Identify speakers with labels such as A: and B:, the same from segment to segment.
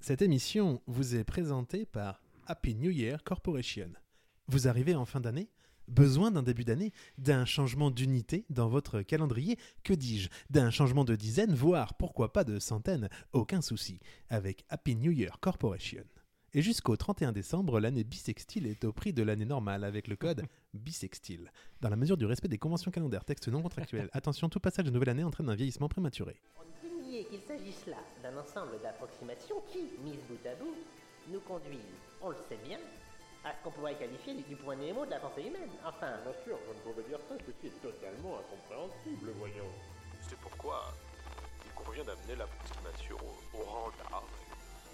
A: Cette émission vous est présentée par Happy New Year Corporation. Vous arrivez en fin d'année Besoin d'un début d'année, d'un changement d'unité dans votre calendrier, que dis-je, d'un changement de dizaines, voire pourquoi pas de centaines, aucun souci, avec Happy New Year Corporation. Et jusqu'au 31 décembre, l'année bissextile est au prix de l'année normale avec le code bissextile. Dans la mesure du respect des conventions calendaires, texte non contractuel, attention, tout passage de nouvelle année entraîne un vieillissement prématuré.
B: On ne peut nier qu'il s'agisse là d'un ensemble d'approximations qui, mises bout à bout, nous conduisent, on le sait bien, à ce qu'on pourrait qualifier du point némo de la pensée humaine. Enfin,
C: Bien sûr, vous ne pouvez dire ça, ceci est totalement incompréhensible, voyons.
D: C'est pourquoi il convient d'amener l'approximation au, au rang d'art.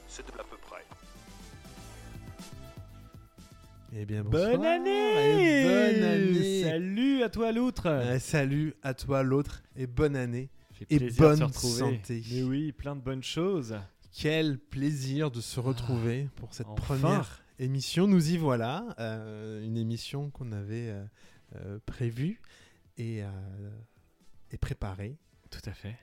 D: C'est de l'à peu près.
A: Eh bien, bonsoir
E: Bonne année
A: et bonne année
E: Salut à toi l'outre
A: Euh, Salut à toi l'autre et bonne année
E: Fait
A: et
E: plaisir de se
A: bonne
E: retrouver.
A: santé.
E: Mais oui, plein de bonnes choses.
A: Quel plaisir de se retrouver pour cette
E: Ah, enfin.
A: première émission. Nous y voilà. euh, une émission qu'on avait euh, euh, prévue et, euh, et préparée.
E: Tout à fait.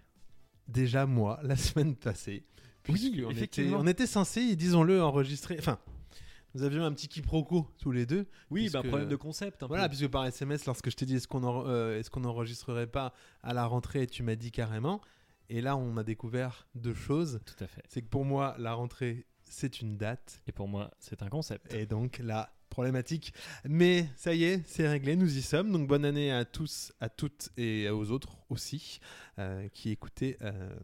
A: Déjà, moi, la semaine passée. puisque on était,
E: effectivement.
A: on était censé, disons-le, enregistrer. Enfin, nous avions un petit quiproquo tous les deux.
E: Oui, bah,
A: Puisque-
E: problème de concept. Un
A: Voilà,
E: peu.
A: puisque par SMS, lorsque je t'ai dit est-ce qu'on en- euh, est-ce qu'on n'enregistrerait pas à la rentrée, tu m'as dit carrément. Et là, on a découvert deux choses.
E: Tout à fait.
A: C'est que pour moi, la rentrée, c'est une date.
E: Et pour moi, c'est un concept.
A: Et donc, la problématique. Mais ça y est, c'est réglé, nous y sommes. Donc, bonne année à tous, à toutes et aux autres aussi euh, qui écoutaient. euh,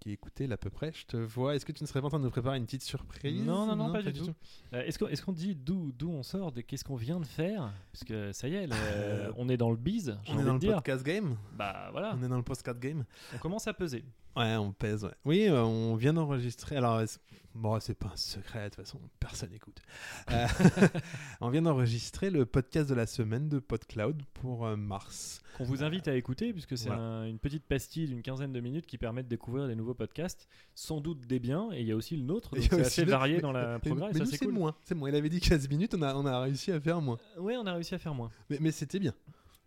A: qui écoutaient l'à peu près, je te vois. Est-ce que tu ne serais pas en train de nous préparer une petite surprise
E: Non, non, non, pas, du tout. Euh, Est-ce qu'on est-ce qu'on dit d'où d'où on sort, de qu'est-ce qu'on vient de faire Parce que ça y est, le-
A: Euh,
E: Ah, on est dans le bise, j'ai
A: On
E: envie
A: est dans
E: de
A: le
E: dire.
A: podcast game
E: Bah voilà,
A: On est dans le podcast game
E: on commence à peser.
A: Ouais, on pèse, ouais. Oui, euh, on vient d'enregistrer. Alors, c'est- bon, c'est pas un secret, de toute façon, personne n'écoute. Euh, on vient d'enregistrer le podcast de la semaine de PodCloud pour euh, mars.
E: Qu'on vous invite à écouter, puisque c'est
A: voilà.
E: un- une petite pastille d'une quinzaine de minutes qui permet de découvrir les nouveaux podcasts, sans doute des biens, et il y a aussi le nôtre,
A: Et il
E: donc
A: y
E: c'est
A: a aussi
E: assez
A: le-
E: varié
A: mais-
E: dans la
A: mais-
E: progrès,
A: mais
E: ça
A: nous,
E: c'est
A: c'est
E: cool.
A: moins, c'est moins. Il avait dit 15 minutes, on a, on a réussi à faire moins.
E: Ouais, on a réussi à faire moins.
A: Mais, mais c'était bien.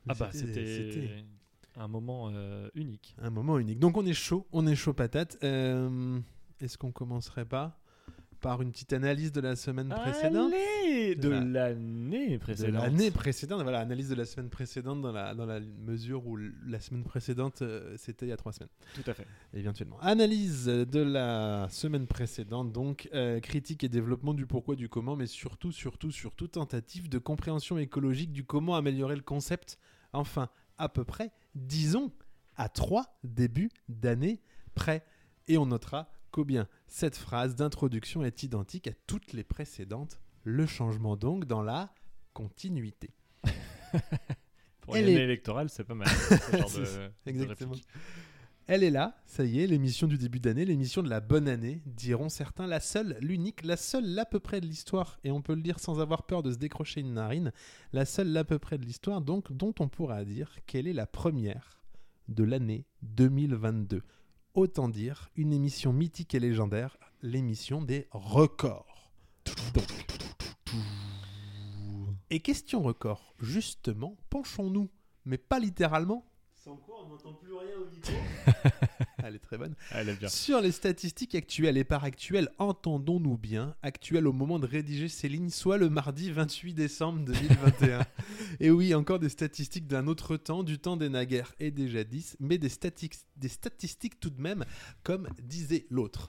E: Ah bah c'était un moment euh, unique.
A: un moment unique. Donc on est chaud, on est chaud patate. Euh, Est-ce qu'on commencerait pas par une petite analyse de la semaine précédente
E: Allez, de
A: De la-
E: l'année
A: de
E: précédente.
A: l'année précédente. Voilà, analyse de la semaine précédente dans la, dans la mesure où l- la semaine précédente, euh, c'était il y a trois semaines,
E: Tout à fait.
A: éventuellement. Analyse de la semaine précédente, donc euh, critique et développement du pourquoi, du comment, mais surtout, surtout, surtout tentative de compréhension écologique du comment améliorer le concept. Enfin, à peu près, disons, à trois débuts d'année près. Et on notera qu'au bien, cette phrase d'introduction est identique à toutes les précédentes. Le changement donc dans la continuité.
E: Pour
A: Elle
E: l'année
A: est-
E: électorale, c'est pas mal. ce genre
A: C'est
E: de-
A: ça,
E: de
A: exactement.
E: réplique.
A: Elle est là, ça y est, l'émission du début d'année, l'émission de la bonne année, diront certains, la seule, l'unique, la seule l'à peu près de l'histoire, et on peut le dire sans avoir peur de se décrocher une narine, la seule l'à peu près de l'histoire, donc dont on pourra dire qu'elle est la première de l'année 2022. Autant dire, une émission mythique et légendaire, l'émission des records. Et question record, justement, penchons-nous, mais pas littéralement. Sans quoi on n'entend plus rien au micro. Elle est très bonne.
E: Elle est bien.
A: Sur les statistiques actuelles et par actuelles, entendons-nous bien, actuelles au moment de rédiger ces lignes, soit le mardi 28 décembre 2021. et oui, encore des statistiques d'un autre temps, du temps des naguères et des jadis, mais des, statiques- des statistiques tout de même, comme disait l'autre.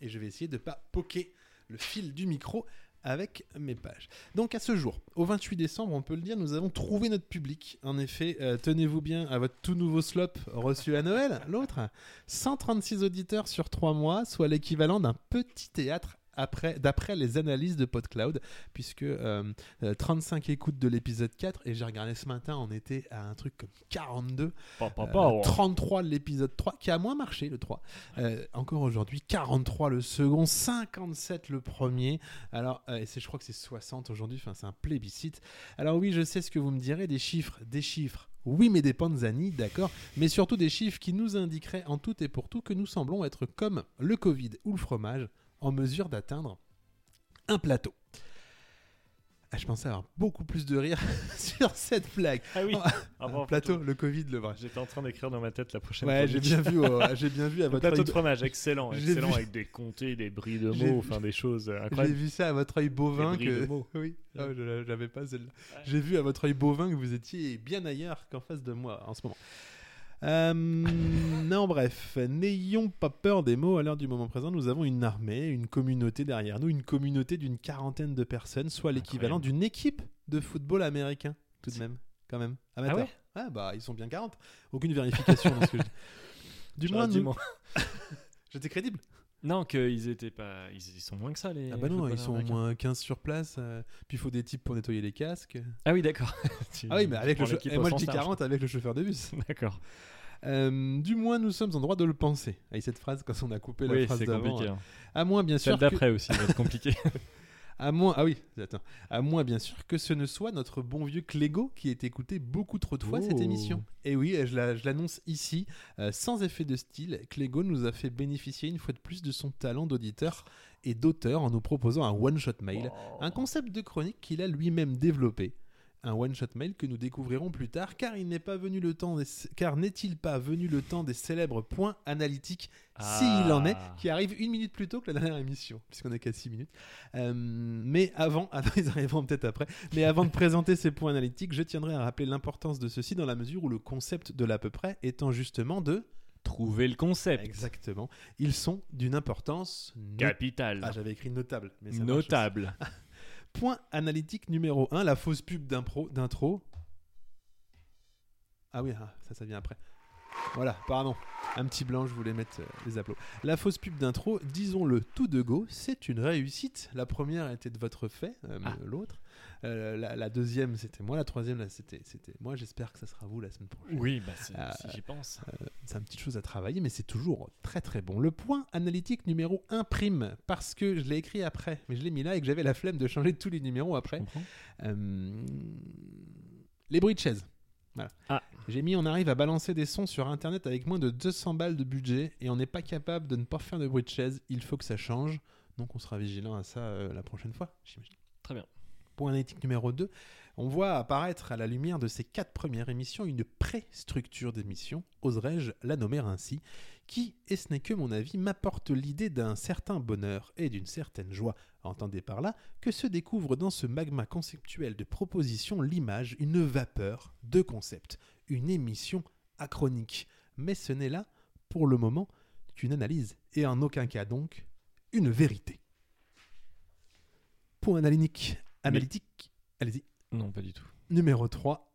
A: Et je vais essayer de ne pas poquer le fil du micro avec mes pages. Donc à ce jour, au 28 décembre, on peut le dire, nous avons trouvé notre public. En effet, euh, tenez-vous bien à votre tout nouveau slop reçu à Noël, l'autre. 136 auditeurs sur 3 mois, soit l'équivalent d'un petit théâtre après, d'après les analyses de PodCloud, puisque euh, euh, 35 écoutes de l'épisode 4, et j'ai regardé ce matin, on était à un truc comme 42,
E: Pa, pa,
A: euh,
E: pa, oh.
A: 33 de l'épisode 3, qui a moins marché le 3, Euh, encore aujourd'hui, 43 le second, 57 le premier, alors euh, et c'est, je crois que c'est 60 aujourd'hui, enfin, c'est un plébiscite. Alors oui, je sais ce que vous me direz, des chiffres, des chiffres, oui mais des panzani, d'accord mais surtout des chiffres qui nous indiqueraient en tout et pour tout que nous semblons être comme le Covid ou le fromage en mesure d'atteindre un plateau. Ah, je pensais avoir beaucoup plus de rire sur cette blague.
E: Ah oui.
A: Oh,
E: Ah,
A: Un
E: bravo,
A: plateau, le Covid, le vrai.
E: J'étais en train d'écrire dans ma tête la prochaine.
A: Ouais, j'ai
E: chronique.
A: bien vu, oh, j'ai bien vu à
E: Le
A: votre
E: plateau
A: œil.
E: de fromage, excellent,
A: J'ai
E: excellent,
A: vu-
E: avec des comtés, des bris de
A: J'ai vu-
E: mots, enfin des choses euh,
A: J'ai
E: incroyables.
A: vu ça à votre œil bovin
E: bris de
A: que.
E: mots.
A: Oui, ah,
E: Ouais.
A: je la- je l'avais pas celle-là.
E: Ouais.
A: J'ai vu à votre œil bovin que vous étiez bien ailleurs qu'en face de moi en ce moment. Euh, non, bref, n'ayons pas peur des mots. À l'heure du moment présent, nous avons une armée, une communauté derrière nous, une communauté d'une quarantaine de personnes, soit l'équivalent d'une équipe de football américain, tout de
E: C'est-
A: même, quand même.
E: Ah
A: Amateur.
E: ouais
A: Ah bah, ils sont bien 40. Aucune vérification dans ce que je dis. Du
E: J'aurais
A: moins,
E: dit
A: nous-
E: moins.
A: j'étais crédible.
E: Non, qu'ils étaient pas. Ils, ils sont moins que ça, les.
A: Ah bah non, ils
E: footballeurs
A: sont au
E: américains.
A: moins 15 sur place. euh, puis il faut des types pour nettoyer les casques.
E: Ah oui, d'accord. Tu-
A: Ah oui, mais avec
E: tu
A: le
E: prends
A: che-
E: l'équipe
A: et
E: au
A: moi je
E: sens
A: dis
E: large.
A: 40 avec le chauffeur de bus.
E: D'accord.
A: Euh, du moins, nous sommes en droit de le penser. Avec cette phrase, quand on a coupé la
E: Oui,
A: phrase
E: c'est
A: d'avant. euh,
E: compliqué. hein.
A: À moins, bien
E: Celle
A: sûr. que-
E: d'après aussi va être compliquée.
A: À moins, ah oui, attends. À moins, bien sûr, que ce ne soit notre bon vieux Clégo qui est écouté beaucoup trop de fois cette
E: Oh.
A: émission. Et oui, je la- je l'annonce ici, euh, sans effet de style, Clégo nous a fait bénéficier une fois de plus de son talent d'auditeur et d'auteur en nous proposant un one-shot mail, un concept de chronique qu'il a lui-même développé. Un one-shot mail que nous découvrirons plus tard, car il n'est pas venu le temps des... car n'est-il pas venu le temps des célèbres points analytiques s'il en est,
E: Ah.
A: qui arrive une minute plus tôt que la dernière émission, puisqu'on est qu'à 6 minutes. Euh, mais avant, ah non, ils arriveront peut-être après, mais avant de présenter ces points analytiques, je tiendrai à rappeler l'importance de ceci dans la mesure où le concept de l'à peu près étant justement de...
E: Trouver le concept.
A: Exactement. Ils sont d'une importance... no-
E: Capital.
A: Ah, j'avais écrit notable. Mais ça marche aussi.
E: Notable.
A: Point analytique numéro 1, la fausse pub d'impro- d'intro. Ah oui, ah, ça, ça vient après. Voilà, pardon. Un petit blanc, je voulais mettre euh, les applaudissements. La fausse pub d'intro, disons-le tout de go, c'est une réussite. La première était de votre fait, euh, mais
E: Ah.
A: l'autre. Euh, la, la deuxième, c'était moi. La troisième, là, c'était c'était moi. J'espère que ça sera vous la semaine prochaine.
E: Oui, bah c'est-
A: Ah,
E: si j'y pense.
A: C'est une petite chose à travailler, mais c'est toujours très très bon. Le point analytique numéro 1 prime, parce que je l'ai écrit après, mais je l'ai mis là et que j'avais la flemme de changer tous les numéros après.
E: Comprends
A: Euh, les bruits de chaises. Voilà.
E: Ah.
A: J'ai mis on arrive à balancer des sons sur internet avec moins de 200 balles de budget et on n'est pas capable de ne pas faire de bruit de chaises. Il faut que ça change. Donc on sera vigilant à ça euh, la prochaine fois, j'imagine.
E: Très bien.
A: Point analytique numéro 2. On voit apparaître à la lumière de ces quatre premières émissions une pré-structure d'émission, oserais-je la nommer ainsi, qui, et ce n'est que mon avis, m'apporte l'idée d'un certain bonheur et d'une certaine joie. Entendez par là que se découvre dans ce magma conceptuel de propositions l'image, une vapeur de concept, une émission achronique. Mais ce n'est là, pour le moment, qu'une analyse, et en aucun cas donc, une vérité. Point analytique, analytique allez-y,
E: Non, pas du tout.
A: numéro 3,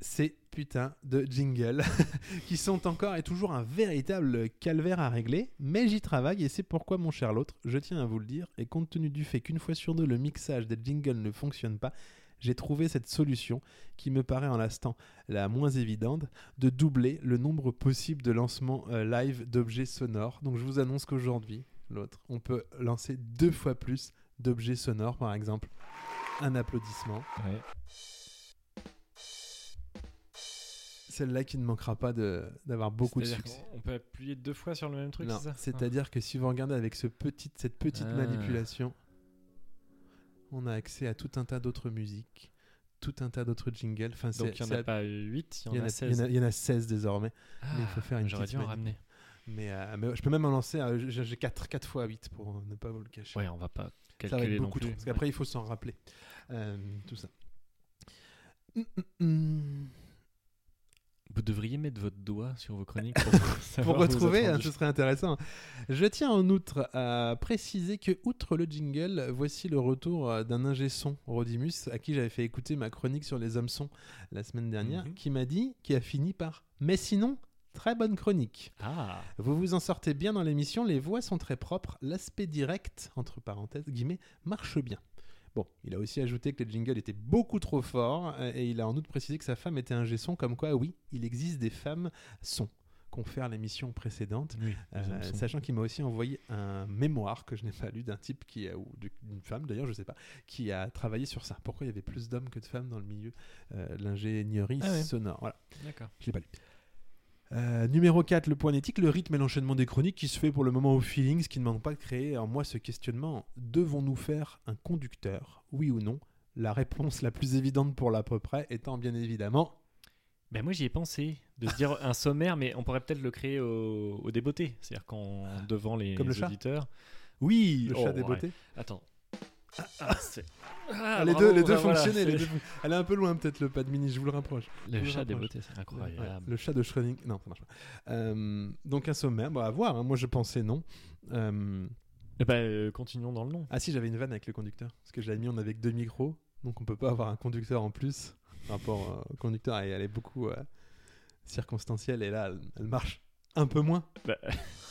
A: ces putains de jingles qui sont encore et toujours un véritable calvaire à régler, mais j'y travaille et c'est pourquoi, mon cher l'autre, je tiens à vous le dire, et compte tenu du fait qu'une fois sur deux le mixage des jingles ne fonctionne pas, j'ai trouvé cette solution qui me paraît en l'instant la moins évidente de doubler le nombre possible de lancements euh, live d'objets sonores. Donc je vous annonce qu'aujourd'hui, l'autre, on peut lancer deux fois plus d'objets sonores, par exemple un applaudissement,
E: Ouais.
A: Celle-là qui ne manquera pas de- d'avoir beaucoup de
E: C'est-à-dire
A: succès.
E: qu'on peut appuyer deux fois sur le même truc,
A: Non,
E: c'est ça
A: c'est-à-dire que si vous regardez avec ce petit, cette petite
E: Ah.
A: manipulation, on a accès à tout un tas d'autres musiques, tout un tas d'autres jingles. Enfin,
E: Ah. Donc
A: c'est-
E: il n'y en
A: c'est-
E: a pas 8, il
A: il
E: y en a 16.
A: il y en a 16 désormais. mais il faut faire une
E: J'aurais
A: petite
E: dû en
A: manie.
E: ramener.
A: Mais, euh, mais je peux même en lancer, euh, j'ai j'ai 4, quatre fois 8 pour ne pas vous le cacher.
E: Ouais, on va pas
A: ça va
E: calculer
A: être
E: non
A: beaucoup
E: plus.
A: trop. Parce qu'après, il faut s'en rappeler. Euh, tout ça. Hum, hum, hum.
E: Vous devriez mettre votre doigt sur vos chroniques pour,
A: pour
E: savoir où vous
A: retrouver,
E: êtes
A: hein,
E: rendu.
A: ce serait intéressant. Je tiens en outre à préciser que, outre le jingle, voici le retour euh, d'un ingé son, Rodimus, à qui j'avais fait écouter ma chronique sur les hommes sons la semaine dernière,
E: Mhm.
A: qui m'a dit, qui a fini par Mais sinon, très bonne chronique.
E: Ah,
A: Vous vous en sortez bien dans l'émission, les voix sont très propres, l'aspect direct, entre parenthèses, guillemets, marche bien. Bon, il a aussi ajouté que les jingles étaient beaucoup trop forts, euh, et il a en outre précisé que sa femme était un gesson, comme quoi, oui, il existe des femmes sons confère l'émission précédente,
E: oui.
A: euh, sachant qu'il m'a aussi envoyé un mémoire que je n'ai pas lu d'un type qui a, ou du- d'une femme d'ailleurs, je sais pas, qui a travaillé sur ça. Pourquoi il y avait plus d'hommes que de femmes dans le milieu euh, de l'ingénierie
E: Ah ouais.
A: sonore Voilà.
E: D'accord.
A: Je l'ai pas lu. Euh, numéro 4, le point éthique, le rythme et l'enchaînement des chroniques qui se fait pour le moment au feeling, ce qui ne manque pas de créer en moi ce questionnement devons-nous faire un conducteur, oui ou non La réponse la plus évidente pour l'à peu près étant bien évidemment
E: Ben moi j'y ai pensé, de se dire un sommaire, mais on pourrait peut-être le créer au, au débeauté, c'est-à-dire qu'en devant les
A: Ah, Comme le chat
E: auditeurs. Oui,
A: le
E: oh,
A: chat des
E: ouais.
A: beautés.
E: Attends. Ah, ah, c'est- Ah,
A: Ah, les,
E: bravo,
A: deux, les deux
E: ah, voilà,
A: fonctionnaient. les
E: c'est-
A: deux fon- Elle est un peu loin peut-être le pad mini, je vous le rapproche.
E: Le
A: Je
E: chat des
A: rapproche.
E: beautés, c'est
A: Ouais,
E: incroyable.
A: le chat de Schrödinger. Non, ça marche pas. Euh, donc un sommaire, bon, à voir. hein. Moi je pensais non. Euh,
E: Eh ben, euh, continuons dans le nom.
A: Ah si, j'avais une vanne avec le conducteur. Parce que je l'avais mis, on avait que deux micros. Donc on peut pas avoir un conducteur en plus. Par rapport euh, au conducteur, elle, elle est beaucoup euh, circonstancielle. Et là, elle, elle marche un peu moins.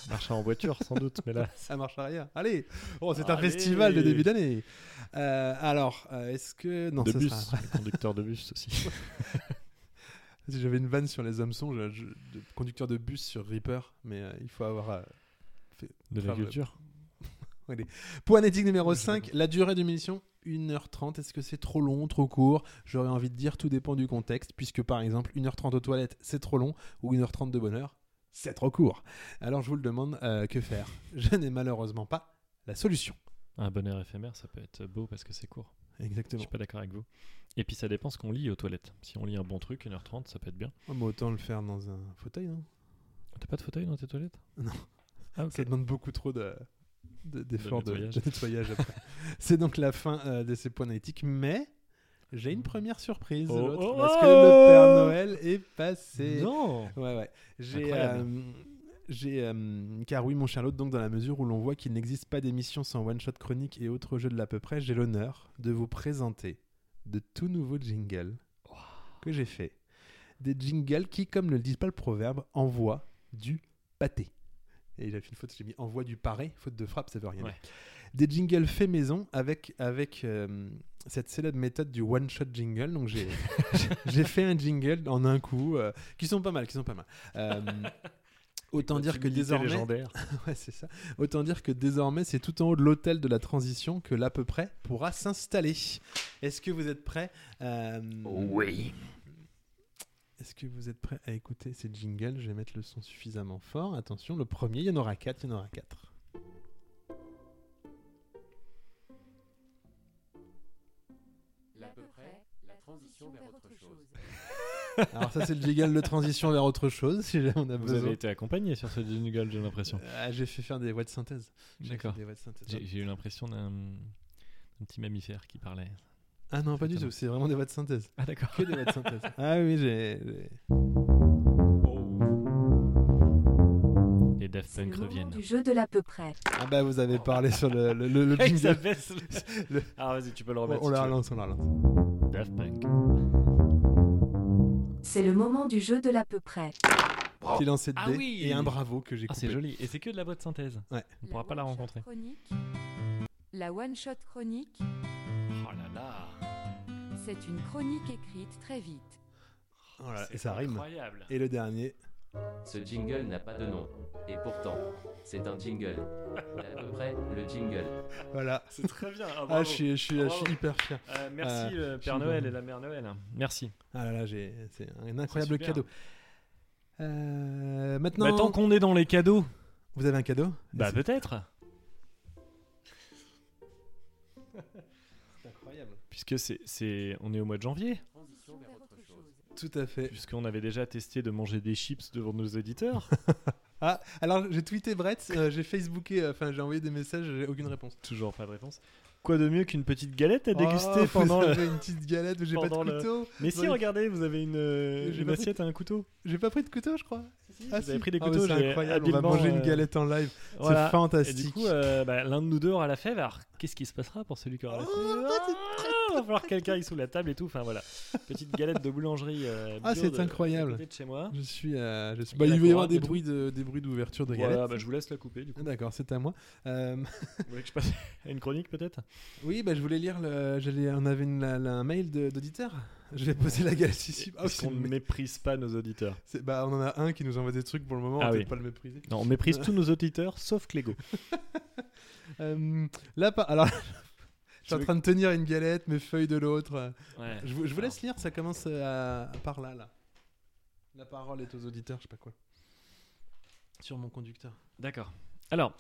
E: Marchand en voiture, sans doute, mais là.
A: Ça marche arrière. Allez oh, C'est un
E: Allez
A: festival de début d'année. Euh, alors, euh, est-ce que... Non,
E: de
A: ça
E: bus,
A: sera-
E: le conducteur de bus aussi.
A: Si J'avais une vanne sur les hommes sons, je- je- de conducteur de bus sur Reaper, mais euh, il faut avoir. euh,
E: De
A: Enfin,
E: la culture.
A: Point éthique numéro 5, la durée de mission 1h30. Est-ce que c'est trop long, trop court J'aurais envie de dire, tout dépend du contexte, puisque par exemple, 1h30 aux toilettes, c'est trop long, ou 1h30 de bonheur, c'est trop court. Alors je vous le demande, euh, que faire Je n'ai malheureusement pas la solution.
E: Un bonheur éphémère, ça peut être beau parce que c'est court. Je
A: Exactement.
E: suis pas d'accord avec vous. Et puis ça dépend ce qu'on lit aux toilettes. Si on lit un bon truc, 1h30, ça peut être bien.
A: Oh, mais autant le faire dans un fauteuil, hein. non
E: T'as pas de fauteuil dans tes toilettes
A: Non.
E: Ah ok.
A: Ça demande beaucoup trop de de- d'efforts de,
E: nettoyage.
A: de nettoyage après. c'est donc la fin euh, de ces points nautiques, mais j'ai une première surprise.
E: Oh,
A: l'autre,
E: oh,
A: parce que
E: oh
A: le Père Noël est passé.
E: Non
A: Ouais, ouais. J'ai.
E: Incroyable.
A: euh, j'ai, euh, car oui, mon Charlotte, donc dans la mesure où l'on voit qu'il n'existe pas d'émission sans one-shot chronique et autres jeux de l'à peu près, j'ai l'honneur de vous présenter de tout nouveaux jingles que j'ai fait. Des jingles qui, comme ne le dit pas le proverbe, envoient du pâté. Et il a fait une faute, j'ai mis envoie du paré, faute de frappe, ça veut rien
E: Ouais.
A: dire. Des jingles faits maison avec, avec euh, cette célèbre méthode du one-shot jingle. Donc j'ai j'ai fait un jingle en un coup, euh, qui sont pas mal, qui sont pas mal. Euh, autant dire que désormais,
E: légendaire.
A: Ouais, c'est ça. Autant dire que désormais, c'est tout en haut de l'hôtel de la transition que l'à peu près pourra s'installer. Est-ce que vous êtes prêts euh,
F: Oui.
A: Est-ce que vous êtes prêts à écouter ces jingles Je vais mettre le son suffisamment fort. Attention, le premier, il y en aura quatre, il y en aura quatre.
G: L'à peu près, la transition vers autre chose.
A: Alors ça, c'est le jingle de transition vers autre chose, si jamais on a
E: Vous
A: besoin.
E: avez été accompagné sur ce jingle, j'ai l'impression.
A: Ah, j'ai fait faire des voix de synthèse. J'ai fait
E: D'accord.
A: des voix de synthèse.
E: J'ai j'ai eu l'impression d'un d'un petit mammifère qui parlait.
A: Ah non, pas du
E: Exactement.
A: tout. C'est vraiment des voix de synthèse.
E: Ah d'accord.
A: Que des voix de synthèse. ah oui, j'ai. j'ai-
E: Les Daft
G: C'est le
E: Punk
G: moment
E: reviennent.
G: du jeu de l'à peu près.
A: Ah bah vous avez parlé sur le, le, le- le
E: Hey, ça
A: jingle.
E: baisse le-
A: Le-
E: Ah vas-y, tu peux le
A: On,
E: remettre.
A: on
E: si
A: la
E: tu veux.
A: relance, on la relance.
E: Daft Punk.
G: C'est le moment du jeu de l'à peu près.
A: Petit lancer de
E: Ah
A: dés
E: oui
A: et un bravo que j'ai
E: Ah
A: coupé.
E: c'est joli. Et c'est que de la voix de synthèse.
A: Ouais.
E: On pourra pas la rencontrer.
G: La one shot chronique,
E: Oh là là.
G: c'est une chronique écrite très vite.
A: Voilà,
E: C'est
A: et ça rime.
E: Incroyable.
A: Et le dernier.
H: Ce jingle n'a pas de nom. Et pourtant, c'est un jingle. À peu près, le jingle.
A: Voilà.
E: C'est très bien. Ah,
A: Ah,
E: bravo.
A: je suis, je suis- je suis
E: Bravo.
A: hyper fier.
E: Euh, merci
A: Euh,
E: le Père
A: je-
E: Noël et la Mère Noël. Merci.
A: Ah là là, j'ai- Ah, c'est un incroyable
E: super.
A: cadeau. Euh,
E: Mais
A: maintenant,
E: Bah, tant qu'on est dans les cadeaux,
A: vous avez un cadeau
E: bah
A: C'est
E: peut-être.
A: c'est incroyable.
E: Puisque c'est, c'est- on est au mois de janvier,
G: Transition vers autre chose.
A: Tout à fait.
E: puisqu'on avait déjà testé de manger des chips devant nos éditeurs.
A: Ah, alors j'ai tweeté Brett, euh, j'ai Facebooké, euh, enfin j'ai envoyé des messages, j'ai aucune réponse.
E: Toujours pas de réponse. Quoi de mieux qu'une petite galette à
A: Oh,
E: déguster
A: vous
E: pendant le...
A: avez une petite galette, mais j'ai pas de
E: pendant le-
A: couteau.
E: Mais si,
A: Ouais.
E: regardez, vous avez une, euh,
A: J'ai
E: une
A: pas pris-
E: assiette à un couteau.
A: J'ai pas pris de couteau, je crois.
E: vous avez pris des
A: Ah, mais
E: couteaux,
A: c'est
E: j'ai
A: incroyable. On va
E: habilement,
A: manger
E: euh,
A: une galette en live.
E: Voilà.
A: C'est fantastique.
E: Et du coup, euh, bah, l'un de nous deux aura la fève. Alors, qu'est-ce qui se passera pour celui qui aura la fève
A: Oh, bah,
E: Il va falloir que quelqu'un aille sous la table et tout. Enfin voilà, petite galette de boulangerie. euh,
A: Ah,
E: bio
A: c'est
E: de- à
A: incroyable.
E: côté de chez moi.
A: Je suis. euh, je suis...
E: Il y
A: Bah,
E: a la
A: il va y avoir
E: couronne
A: des
E: et tout.
A: bruits, de, des bruits d'ouverture de
E: Voilà,
A: galette.
E: bah, je vous laisse la couper du coup.
A: Ah, D'accord, c'est à moi. Euh,
E: Vous voulez que je passe à une chronique peut-être
A: oui, bah, je voulais lire. Le... j'allais- On avait une, la- la- un mail de- d'auditeur. Je vais poser la galette ici. Ah,
E: Parce
A: c'est
E: qu'on
A: le
E: ne
A: mec-
E: méprise pas nos auditeurs.
A: c'est- bah, on en a un qui nous envoie des trucs pour le moment. on
E: Ah
A: va
E: oui.
A: peut-être pas le mépriser.
E: Non, on méprise tous nos auditeurs sauf Clégo.
A: Euh, là, pas. Alors. Je suis en
E: veux-
A: train de tenir une galette, mes feuilles de l'autre.
E: Ouais.
A: Je, vous- je vous laisse lire, ça commence euh, à, à par là, là. La parole est aux auditeurs, je sais pas quoi. Sur mon conducteur.
E: D'accord. Alors,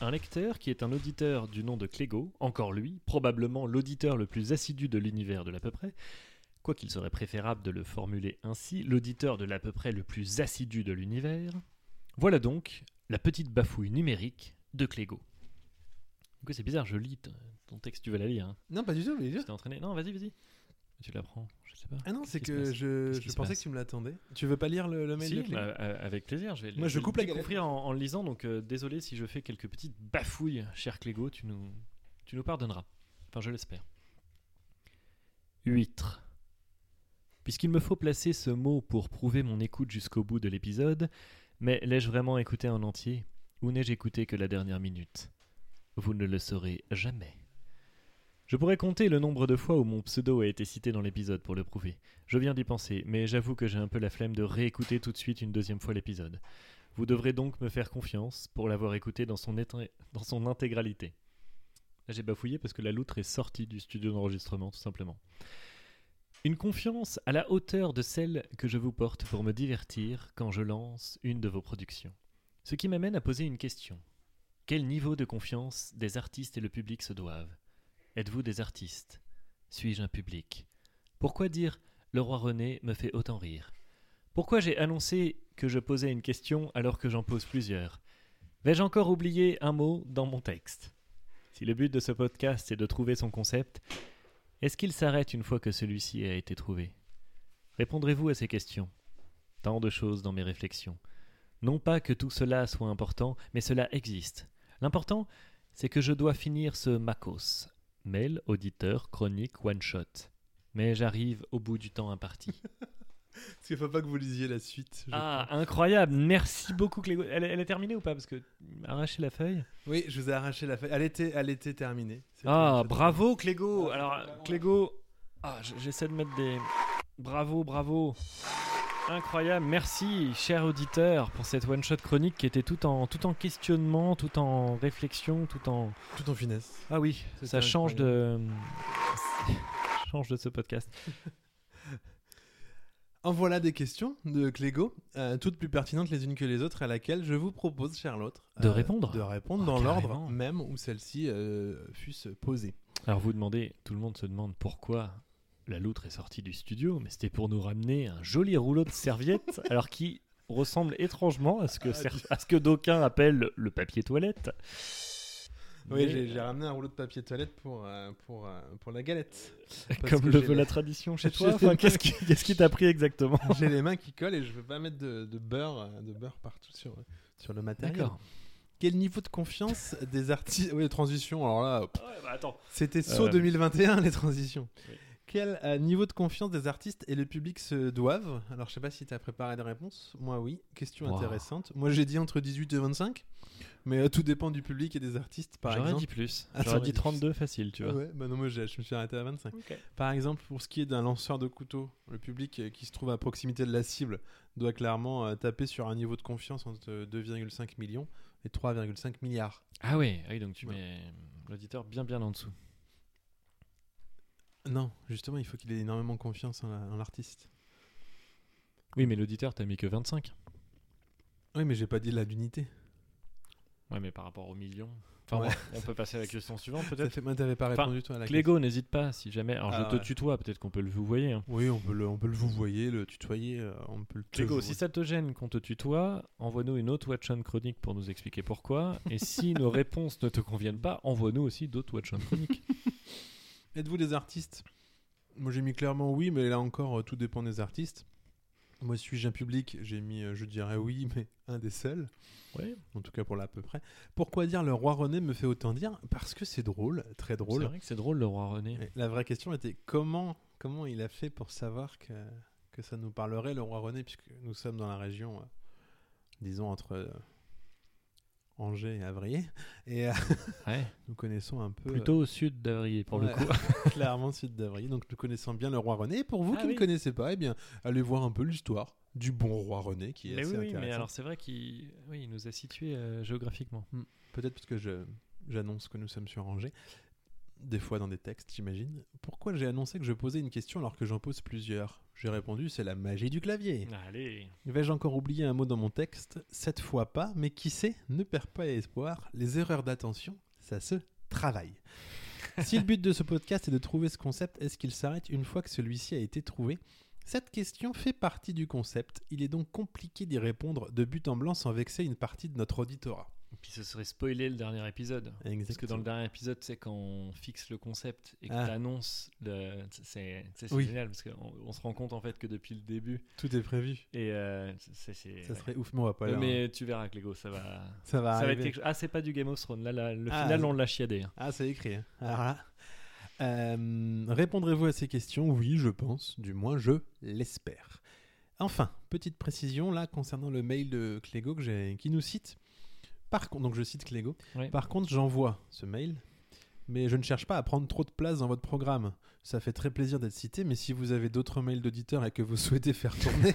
E: Un lecteur qui est un auditeur du nom de Clégo, encore lui, probablement l'auditeur le plus assidu de l'univers de l'à peu près, quoiqu'il serait préférable de le formuler ainsi, l'auditeur de l'à peu près le plus assidu de l'univers. Voilà donc la petite bafouille numérique de Clégo. Du coup, c'est bizarre, je lis t- ton texte, tu vas la lire. Hein.
A: Non, pas du tout, mais
E: Tu t'es entraîné Non, vas-y, vas-y. Tu l'apprends, je sais pas.
A: Ah non,
E: Qu'est-ce
A: c'est
E: qui se
A: que
E: passe
A: je,
E: Qu'est-ce qui
A: je
E: se
A: pensais
E: passe
A: que tu me l'attendais. Tu veux pas lire le, le mail
E: Si,
A: de Clé
E: bah, euh, avec plaisir. Je vais,
A: Moi, je
E: vais
A: coupe
E: le
A: la galette.
E: découvrir en, en le lisant, donc euh, désolé si je fais quelques petites bafouilles, cher Clégo, tu nous, tu nous pardonneras. Enfin, je l'espère. Huître. Puisqu'il me faut placer ce mot pour prouver mon écoute jusqu'au bout de l'épisode, mais l'ai-je vraiment écouté en entier Ou n'ai-je écouté que la dernière minute Vous ne le saurez jamais. Je pourrais compter le nombre de fois où mon pseudo a été cité dans l'épisode pour le prouver. Je viens d'y penser, mais j'avoue que j'ai un peu la flemme de réécouter tout de suite une deuxième fois l'épisode. Vous devrez donc me faire confiance pour l'avoir écouté dans son, étre- dans son intégralité. Là, j'ai bafouillé parce que la loutre est sortie du studio d'enregistrement, tout simplement. Une confiance à la hauteur de celle que je vous porte pour me divertir quand je lance une de vos productions. Ce qui m'amène à poser une question. Quel niveau de confiance des artistes et le public se doivent Êtes-vous des artistes Suis-je un public Pourquoi dire le roi René me fait autant rire. Pourquoi j'ai annoncé que je posais une question alors que j'en pose plusieurs Vais-je encore oublié un mot dans mon texte Si le but de ce podcast est de trouver son concept, est-ce qu'il s'arrête une fois que celui-ci a été trouvé Répondrez-vous à ces questions Tant de choses dans mes réflexions. Non pas que tout cela soit important, mais cela existe. L'important, c'est que je dois finir ce Makos. Mail, auditeur, chronique, one-shot. Mais j'arrive au bout du temps imparti.
A: Parce qu'il faut pas que vous lisiez la suite. je
E: Ah, incroyable. Merci beaucoup, Clégo. Elle, elle est terminée ou pas Parce que arracher la feuille.
A: crois. Oui, je vous ai arraché la feuille. Elle était, elle était terminée. C'était un
E: Ah,
A: chat-
E: bravo, Clégo. Alors, Clégo, ah, j- j'essaie de mettre des. Bravo, bravo. Incroyable. Merci, cher auditeur, pour cette one-shot chronique qui était tout en, tout en questionnement, tout en réflexion, tout en.
A: Tout en finesse.
E: Ah oui,
A: C'était
E: ça change de. change de ce podcast.
A: En voilà des questions de Clégo, euh, toutes plus pertinentes les unes que les autres, à laquelle je vous propose, cher l'autre, euh,
E: De répondre
A: De répondre
E: Oh,
A: dans l'ordre
E: carrément.
A: même où celles-ci euh, fussent posées.
E: Alors vous demandez, tout le monde se demande pourquoi la loutre est sortie du studio, mais c'était pour nous ramener un joli rouleau de serviettes, alors qui ressemble étrangement à ce
A: Ah,
E: que, cer- à ce que d'aucuns appellent le papier toilette.
A: Oui,
E: Mais,
A: j'ai- j'ai ramené un rouleau de papier toilette pour, euh, pour, euh, pour la galette. parce
E: Comme
A: que
E: le
A: j'ai
E: veut
A: la-
E: la tradition chez
A: j'ai
E: toi,
A: la-
E: enfin, qu'est-ce qui qu'est-ce qui t'a pris exactement
A: J'ai les mains qui collent et je veux pas mettre de, de beurre, euh, de beurre partout sur, euh, sur le matériel. Quel niveau de confiance des artistes Oui, transition, alors là, hop,
E: Ouais, bah attends.
A: c'était saut
E: Euh,
A: 2021, les transitions.
E: Oui.
A: Quel euh, niveau de confiance des artistes et le public se doivent Alors, je sais pas si tu as préparé des réponses. Moi, oui. Question
E: Wow.
A: intéressante. Moi, j'ai dit entre 18 et 25, mais euh, tout dépend du public et des artistes, par
E: J'aurais
A: exemple. Ah,
E: dit plus.
A: Attends,
E: J'aurais dit
A: vas-y.
E: 32 facile, tu vois.
A: Ouais, bah non, moi, j'ai- je me suis arrêté à 25. Par exemple, pour ce qui est d'un lanceur de couteau, le public euh, qui se trouve à proximité de la cible doit clairement euh, taper sur un niveau de confiance entre euh, 2,5 millions et 3,5 milliards.
E: Ah oui, ah oui, donc tu
A: Ouais.
E: mets l'auditeur bien bien en dessous.
A: Non, justement, il faut qu'il ait énormément confiance en la- en l'artiste.
E: Oui, mais l'auditeur t'as mis que 25.
A: oui, mais j'ai pas dit la d'unité.
E: Ouais, mais par rapport au million. Enfin,
A: Ouais.
E: bon, on peut passer à la question suivante peut-être.
A: Ça fait- moi, T'avais pas
E: Enfin,
A: répondu toi à la question.
E: Clégo, n'hésite pas, si jamais. Alors,
A: Ah
E: je te
A: ouais.
E: tutoie, peut-être qu'on peut le vous voyez. hein.
A: Oui, on peut le, on peut le vous voyez, le tutoyer, euh, on peut le.
E: Clégo,
A: te
E: si ça te gêne qu'on te tutoie, envoie-nous une autre Watch On chronique pour nous expliquer pourquoi. Et si nos réponses ne te conviennent pas, envoie-nous aussi d'autres Watch On chroniques.
A: Êtes-vous des artistes Moi j'ai mis clairement oui, mais là encore euh, tout dépend des artistes. Moi suis-je un public J'ai mis euh, je dirais oui, mais un des seuls.
E: Ouais.
A: En tout cas pour là à peu près. Pourquoi dire le roi René me fait autant dire Parce que c'est drôle, très
E: C'est
A: drôle.
E: vrai que c'est drôle, le roi René.
A: Et La vraie question était comment comment il a fait pour savoir que, que ça nous parlerait le roi René puisque nous sommes dans la région, euh, disons entre euh, Angers et Avrier et euh,
E: Ouais.
A: nous connaissons un peu. euh,
E: Plutôt au sud d'Avrier, pour
A: Ouais.
E: le coup.
A: Clairement, sud d'Avrier. Donc, nous connaissons bien le roi René. Et pour vous
E: Ah
A: qui
E: oui.
A: ne connaissez pas, eh bien, allez voir un peu l'histoire du bon roi René, qui est
E: Mais oui,
A: assez
E: oui, mais
A: intéressant.
E: alors c'est vrai qu'il oui, il nous a situés euh, géographiquement.
A: Peut-être parce que je j'annonce que nous sommes sur Angers. des fois dans des textes, j'imagine. Pourquoi j'ai annoncé que je posais une question alors que j'en pose plusieurs J'ai répondu, c'est la magie du clavier.
E: Allez.
A: Vais-je encore oublier un mot dans mon texte Cette fois pas, mais qui sait Ne perds pas espoir, les erreurs d'attention, ça se travaille. si le but de ce podcast est de trouver ce concept, est-ce qu'il s'arrête une fois que celui-ci a été trouvé Cette question fait partie du concept, il est donc compliqué d'y répondre de but en blanc sans vexer une partie de notre auditorat.
E: Puis ce serait spoiler le dernier épisode. Parce que dans le dernier épisode, c'est quand on fixe le concept et que
A: Ah.
E: t'annonces le. C'est c'est- c'est
A: Oui.
E: génial parce qu'on on se rend compte en fait que depuis le début.
A: Tout est prévu.
E: Et euh, c'est. c'est-
A: Ça
E: ouais. Euh,
A: serait ouf, mais on va pas là, hein.
E: Mais tu verras, Clégo, ça va.
A: Ça va,
E: Ça va
A: arriver.
E: être quelque chose. Ah, c'est pas du Game of Thrones. Là, là, le
A: Ah,
E: final,
A: c'est-
E: on l'a chiadé. hein.
A: Ah, c'est écrit. hein. Alors là. Euh, Répondrez-vous à ces questions Oui, je pense. Du moins, je l'espère. Enfin, petite précision là concernant le mail de Clégo que j'ai- qui nous cite. Par contre, donc je cite Clégo.
E: Ouais.
A: Par contre, j'envoie ce mail, mais je ne cherche pas à prendre trop de place dans votre programme. Ça fait très plaisir d'être cité, mais si vous avez d'autres mails d'auditeurs et que vous souhaitez faire tourner,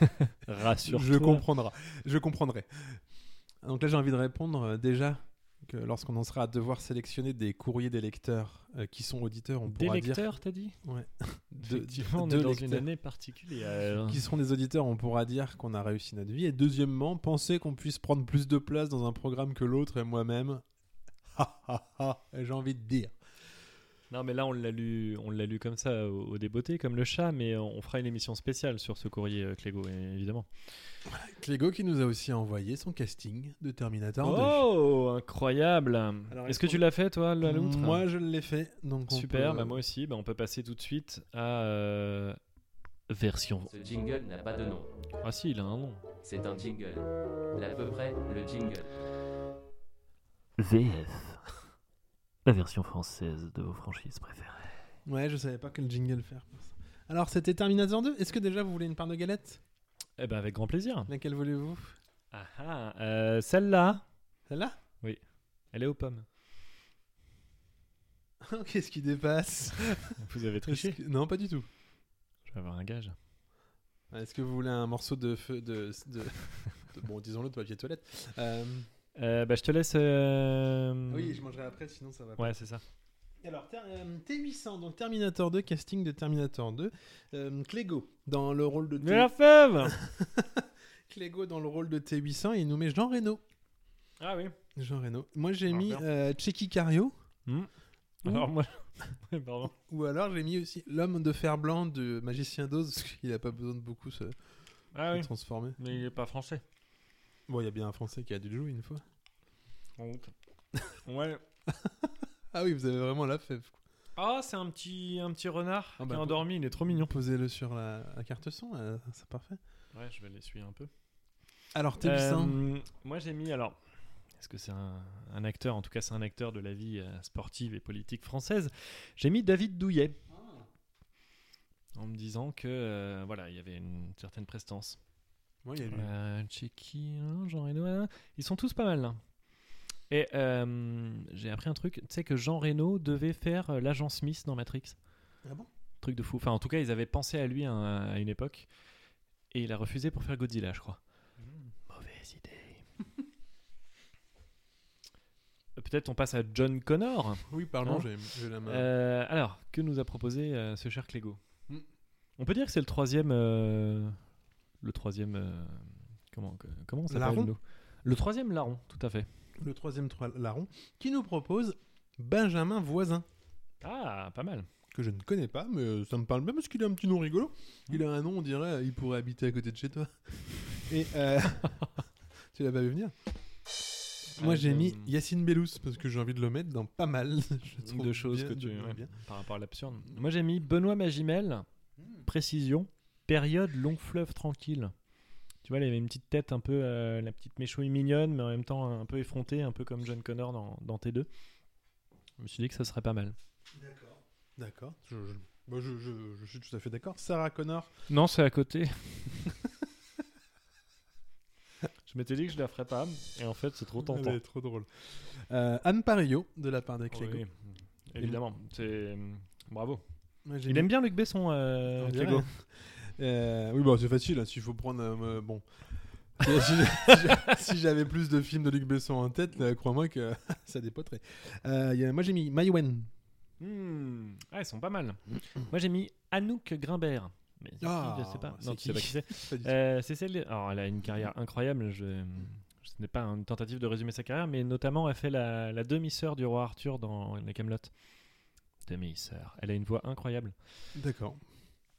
E: Rassure-toi.
A: je comprendrai. Je comprendrai. Donc là, j'ai envie de répondre euh, déjà que lorsqu'on en sera à devoir sélectionner des courriers des lecteurs euh, qui sont auditeurs, on
E: Des
A: pourra dire
E: lecteurs, t'as dit
A: de-
E: Effectivement, on
A: de
E: est dans une
A: lecteurs
E: année particulière.
A: qui seront des auditeurs, on pourra dire qu'on a réussi notre vie. Et deuxièmement, penser qu'on puisse prendre plus de place dans un programme que l'autre et moi-même. Ha, ha, ha, j'ai envie de dire.
E: Non, mais là, on l'a lu, on l'a lu comme ça, au, au débeauté, comme le chat, mais on, on fera une émission spéciale sur ce courrier, euh, Clégo, é- évidemment.
A: Clégo qui nous a aussi envoyé son casting de Terminator 2.
E: Oh, incroyable
A: Alors,
E: Est-ce
A: est-ce
E: que tu
A: qu'on-
E: l'as fait, toi, la loutre
A: Hmm, Moi, je l'ai fait. Donc on
E: Super,
A: peut-
E: bah, moi aussi. Bah, on peut passer tout de suite à... euh, Version...
H: Ce jingle n'a pas de nom.
E: Ah si, il a un nom.
H: C'est un jingle. L'à peu près, le jingle.
E: VF. La version française de vos franchises préférées.
A: Ouais, je savais pas quel jingle faire. Alors, c'était Terminator 2. Est-ce que déjà vous voulez une part de galette
E: Eh ben, avec grand plaisir.
A: Laquelle voulez-vous
E: Ah ah, euh, celle-là,
A: Celle-là
E: elle est aux pommes.
A: Qu'est-ce qui dépasse
E: Vous avez
A: Est-ce
E: triché.
A: que- Non, pas du tout.
E: Je vais avoir un gage.
A: Est-ce que vous voulez un morceau de feu de, de- de- bon, disons-le, de papier toilette Euh,
E: Euh, bah, je te laisse... euh,
A: Oui, je mangerai après, sinon ça va. pas.
E: Ouais, c'est ça.
A: Alors, ter- euh, T800, donc Terminator 2, casting de Terminator 2. Euh, Clégo dans le rôle de T-
E: Mais la fève
A: Clégo dans le rôle de T800 et il nous met Jean Reno.
E: Ah oui.
A: Jean Reno. Moi, j'ai
E: Alors,
A: mis
E: bien.
A: euh, Checky Cario.
E: Alors moi, pardon.
A: Ou alors j'ai mis aussi l'homme de fer blanc de Magicien d'Oz, parce qu'il n'a pas besoin de beaucoup se,
E: Ah
A: se
E: oui.
A: transformer.
E: Mais il est pas français.
A: Bon, il y a bien un Français qui a dû le jouer une fois.
E: Ouais.
A: Ah oui, vous avez vraiment la fève. quoi.
E: Ah, c'est un petit, un petit renard
A: Ah
E: qui
A: bah,
E: est
A: pour-
E: endormi. Il est trop mignon.
A: Posez-le sur la, la carte son, là, c'est parfait.
E: Ouais, je vais l'essuyer un peu.
A: Alors, T800.
E: Euh, moi, j'ai mis alors. Est-ce que c'est un, un acteur En tout cas, c'est un acteur de la vie euh, sportive et politique française. J'ai mis David Douillet. En me disant que euh, voilà, il y avait une certaine prestance.
A: Ouais, il y a lui.
E: Euh, Tchéki, hein, Jean Reno, hein. ils sont tous pas mal. là. Et euh, j'ai appris un truc, tu sais que Jean Reno devait faire euh, l'agent Smith dans Matrix.
A: Ah bon
E: Truc de fou. Enfin, en tout cas, ils avaient pensé à lui hein, à une époque. Et il a refusé pour faire Godzilla, je crois.
A: Hmm.
E: Mauvaise idée. Euh, Peut-être on passe à John Connor.
A: Oui,
E: Hein
A: pardon, j'ai j'ai la main.
E: Euh, alors, que nous a proposé euh, ce cher Clégo
A: Hmm.
E: On peut dire que c'est le troisième. euh, le troisième. euh, comment, que- comment on s'appelle
A: Larron
E: nous Le troisième larron, tout à fait.
A: Le troisième trois- larron qui nous propose Benjamin Voisin,
E: Ah, pas mal.
A: que je ne connais pas, mais euh, ça me parle bien parce qu'il a un petit nom rigolo.
E: Hein
A: Il a un nom, on dirait, euh, il pourrait habiter à côté de chez toi. Et euh, tu l'as pas vu venir Moi
E: Ah,
A: j'ai
E: je-
A: mis Yacine Bellous parce que j'ai envie de le mettre dans pas mal je trouve,
E: de choses
A: bien-
E: que tu.
A: de-
E: ouais,
A: bien.
E: Par rapport à l'absurde. Moi j'ai mis Benoît Magimel,
A: Hmm.
E: précision, période long fleuve tranquille. Tu vois, il avait une petite tête un peu. euh, la petite méchouille mignonne, mais en même temps un peu effrontée, un peu comme John Connor dans, dans T2. Je me suis dit que ça serait pas mal.
A: D'accord. Je, je- bah, je- je- je suis tout à fait d'accord. Sarah Connor.
E: Non, c'est à côté. je m'étais dit que je la ferais pas, et en fait, c'est trop tentant. Ah
A: Elle est trop drôle. Euh, Anne Parillo de la part des Clégo.
E: Oh, Oui, mm, évidemment, c'est mm, bravo.
A: Moi, j'ai
E: Il
A: mis-
E: aime bien Luc Besson, euh,
A: On dirait.
E: Clégo.
A: Euh, oui, bah, c'est facile. hein, S'il faut prendre. euh, euh, bon. si j'a- si j'avais plus de Euh, films de Luc Besson en tête, là, crois-moi que ça dépoterait. Euh, il y a- moi, j'ai mis Maïwen
E: Hmm. Ah, elles sont pas mal. Moi, j'ai mis Anouk Grimbert. Mais c'est qui,
A: Ah,
E: je sais pas.
A: c'est
E: Non, tu sais pas
A: qui
E: qui c'est.
A: Pas du tout.
E: Euh, c'est celle. Alors, elle a une carrière incroyable. Je... Ce n'est pas une tentative de résumer sa carrière, mais notamment, elle fait la, la demi-sœur du roi Arthur dans La Camelot. Demi-sœur. Elle a une voix incroyable.
A: D'accord.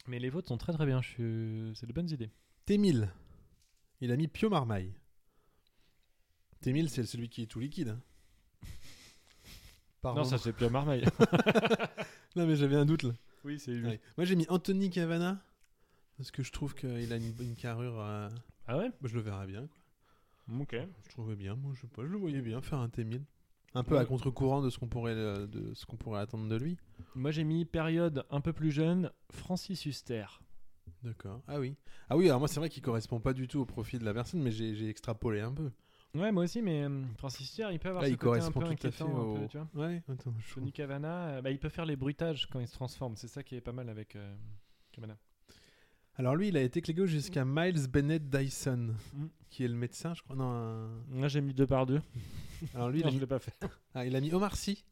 E: Mais les vôtres sont très très bien. Je... suis- C'est de bonnes idées.
A: Témil. Il a mis Pio Marmaille. Témil, c'est celui qui est tout liquide. hein. Pardon.
E: Non, ça c'est Pierre Marmaille.
A: Non, mais j'avais un doute là.
E: oui, c'est lui.
A: Ouais. Moi j'ai mis Anthony Cavana. Parce que je trouve qu'il a une, une carrure. euh,
E: Ah ouais
A: bah, je le verrais bien. quoi.
E: Mm, Ok.
A: Je trouvais bien. Moi je sais pas. Je le voyais bien faire un Témil. Un peu
E: Ouais.
A: à contre-courant de ce qu'on pourrait, euh, de ce qu'on pourrait attendre de lui.
E: Moi j'ai mis période un peu plus jeune, Francis Huster.
A: D'accord. Ah oui. Ah oui, alors moi c'est vrai qu'il correspond pas du tout au profil de la personne, mais j'ai j'ai extrapolé un peu.
E: Ouais, moi aussi, mais euh, Francis Huster, il peut avoir
A: Là,
E: ce
A: Ah, il
E: côté un peu
A: correspond tout à fait
E: inquiétant,
A: au.
E: un peu, tu vois.
A: ouais, attends, je trouve.
E: Tony Cavana, euh, bah, il peut faire les bruitages quand il se transforme. C'est ça qui est pas mal avec euh, Cavana.
A: Alors lui, il a été clégo jusqu'à Miles Bennett Dyson,
E: Mm.
A: qui est le médecin, je crois. Non, un-
E: Moi j'ai mis deux par deux.
A: alors lui,
E: Lui,
A: il
E: Hmm.
A: a,
E: je
A: mis...
E: l'ai pas fait.
A: ah, il a mis Omar Sy.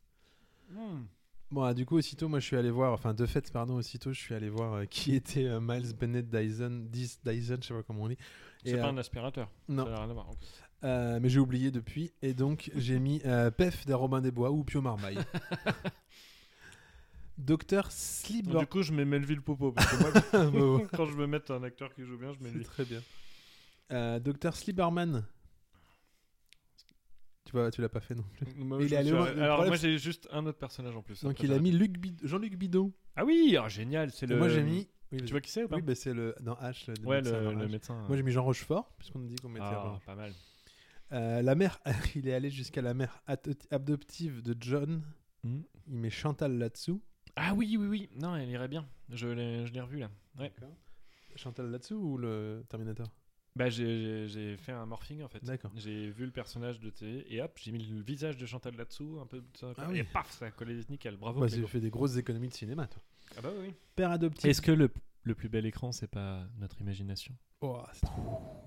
A: Bon, ah, du coup, aussitôt, moi, je suis allé voir, enfin, de fait, pardon, aussitôt, je suis allé voir euh, qui était euh, Miles Bennett Dyson, Dys- Dyson, je sais pas comment on dit.
E: C'est
A: Et,
E: pas
A: euh,
E: un aspirateur.
A: non.
E: Ça a rien à voir. ok.
A: Euh, mais j'ai oublié depuis, et donc j'ai mis euh, Pef des Robin des Bois ou Pio Marmaille. Docteur Slibor.
E: Du coup, je mets Melville Popo. Parce que moi, quand je veux mettre un acteur qui joue bien, je mets lui.
A: très bien. Euh, Docteur Sliberman. Tu vois, tu l'as pas fait non plus.
E: Moi,
A: Mais
E: je
A: il est allé
E: suis-
A: loin. Le
E: Alors,
A: problème,
E: moi j'ai juste un autre personnage en plus.
A: Donc
E: Après,
A: il a
E: j'arrête.
A: mis Luc Bid- Jean-Luc Bidot.
E: Ah oui, ah, génial. C'est
A: Et
E: le.
A: Moi j'ai mis. Oui,
E: Tu vois qui c'est ou pas
A: oui, bah, c'est le dans H. Le,
E: Ouais,
A: médecin
E: le,
A: dans
E: le
A: H.
E: médecin. euh.
A: Moi j'ai mis Jean Rochefort puisqu'on a dit qu'on mettait.
E: ah,
A: Rochefort.
E: pas mal.
A: Euh, la mère, il est allé jusqu'à la mère at- adoptive de John.
E: Hmm.
A: Il met Chantal là-dessous.
E: Ah oui, oui, oui. Non, elle irait bien. Je l'ai, je l'ai revue là. Ouais.
A: D'accord. Chantal là-dessous ou le Terminator
E: Bah, j'ai, j'ai- j'ai fait un morphing en fait.
A: D'accord.
E: J'ai vu le personnage de TV et hop, j'ai mis le visage de Chantal là-dessous, un peu. ça,
A: Ah oui.
E: Et paf, ça a collé nickel. Bravo.
A: Bah,
E: Clégo.
A: j'ai fait des grosses économies de cinéma. Toi.
E: ah bah oui. oui.
A: Père adoptif.
E: Est-ce que le, le plus bel écran, c'est pas notre imagination
A: Oh, c'est trop-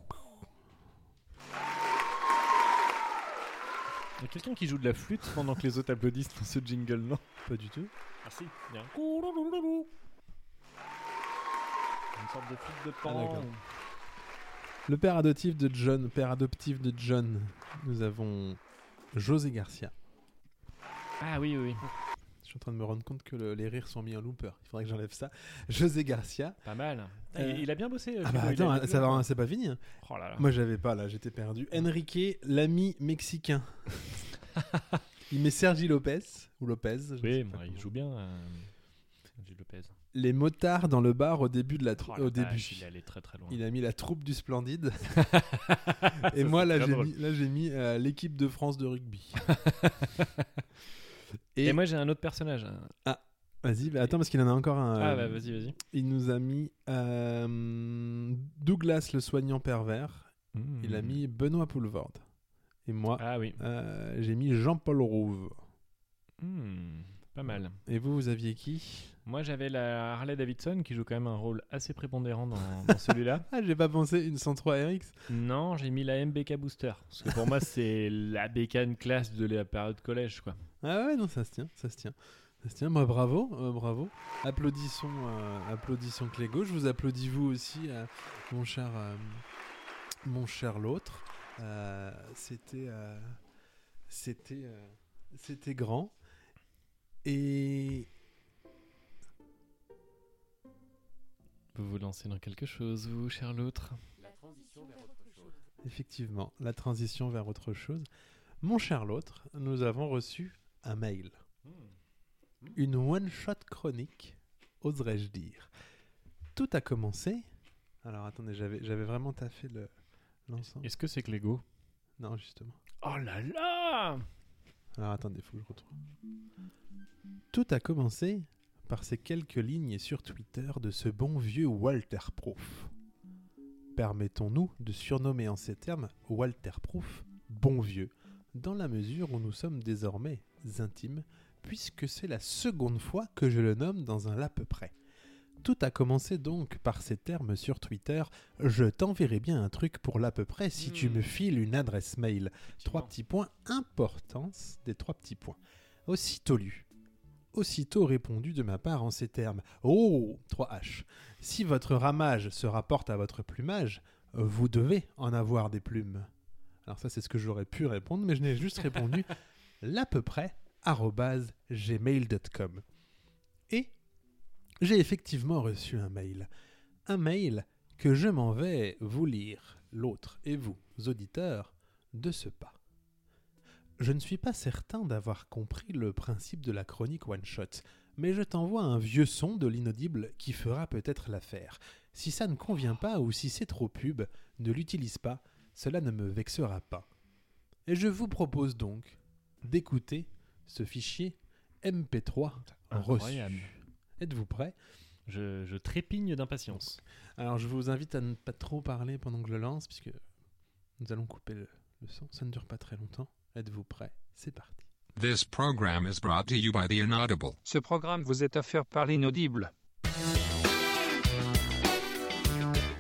E: Il y a quelqu'un qui joue de la flûte pendant que les autres applaudissent dans ce jingle, non
A: pas du tout.
E: Ah si. Il y a un. Une sorte de flûte de pan.
A: d'accord. Le père adoptif de John, père adoptif de John. Nous avons José Garcia.
E: ah oui, oui, oui.
A: Oh. Je suis en train de me rendre compte que le- les rires sont mis en looper. Il faudrait que j'enlève ça. José Garcia.
E: Pas mal.
A: Euh,
E: Il, il a bien bossé.
A: Ah bah attends, hein, ça va, hein, c'est pas fini. hein.
E: Oh là là.
A: Moi j'avais pas là, j'étais perdu. Enrique, l'ami mexicain. Il met Sergi Lopez ou Lopez. je sais
E: Oui,
A: pas
E: bah, il
A: comment.
E: joue bien. euh, Gilles Lopez.
A: Les motards dans le bar au début de la tr-
E: Oh la
A: au
E: vache,
A: début.
E: Il est allé très très loin.
A: Il a mis la troupe du Splendide. Et moi, là,
E: très
A: j'ai
E: drôle.
A: mis, là, j'ai mis euh, l'équipe de France de rugby.
E: Et,
A: Et-
E: moi j'ai un autre personnage.
A: Euh,
E: hein.
A: Vas-y, bah, attends, parce qu'il en a encore un.
E: Ah
A: euh,
E: bah vas-y vas-y.
A: Il nous a mis euh, Douglas le soignant pervers. Il a mis Benoît Poulvord. Et moi,
E: Hmm. Ah oui.
A: euh, j'ai mis Jean-Paul Rouve.
E: Hmm, Pas mal.
A: Et vous, vous aviez qui
E: Moi j'avais la Harley Davidson qui joue quand même un rôle assez prépondérant dans, dans celui-là.
A: Ah, j'ai pas pensé une 103 RX.
E: Non, j'ai mis la MBK Booster. Parce que pour moi c'est la bécane classe de la période collège quoi.
A: Ah ouais, non, ça se tient, ça se tient. Ça se tient, moi bravo, euh, bravo. Applaudissons, euh, applaudissons Clégo. Je vous applaudis vous aussi, euh, mon cher, euh, mon cher l'autre. Euh, c'était, euh, c'était, euh, c'était grand. Et
E: Vous vous lancez dans quelque chose, vous cher l'autre.
G: La transition vers autre chose.
A: effectivement, la transition vers autre chose. Mon cher l'autre, nous avons reçu un mail. Une one-shot chronique, oserais-je dire. Tout a commencé. Alors attendez, j'avais, j'avais vraiment taffé le, l'ensemble.
E: Est-ce que c'est que l'ego
A: Non, justement.
E: Oh là là
A: Alors attendez, faut que je retrouve. Tout a commencé par ces quelques lignes sur Twitter de ce bon vieux Walter Proof. Permettons-nous de surnommer en ces termes Walter Proof bon vieux, dans la mesure où nous sommes désormais intimes, puisque c'est la seconde fois que je le nomme dans un à peu près. Tout a commencé donc par ces termes sur Twitter. Je t'enverrai bien un truc pour l'à peu près si tu
E: Hmm.
A: me files une adresse mail. Trois petits points. Importance des trois petits points. Aussitôt lu. aussitôt répondu de ma part en ces termes. Oh 3H. Si votre ramage se rapporte à votre plumage, vous devez en avoir des plumes. Alors ça, c'est ce que j'aurais pu répondre, mais je n'ai juste répondu l'à peu près arobase gmail.com. Et j'ai effectivement reçu un mail. Un mail que je m'en vais vous lire, l'autre et vous, auditeurs, de ce pas. Je ne suis pas certain d'avoir compris le principe de la chronique One Shot, mais je t'envoie un vieux son de l'inaudible qui fera peut-être l'affaire. Si ça ne convient pas ou si c'est trop pub, ne l'utilise pas, cela ne me vexera pas. Et je vous propose donc d'écouter ce fichier MP3 reçu.
E: Incroyable.
A: Êtes-vous prêts
E: Je, je trépigne d'impatience.
A: Alors je vous invite à ne pas trop parler pendant que je le lance, puisque nous allons couper le, le son. Ça ne dure pas très longtemps. Êtes-vous prêts C'est parti.
F: This program is brought to you by the Inaudible.
I: Ce programme vous est offert par l'inaudible.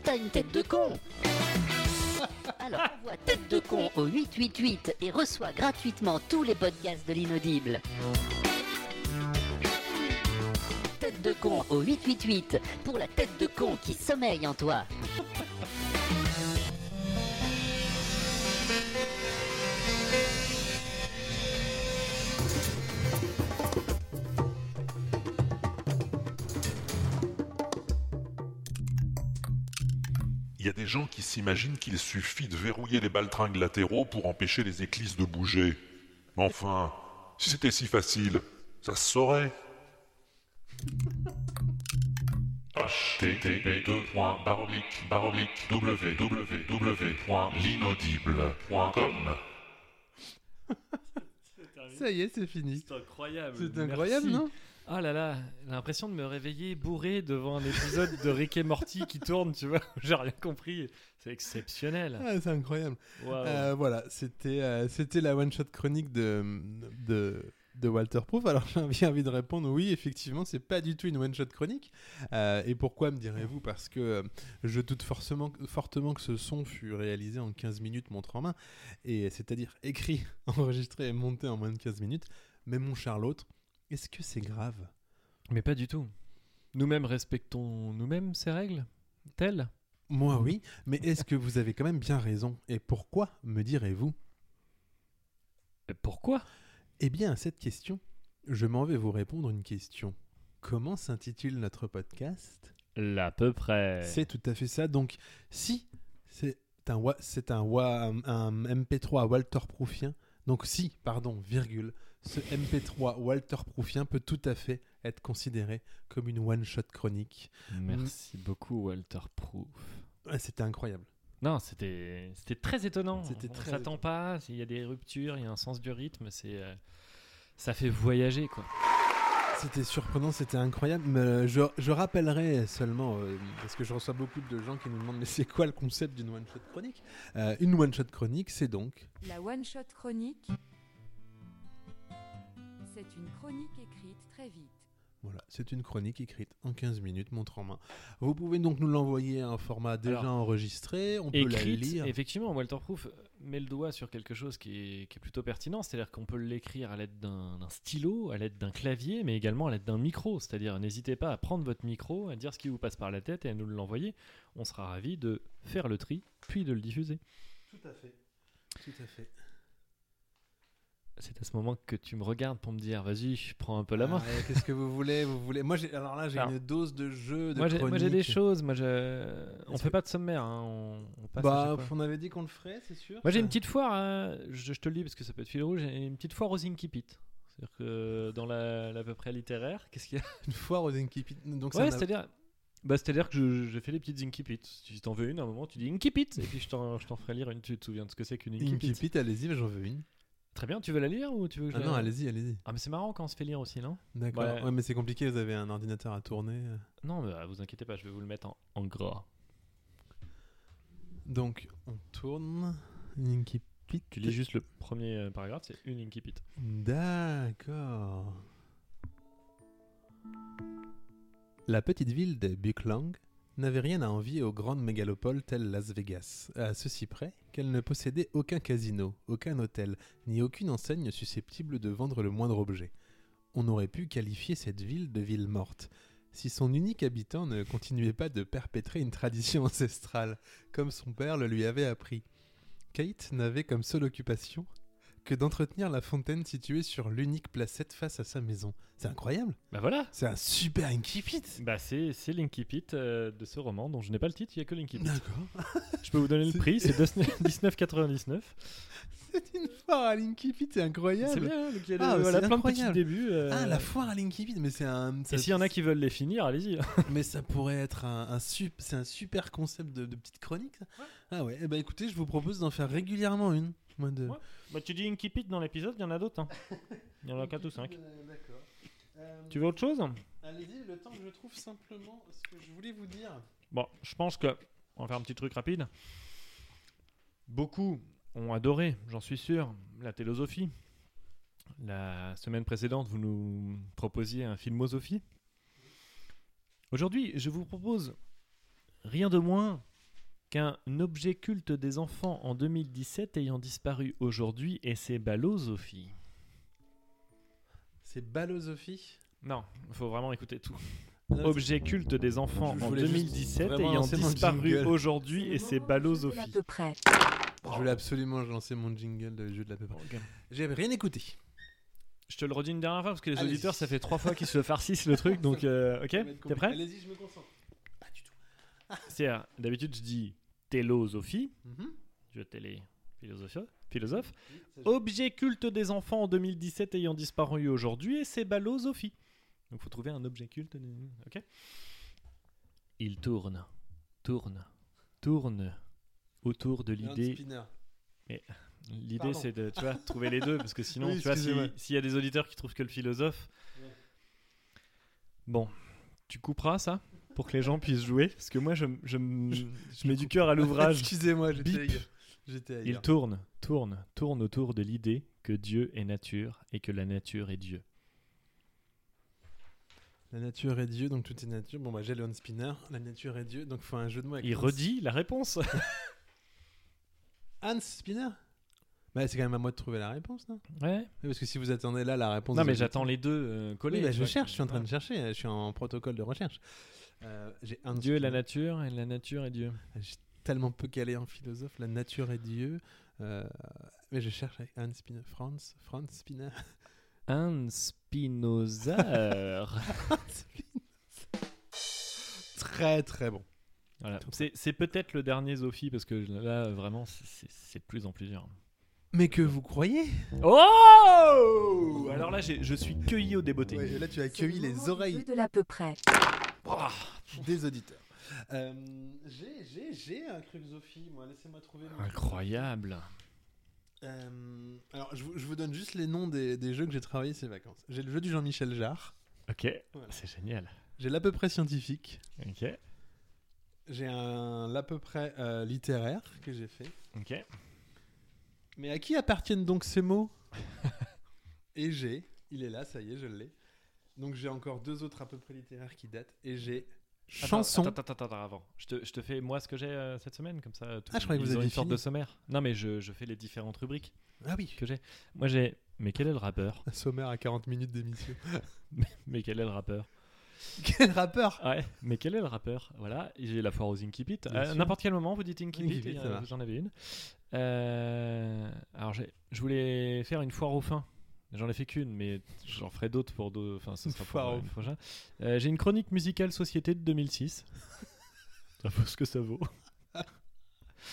J: T'as une tête de con Alors envoie tête de con au 888 et reçois gratuitement tous les podcasts de l'inaudible. Tête de con au 888 pour la tête de con qui sommeille en toi.
D: Il y a des gens qui s'imaginent qu'il suffit de verrouiller les baltringues latéraux pour empêcher les éclisses de bouger. Mais enfin, si c'était si facile, ça se saurait. http www.linaudible.com
A: Ça y est, c'est fini.
E: incroyable.
A: C'est incroyable, non
E: Ah là là, j'ai l'impression de me réveiller bourré devant un épisode de Rick et Morty qui tourne, tu vois. J'ai rien compris. C'est exceptionnel.
A: Ah, C'est incroyable.
E: Waouh.
A: Euh, voilà, c'était euh, c'était la one-shot chronique de, de, de Walter Proof. Alors j'ai envie- envie de répondre oui, effectivement, c'est pas du tout une one-shot chronique. Euh, et pourquoi me direz-vous Parce que euh, je doute forcément, fortement que ce son fut réalisé en 15 minutes montre en main, et c'est-à-dire écrit, enregistré et monté en moins de 15 minutes. Mais mon Charlotte, est-ce que c'est grave
E: Mais pas du tout. Nous-mêmes respectons nous-mêmes ces règles Telles
A: Moi oui, mais est-ce que vous avez quand même bien raison Et pourquoi, me direz-vous
E: Mais Euh, Pourquoi
A: Eh bien, à cette question, je m'en vais vous répondre une question. Comment s'intitule notre podcast
E: L'à peu près.
A: C'est tout à fait ça. Donc, si c'est un, wa- c'est un, wa- un MP3 Walter Proufien, donc si, pardon, virgule, ce MP3 Walter Proufien peut tout à fait être considéré comme une one-shot chronique.
E: Merci
A: Mm.
E: beaucoup, Walter Proof.
A: Ah, C'était incroyable.
E: Non, c'était c'était très étonnant.
A: C'était
E: On
A: très
E: s'attend pas. Il y a des ruptures, il y a un sens du rythme. C'est euh, ça fait voyager quoi.
A: C'était surprenant, c'était incroyable. Mais euh, je, je rappellerai seulement, euh, parce que je reçois beaucoup de gens qui nous demandent mais c'est quoi le concept d'une one-shot chronique Euh, Une one-shot chronique, c'est donc
K: La One Shot Chronique. C'est une chronique écrite très vite.
A: Voilà, c'est une chronique écrite en 15 minutes, montre en main. Vous pouvez donc nous l'envoyer à un format déjà
E: Alors,
A: enregistré, on peut
E: Écrite,
A: la lire.
E: effectivement, Walter Proof euh, met le doigt sur quelque chose qui est, qui est plutôt pertinent, c'est-à-dire qu'on peut l'écrire à l'aide d'un d'un stylo, à l'aide d'un clavier, mais également à l'aide d'un micro. C'est-à-dire, n'hésitez pas à prendre votre micro, à dire ce qui vous passe par la tête et à nous l'envoyer. On sera ravis de faire le tri, puis de le diffuser.
A: Tout à fait. Tout à fait.
E: C'est à ce moment que tu me regardes pour me dire, vas-y, je prends un peu la main.
A: Ah, ouais, Qu'est-ce que vous voulez, vous voulez Moi, j'ai- alors là, j'ai
E: Alors,
A: une dose de jeu, de
E: Moi j'ai, moi, j'ai des
A: chronique.
E: choses, moi je... on
A: Est-ce
E: fait
A: que-
E: pas de sommaire, hein, on, on passe à
A: Bah,
E: chaque fois.
A: on avait dit qu'on le ferait, c'est sûr.
E: Moi j'ai une petite foire, hein, je, je te le dis parce que ça peut être fil rouge, j'ai une petite foire aux Inkipit. C'est-à-dire que dans la, l'à peu près littéraire, qu'est-ce qu'il y a
A: Une foire aux Inkipit. Donc,
E: Ouais,
A: ça n'a-
E: c'est-à-dire... Bah, c'est-à-dire que je- j'ai fait des petites Inkipit. Si t'en veux une, à un moment tu dis Inkipit et puis je t'en, je t'en ferai lire une. Tu te souviens de ce que c'est qu'une Inkipit
A: Inkipit, allez-y, j'en veux une.
E: Très bien, tu veux la lire ou tu veux que je
A: Ah
E: la-
A: non, allez-y, allez-y.
E: Ah, mais c'est marrant quand on se fait lire aussi, non
A: D'accord.
E: Ouais.
A: Ouais. mais c'est compliqué, vous avez un ordinateur à tourner.
E: Non, mais ah, vous inquiétez pas, je vais vous le mettre en, en gras.
A: Donc, on tourne. Inkipit.
E: Tu lis juste le premier euh, paragraphe, c'est une Inkipit.
A: D'accord. La petite ville de Buckland n'avait rien à envier aux grandes mégalopoles telles Las Vegas, à ceci près qu'elle ne possédait aucun casino, aucun hôtel, ni aucune enseigne susceptible de vendre le moindre objet. on aurait pu qualifier cette ville de ville morte si son unique habitant ne continuait pas de perpétrer une tradition ancestrale, comme son père le lui avait appris. Kate n'avait comme seule occupation que d'entretenir la fontaine située sur l'unique placette face à sa maison. C'est incroyable
E: Bah voilà
A: C'est un super Inkipit
E: Bah c'est c'est l'Inkipit euh, de ce roman dont je n'ai pas le titre, il n'y a que l'Inkipit.
A: D'accord.
E: Je peux vous donner le
A: C'est-
E: prix, c'est 19,99.
A: C'est une foire à l'Inkipit, c'est
E: C'est
A: incroyable
E: bien, donc il y a
A: Ah,
E: des-
A: c'est
E: voilà, plein de petits
A: incroyable.
E: débuts. euh,
A: Ah, la foire à l'Inkipit, mais c'est un... ça-
E: Et s'il y en a qui veulent les finir, allez-y.
A: Mais ça pourrait être un, un sup- c'est un super concept de, de petite chronique. ça. Ah ouais. Eh ben écoutez, je vous propose d'en faire régulièrement une. Moi de.
E: Ouais. Bah, tu dis Inkipit dans l'épisode, il y en a d'autres. hein. Il y en a 4 ou 5.
A: Euh, D'accord. Euh,
E: Tu veux autre chose
A: Allez-y, le temps que je trouve simplement ce que je voulais vous dire.
E: Bon, je pense que. On va faire un petit truc rapide. Beaucoup ont adoré, j'en suis sûr, la télosophie. La semaine précédente, vous nous proposiez un filmosophie. Aujourd'hui, je vous propose rien de moins qu'un objet culte des enfants en 2017 ayant disparu aujourd'hui, et c'est Balosophie.
A: C'est Balosophie.
E: Non, il faut vraiment écouter tout.
A: Non,
E: Objet culte des enfants
A: Je
E: en
A: voulais juste
E: 2017
A: vraiment
E: ayant
A: lancer mon
E: disparu
A: jingle.
E: aujourd'hui, et c'est
K: à
E: Balosophie.
K: peu près.
A: Je voulais absolument lancer mon jingle de jeu de la peur. J'ai rien écouté.
E: Je te le redis une dernière fois parce que les
A: Allez-y.
E: auditeurs, ça fait trois fois qu'ils se farcissent le truc, donc euh, ok,
A: Ça va être
E: t'es
A: compliqué.
E: prêt
A: Allez-y, je me concentre. Pas du tout.
E: C'est euh, d'habitude je dis télosophie,
A: Mhm.
E: je télé philosophe, philosophe.
A: Oui, ça, je-
E: Objet culte des enfants en 2017 ayant disparu aujourd'hui, et c'est balosophie. Donc faut trouver un objet culte, ok Il tourne, tourne, tourne autour de
A: Learn
E: l'idée
A: Spinner.
E: L'idée,
A: Pardon.
E: c'est de tu vois, trouver les deux, parce que sinon,
A: Oui,
E: tu vois, si-
A: excusez-moi.
E: s'il y a des auditeurs qui trouvent que le philosophe.
A: Ouais.
E: Bon, tu couperas ça pour que les gens puissent jouer, parce que moi, je, m- je, m- je mets du cœur à l'ouvrage.
A: Excusez-moi, j'étais
E: Bip.
A: ailleurs. J'étais ailleurs.
E: Il tourne, tourne, tourne autour de l'idée que Dieu est nature et que la nature est Dieu.
A: La nature est Dieu, donc tout est nature. Bon, bah, j'ai Leon Spinner. La nature est Dieu, donc faut un jeu de mots avec
E: Il
A: Hans-
E: redit la réponse.
A: Hans Spinner Bah, c'est quand même à moi de trouver la réponse, non
E: Ouais.
A: Oui, Parce que si vous attendez là la réponse.
E: Non,
A: vous
E: mais
A: allez-
E: j'attends les deux euh, collés.
A: Oui, bah,
E: tu
A: je
E: vois,
A: cherche, je suis en train
E: voilà.
A: de chercher. Je suis en protocole de recherche. Euh, j'ai Hans
E: Dieu est la
A: Spinner.
E: nature et la nature est Dieu.
A: J'ai tellement peu calé en philosophe. La nature est Dieu. Euh, mais je cherche avec Hans Spinner. Franz, Franz Spinner.
E: Un Spinoza.
A: Très, très bon.
E: Voilà.
A: Tout
E: C'est, c'est peut-être le dernier Zophie parce que là vraiment c'est, c'est- c'est de plus en plus dur.
A: Mais que vous croyez
E: Oh Alors là j'ai- je suis cueilli au débeauté.
A: Ouais, Là, tu as
K: C'est le
A: accueilli les
K: moment du
A: oreilles
K: jeu De l'à peu près.
A: des auditeurs. Euh, j'ai- j'ai j'ai un Cruxophie, moi, laissez-moi trouver. mon-
E: Incroyable.
A: Euh, alors, je vous, je vous donne juste les noms des, des jeux que j'ai travaillé ces vacances. J'ai le jeu du Jean-Michel Jarre,
E: Ok.
A: Voilà.
E: C'est génial.
A: j'ai l'à peu près scientifique,
E: Ok.
A: j'ai un l'à peu près euh, littéraire que j'ai fait.
E: Ok.
A: Mais à qui appartiennent donc ces mots Et j'ai, il est là, ça y est, je l'ai. Donc j'ai encore deux autres à peu près littéraires qui datent, et j'ai chanson.
E: Attends, attends, attends, attends, avant. Je te, je te fais moi ce que j'ai euh, cette semaine comme ça. tout-
A: Ah, je croyais que
E: ils
A: vous
E: ont
A: aviez
E: une sorte
A: fini.
E: de sommaire. Non mais je, je fais les différentes rubriques
A: Ah oui,
E: que j'ai. Moi j'ai. Mais quel est le rappeur
A: un sommaire à 40 minutes d'émission.
E: Mais quel est le rappeur
A: Quel rappeur
E: Ouais. Mais quel est le rappeur Voilà. J'ai la foire aux Inkipit.
A: Bien
E: À
A: sûr.
E: n'importe quel moment vous dites
A: Inkipit,
E: Inkipit. et,
A: ça
E: euh,
A: marche.
E: vous en avez une. Euh, alors, j'ai- je voulais faire une foire aux fins. J'en ai fait qu'une, mais j'en ferai d'autres pour d'autres. Enfin, ce
A: Une
E: sera pour
A: foire
E: euh,
A: aux
E: le prochain. Euh, J'ai une chronique musicale société de 2006. ça vaut ce que ça vaut.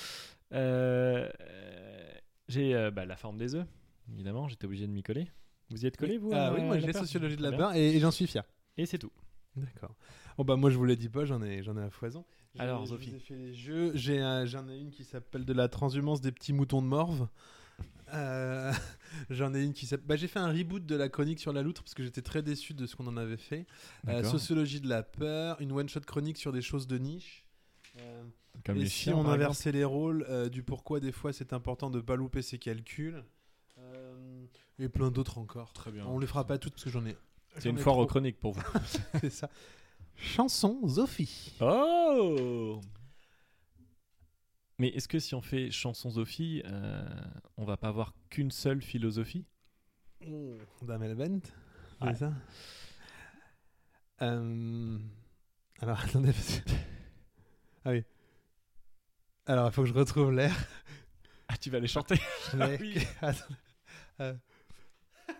E: Euh, euh, J'ai euh, bah, la forme des œufs, évidemment. J'étais obligé de m'y coller. Vous y êtes collé, vous
A: Ah
E: à
A: oui, moi
E: la
A: j'ai
E: peur
A: sociologie de
E: Très
A: la
E: bien.
A: barre et, et j'en suis fier.
E: Et c'est tout.
A: D'accord. Bon bah moi je vous l'ai dit pas, j'en ai j'en ai à foison. J'ai-
E: Alors,
A: je
E: Sophie.
A: vous ai fait les jeux, j'ai un- j'en ai une qui s'appelle de la transhumance des petits moutons de morve. Euh, j'en ai une qui s'appelle bah j'ai fait un reboot de la chronique sur la loutre parce que j'étais très déçu de ce qu'on en avait fait. Euh,
E: D'accord.
A: sociologie de la peur, une one shot chronique sur des choses de niche. Euh,
E: Comme
A: et
E: les
A: si
E: chiens,
A: on
E: par
A: inversait les rôles, euh, du pourquoi des fois c'est important de pas louper ses calculs. Euh, et plein d'autres encore.
E: Très bien.
A: On les fera pas toutes parce que j'en ai.
E: exemple. C'est
A: j'en
E: une
A: ai
E: foire aux
A: trop.
E: chroniques pour vous.
A: C'est ça. Chanson Zophie.
E: Oh Mais est-ce que si on fait chanson Sophie, euh, on va pas avoir qu'une seule philosophie
A: Oh, Dame Elbent. C'est
E: Ouais.
A: ça Euh, Alors, attendez. parce que- Ah oui. Alors, il faut que je retrouve l'air.
E: Ah, tu vas les chanter
A: L'air
E: oui.
A: qui- Attends. Euh,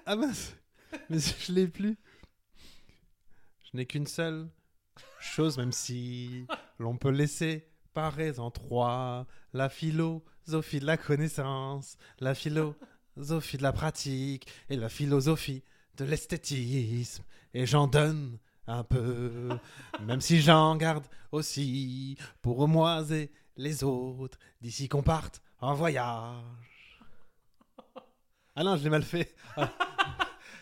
A: Ah mince Mais je l'ai plus. Je n'ai qu'une seule chose, même si l'on peut laisser parer en trois la philosophie de la connaissance, la philosophie de la pratique et la philosophie de l'esthétisme. Et j'en donne un peu, même si j'en garde aussi pour moi et les autres, d'ici qu'on parte en voyage. Ah non, je l'ai mal fait. Ah.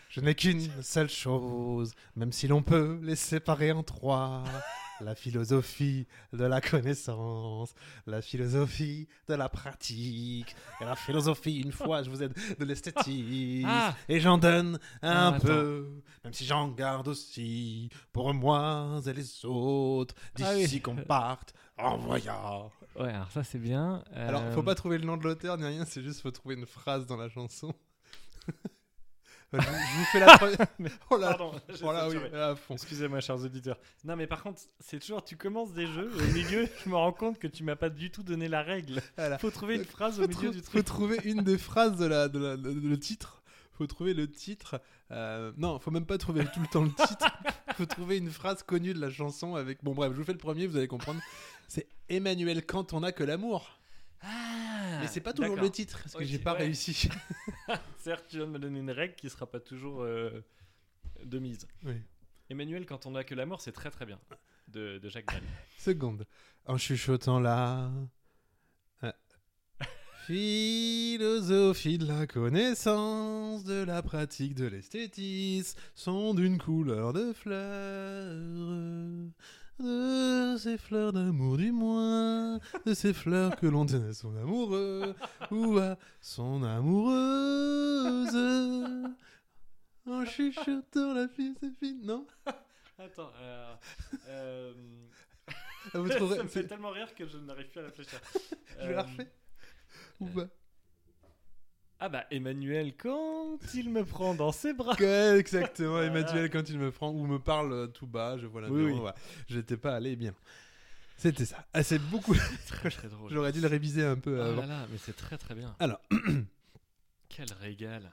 A: Je n'ai qu'une seule chose, même si l'on peut les séparer en trois. La philosophie de la connaissance, la philosophie de la pratique, et la philosophie, une fois, je vous aide, de l'esthétisme.
E: Ah.
A: Et j'en donne un
E: Ah, attends.
A: peu, même si j'en garde aussi, pour moi et les autres, d'ici
E: Ah oui.
A: qu'on parte en voyage.
E: Ouais, alors ça c'est bien.
A: Alors, faut
E: Euh,
A: pas trouver le nom de l'auteur ni rien, c'est juste faut trouver une phrase dans la chanson. je, vous- je vous fais la première. Oh là,
E: Pardon, j'ai
A: oh là, oui,
E: censuré.
A: là, à fond.
E: Excusez-moi, chers auditeurs. Non, mais par contre, c'est toujours, tu commences des jeux, et au milieu, je me rends compte que tu m'as pas du tout donné la règle.
A: Voilà.
E: Faut trouver une
A: Donc,
E: phrase
A: Faut,
E: au milieu
A: trou-
E: du
A: faut
E: truc.
A: trouver une des phrases de la, de la- de- de- le titre. Faut trouver le titre. Euh, non, faut même pas trouver tout le temps le titre. faut trouver une phrase connue de la chanson avec. Bon, bref, je vous fais le premier, vous allez comprendre. C'est Emmanuel Kant, on a que l'amour.
E: Ah,
A: Mais c'est pas toujours le
E: d'accord.
A: titre, parce que
E: Oui,
A: j'ai
E: c'est-
A: pas
E: ouais.
A: réussi.
E: Certes, tu viens de me donner une règle qui sera pas toujours euh, de mise.
A: Oui.
E: Emmanuel, quand on n'a que l'amour, c'est très très bien. De, de Jacques Brel.
A: Seconde. En chuchotant là. Euh, Philosophie de la connaissance, de la pratique de l'esthétisme, sont d'une couleur de fleurs, de ces fleurs d'amour du moins, de ces fleurs que l'on donne à son amoureux ou à son amoureuse. En chuchotant la philosophie, non
E: Attends, euh, euh,
A: Ah, Vous
E: ça
A: trouverez-
E: me fait tellement rire que je n'arrive plus à réfléchir.
A: Je vais
E: Euh,
A: la refaire ou pas
E: Ah bah, Emmanuel, quand il me prend dans ses bras.
A: Que- exactement,
E: Voilà.
A: Emmanuel, quand il me prend ou me parle euh, tout bas, je vois la
E: Oui, oui.
A: J'étais pas allé bien. C'était ça. Ah, c'est beaucoup.
E: Très très drôle.
A: J'aurais dû le réviser un
E: Oh
A: peu avant.
E: là là, mais c'est très très bien.
A: Euh, Alors.
E: Quel régal.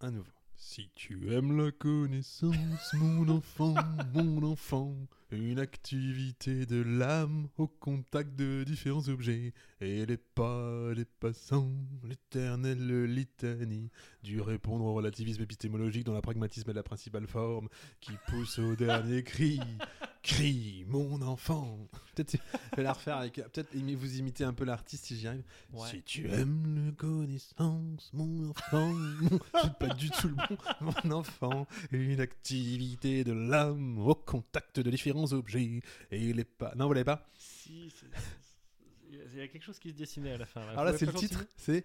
A: À nouveau. Si tu aimes la connaissance, mon enfant, mon enfant, une activité de l'âme au contact de différents objets, et les pas des passants, l'éternelle litanie, du répondre au relativisme épistémologique dont la pragmatisme est la principale forme, qui pousse au dernier cri, cri, mon enfant. Peut-être je vais la refaire avec. Peut-être imi- vous imitez un peu l'artiste si j'y arrive.
E: Ouais.
A: Si tu aimes le connaissance, mon enfant, mon- c'est pas du tout le bon, mon enfant, une activité de l'âme au contact de différents objets et les pas. Non, vous l'avez
E: Ah,
A: pas
E: Si, c'est- c'est- il y a- il y a quelque chose qui se dessinait à la fin.
A: Alors là,
E: Vous
A: c'est
E: pouvez
A: le
E: pas
A: titre,
E: continuer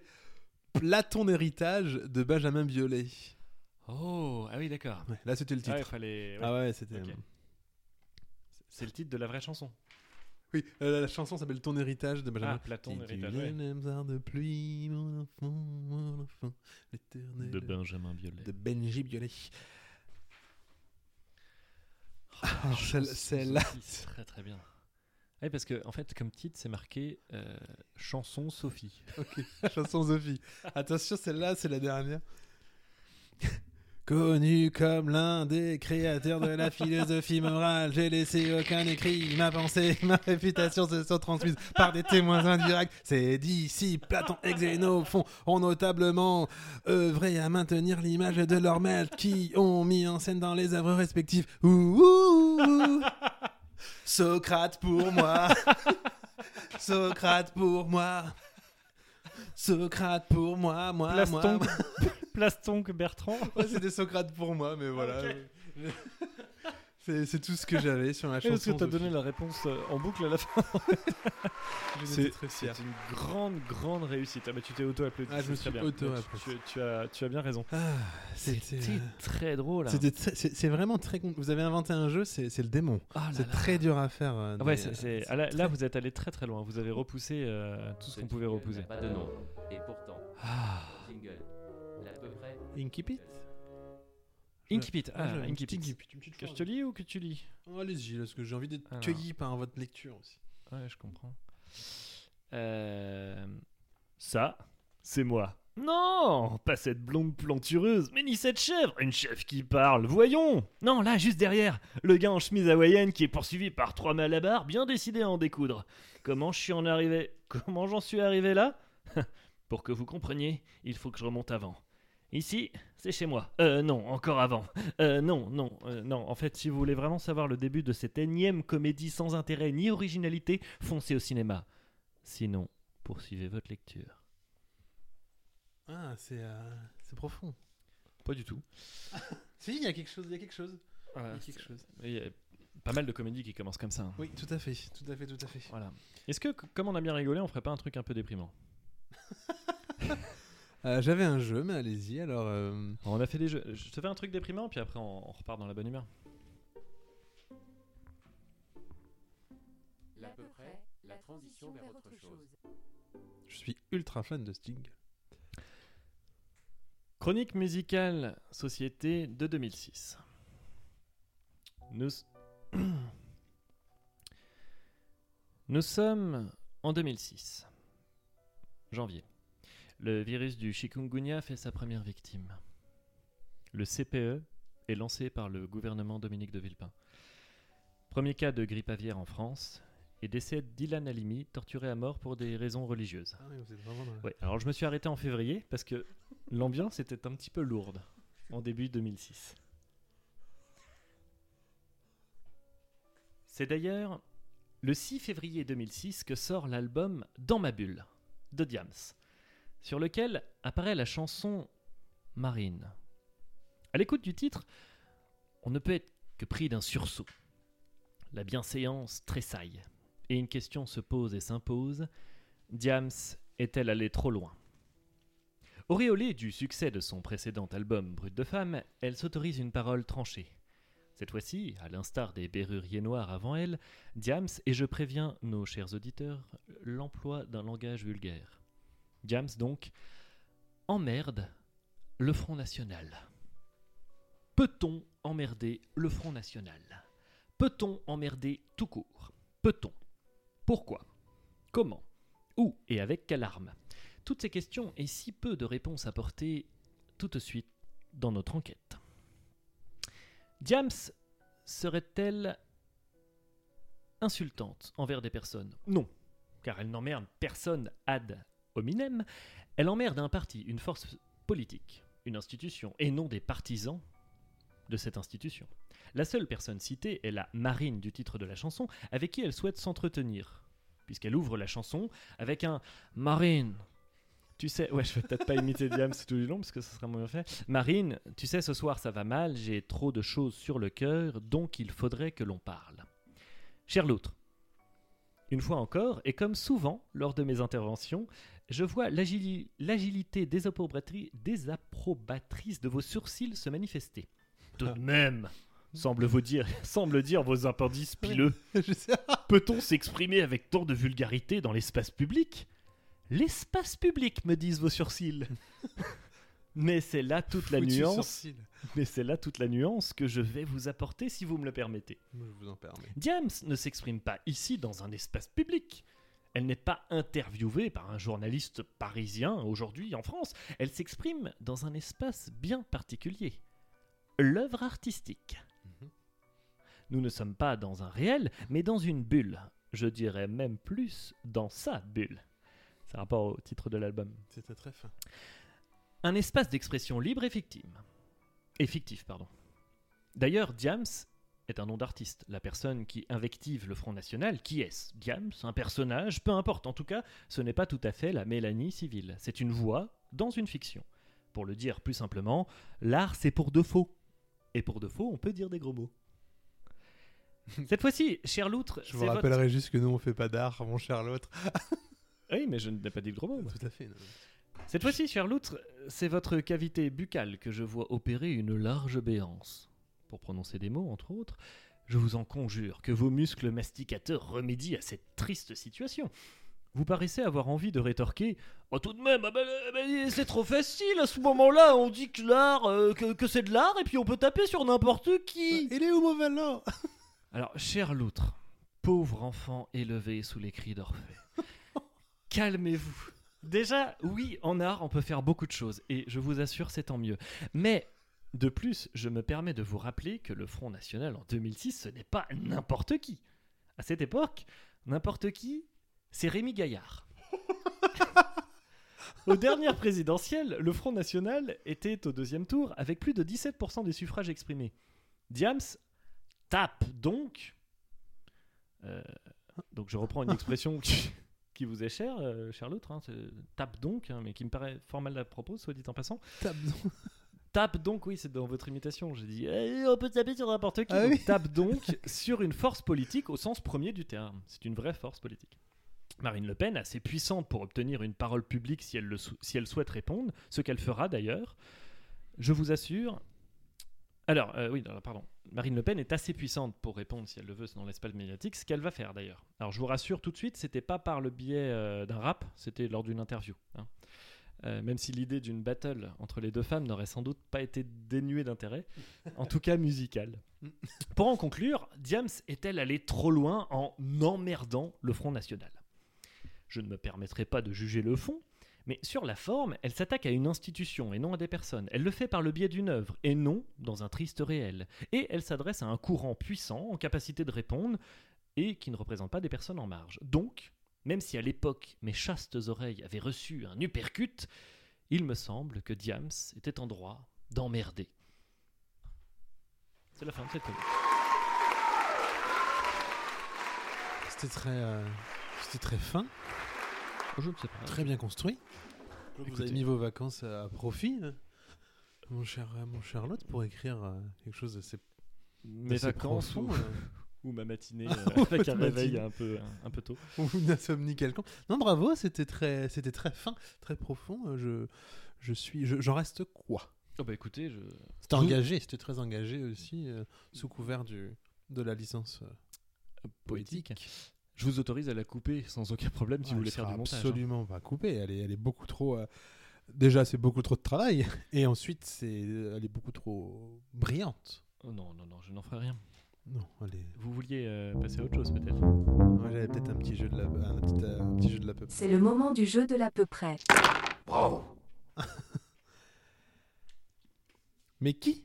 A: c'est Platon héritage de Benjamin Biolay.
E: Oh, ah oui, d'accord.
A: Ouais, là, c'était le titre.
E: Ah ouais, fallait... ouais.
A: Ah ouais, c'était.
E: Ok. C'est le titre de la vraie chanson.
A: Oui, euh, la chanson s'appelle Ton héritage de Benjamin.
E: Ah, Platon,
A: Si tu
E: héritage. ouais.
A: l'aimes, art de pluie, mon enfant, mon enfant, l'éternel.
E: Benjamin Biolay.
A: de Benji Biolay.
E: Ah,
A: celle- celle-là,
E: C'est très très bien. Ah Oui, parce que en fait, comme titre, c'est marqué euh, Chanson Sophie.
A: Ok, chanson Sophie. Attention, celle-là, c'est la dernière. Connu comme l'un des créateurs de la philosophie morale, j'ai laissé aucun écrit. Ma pensée, ma réputation se sont transmises par des témoins indirects. C'est d'ici Platon et Xénophon ont notablement œuvré à maintenir l'image de leurs maîtres qui ont mis en scène dans les œuvres respectives. Ouh, ouh, ouh. Socrate pour moi. Socrate pour moi. Socrate pour moi, moi, moi.
E: Plaston,
A: moi.
E: Plaston Bertrand.
A: Ouais, c'est des Socrate pour moi, mais voilà. c'est, c'est tout ce que j'avais sur la chanson.
E: Est-ce que tu as
A: de
E: donné
A: Phil.
E: la réponse euh, en boucle à la fin
A: J'en étais
E: C'est-
A: très fier.
E: C'est une grande, grande réussite. Ah, bah, tu t'es auto-applaudi.
A: Ah, je
E: c'est
A: me
E: très
A: suis
E: bien.
A: auto-applaudi.
E: Tu, tu- tu as, tu as bien raison.
A: Ah, c'était,
E: C'est très drôle. hein.
A: c'était très- c'est, c'est vraiment très. con- Vous avez inventé un jeu, c'est, c'est le démon.
E: Ah là
A: c'est
E: là.
A: très dur à faire. euh,
E: Ah ouais,
A: mais,
E: c'est-
A: euh,
E: c'est- ah, là, là, vous êtes allé très très loin. Vous avez repoussé euh, tout ce qu'on pouvait
H: jingle
E: repousser.
H: n'a Pas de nom. Et pourtant,
E: Ah.
H: jingle. L'à peu près.
A: Incipit
E: Incipit.
A: Ah,
E: Ah,
A: j'avais une petite
E: Incipit.
A: incipit, une petite
E: Que je
A: phrase.
E: te lis ou que tu Ah. lis
A: Oh, Allez-y, parce que j'ai envie d'être
E: Alors.
A: cueilli par votre lecture aussi.
E: Ouais, je comprends. Euh, Ça, c'est moi. Non, pas cette blonde plantureuse, mais ni cette chèvre, une chèvre qui parle, voyons Non, là, juste derrière, le gars en chemise hawaïenne qui est poursuivi par trois malabars, bien décidé à en découdre. Comment je suis en arrivé Comment j'en suis arrivé là Pour que vous compreniez, il faut que je remonte avant. Ici, c'est chez moi. Euh, non, encore avant. Euh, non, non, euh, non. En fait, si vous voulez vraiment savoir le début de cette énième comédie sans intérêt ni originalité, foncez au cinéma. Sinon, poursuivez votre lecture.
A: Ah, c'est euh, c'est profond.
E: Pas du tout.
A: Si, il y a quelque chose, il y a quelque chose. Il y a
E: Voilà,
A: quelque chose.
E: c'est- Il y a pas mal de comédies qui commencent comme ça. hein.
A: Oui, tout à fait, tout à fait, tout à fait.
E: Voilà. Est-ce que, c- comme on a bien rigolé, on ferait pas un truc un peu déprimant
A: Euh, J'avais un jeu, mais allez-y, alors... euh,
E: On a fait des jeux. Je te fais un truc déprimant, puis après on, on repart dans la bonne humeur.
G: L'à peu près, la transition vers autre chose.
A: Je suis ultra fan de Sting.
E: Chronique musicale Société de 2006. Nous... Nous sommes en 2006, janvier. Le virus du chikungunya fait sa première victime. Le CPE est lancé par le gouvernement Dominique de Villepin. Premier cas de grippe aviaire en France et décès d'Ilan Halimi, torturé à mort pour des raisons religieuses.
A: Ah oui, vous êtes vraiment dans la-
E: Ouais, alors je me suis arrêté en février parce que l'ambiance était un petit peu lourde en début 2006. C'est d'ailleurs le 6 février 2006 que sort l'album Dans ma bulle de Diams, sur lequel apparaît la chanson Marine. À l'écoute du titre, on ne peut être que pris d'un sursaut. La bienséance tressaille et une question se pose et s'impose Diams est-elle allée trop loin Auréolée du succès de son précédent album Brut de femme, elle s'autorise une parole tranchée. Cette fois-ci, à l'instar des berruriers noirs avant elle, Diams, et je préviens nos chers auditeurs, l'emploi d'un langage vulgaire. Diams donc emmerde le Front National. Peut-on emmerder le Front National Peut-on emmerder tout court Peut-on Pourquoi Comment où et avec quelle arme Toutes ces questions et si peu de réponses apportées tout de suite dans notre enquête. Diams serait-elle insultante envers des personnes Non, car elle n'emmerde personne ad hominem, elle emmerde un parti, une force politique, une institution, et non des partisans de cette institution. La seule personne citée est la marine du titre de la chanson, avec qui elle souhaite s'entretenir, puisqu'elle ouvre la chanson avec un Marine. Tu sais, ouais, je vais peut-être pas imiter Diams tout du long parce que ça sera moins bien fait. Marine, tu sais, ce soir ça va mal, j'ai trop de choses sur le cœur, donc il faudrait que l'on parle. Cher l'autre, une fois encore, et comme souvent lors de mes interventions, je vois l'agili- l'agilité désapprobatri- désapprobatrice de vos sourcils se manifester. Tout de même, semble, vous dire, semble dire vos appendices pileux.
A: Je sais.
E: Peut-on s'exprimer avec tant de vulgarité dans l'espace public L'espace public, me disent vos sourcils. Mais c'est là toute la
A: Foutu
E: nuance.
A: sourcil.
E: Mais c'est là toute la nuance que je vais vous apporter si vous me le permettez.
A: Moi, Je vous en permets.
E: Diams ne s'exprime pas ici dans un espace public. Elle n'est pas interviewée par un journaliste parisien aujourd'hui en France. Elle s'exprime dans un espace bien particulier. L'œuvre artistique.
A: Mhm.
E: Nous ne sommes pas dans un réel, mais dans une bulle. Je dirais même plus dans sa bulle. C'est rapport au titre de l'album
A: C'était très fin.
E: un espace d'expression libre et fictive. Et fictif, pardon. D'ailleurs, Diams est un nom d'artiste, la personne qui invective le Front National. Qui est-ce Diams Un personnage Peu importe, en tout cas, ce n'est pas tout à fait la Mélanie civile. C'est une voix dans une fiction. Pour le dire plus simplement, l'art c'est pour de faux. Et pour de faux, on peut dire des gros mots. Cette fois-ci, cher Loutre,
A: Je vous
E: c'est votre-
A: rappellerai juste que nous, on fait pas d'art, mon cher l'autre.
E: Oui, mais je n'ai pas dit de gros mots. moi.
A: Tout à fait. non.
E: Cette fois-ci, cher Loutre, c'est votre cavité buccale que je vois opérer une large béance. Pour prononcer des mots, entre autres, je vous en conjure que vos muscles masticateurs remédient à cette triste situation. Vous paraissez avoir envie de rétorquer Oh, tout de même, ah ben, euh, ben, c'est trop facile à ce moment-là. On dit que l'art, euh, que, que c'est de l'art, et puis on peut taper sur n'importe qui.
A: Ah, Il est où mon ballon
E: Alors, cher loutre, pauvre enfant élevé sous les cris d'Orphée, calmez-vous. Déjà, oui, en art, on peut faire beaucoup de choses, et je vous assure, c'est tant mieux. Mais, de plus, je me permets de vous rappeler que le Front National en 2006, ce n'est pas n'importe qui. À cette époque, n'importe qui, c'est Rémi Gaillard. Aux dernières présidentielles, le Front National était au deuxième tour avec plus de 17% des suffrages exprimés. Diams tape donc. Euh, donc je reprends une expression qui, qui vous est chère, euh, cher l'autre. hein, c'est- tape donc, hein, mais qui me paraît fort mal la propos, soit dit en passant.
A: Tape donc.
E: Tape donc, oui, c'est dans votre imitation. J'ai dit, eh, on peut taper sur n'importe qui.
A: Ah
E: Donc,
A: oui.
E: Tape donc sur une force politique au sens premier du terme. C'est une vraie force politique. Marine Le Pen, assez puissante pour obtenir une parole publique si elle, le sou- si elle souhaite répondre, ce qu'elle fera d'ailleurs. Je vous assure. Alors, euh, oui, non, pardon. Marine Le Pen est assez puissante pour répondre si elle le veut dans l'espace médiatique, ce qu'elle va faire d'ailleurs. Alors, je vous rassure tout de suite, c'était pas par le biais euh, d'un rap, c'était lors d'une interview. hein. Euh, même si l'idée d'une battle entre les deux femmes n'aurait sans doute pas été dénuée d'intérêt, en tout cas musicale. Pour en conclure, Diams est-elle allée trop loin en emmerdant le Front National Je ne me permettrai pas de juger le fond, mais sur la forme, elle s'attaque à une institution et non à des personnes. Elle le fait par le biais d'une œuvre et non dans un triste réel. Et elle s'adresse à un courant puissant, en capacité de répondre, et qui ne représente pas des personnes en marge. Donc, même si à l'époque mes chastes oreilles avaient reçu un uppercut, il me semble que Diams était en droit d'emmerder. C'est la fin de cette chronique.
A: C'était très, euh, c'était très fin,
E: Oh, Je ne sais pas.
A: très bien construit. Ah Vous avez
E: Écoutez.
A: mis vos vacances à profit, hein, mon cher, euh, mon Charlotte, pour écrire euh, quelque chose d'assez
E: Mes
A: d'assez
E: vacances
A: profond,
E: ou,
A: euh,
E: ou ma matinée
A: Ah,
E: euh,
A: ou
E: avec
A: votre
E: un réveil
A: matinée.
E: un peu, un peu tôt.
A: ou une insomnie quelconque. Non, bravo, c'était très, c'était très fin, très profond. euh, Je, je suis, je- j'en reste quoi
E: Oh bah écoutez, je...
A: C'était engagé, c'était très engagé aussi, euh, sous couvert du, de la licence. euh,
E: poétique. Je vous autorise à la couper sans aucun problème si
A: Ah,
E: vous
A: elle
E: voulez faire
A: sera
E: du montage. hein.
A: Absolument pas coupée. Elle est, elle est beaucoup trop. euh, Déjà, c'est beaucoup trop de travail. Et ensuite, c'est, elle est beaucoup trop brillante.
E: Oh non, non, non, je n'en ferai rien.
A: Non, elle est.
E: Vous vouliez euh, passer à autre chose peut-être
A: Eh Moi, j'avais peut-être un petit jeu de la, un petit, euh, un petit jeu de la peu.
K: C'est le moment du jeu de l'à peu près.
A: Mais qui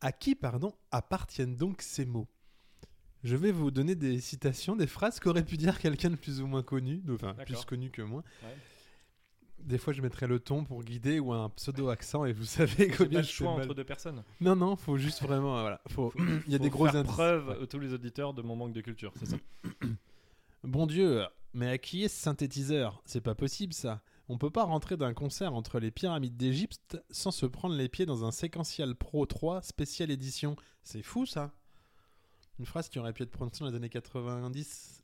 A: À qui, pardon, appartiennent donc ces mots Je vais vous donner des citations, des phrases qu'aurait pu dire quelqu'un de plus ou moins connu, de- enfin plus
E: D'accord.
A: connu que moi.
E: Ouais.
A: Des fois, je mettrai le ton pour guider ou un pseudo accent, et vous savez
E: C'est pas
A: combien
E: le
A: je fais
E: choix
A: mal.
E: entre deux personnes.
A: Non, non, faut juste vraiment, euh, voilà, faut. Il y a
E: Faut
A: des gros
E: faire
A: indices.
E: preuve
A: Ouais.
E: à tous les auditeurs de mon manque de culture, c'est ça
A: Bon Dieu, mais à qui est ce synthétiseur C'est pas possible ça. On peut pas rentrer d'un concert entre les pyramides d'Égypte sans se prendre les pieds dans un séquentiel Pro 3 spécial édition. C'est fou ça. Une phrase qui aurait pu être prononcée dans les années 90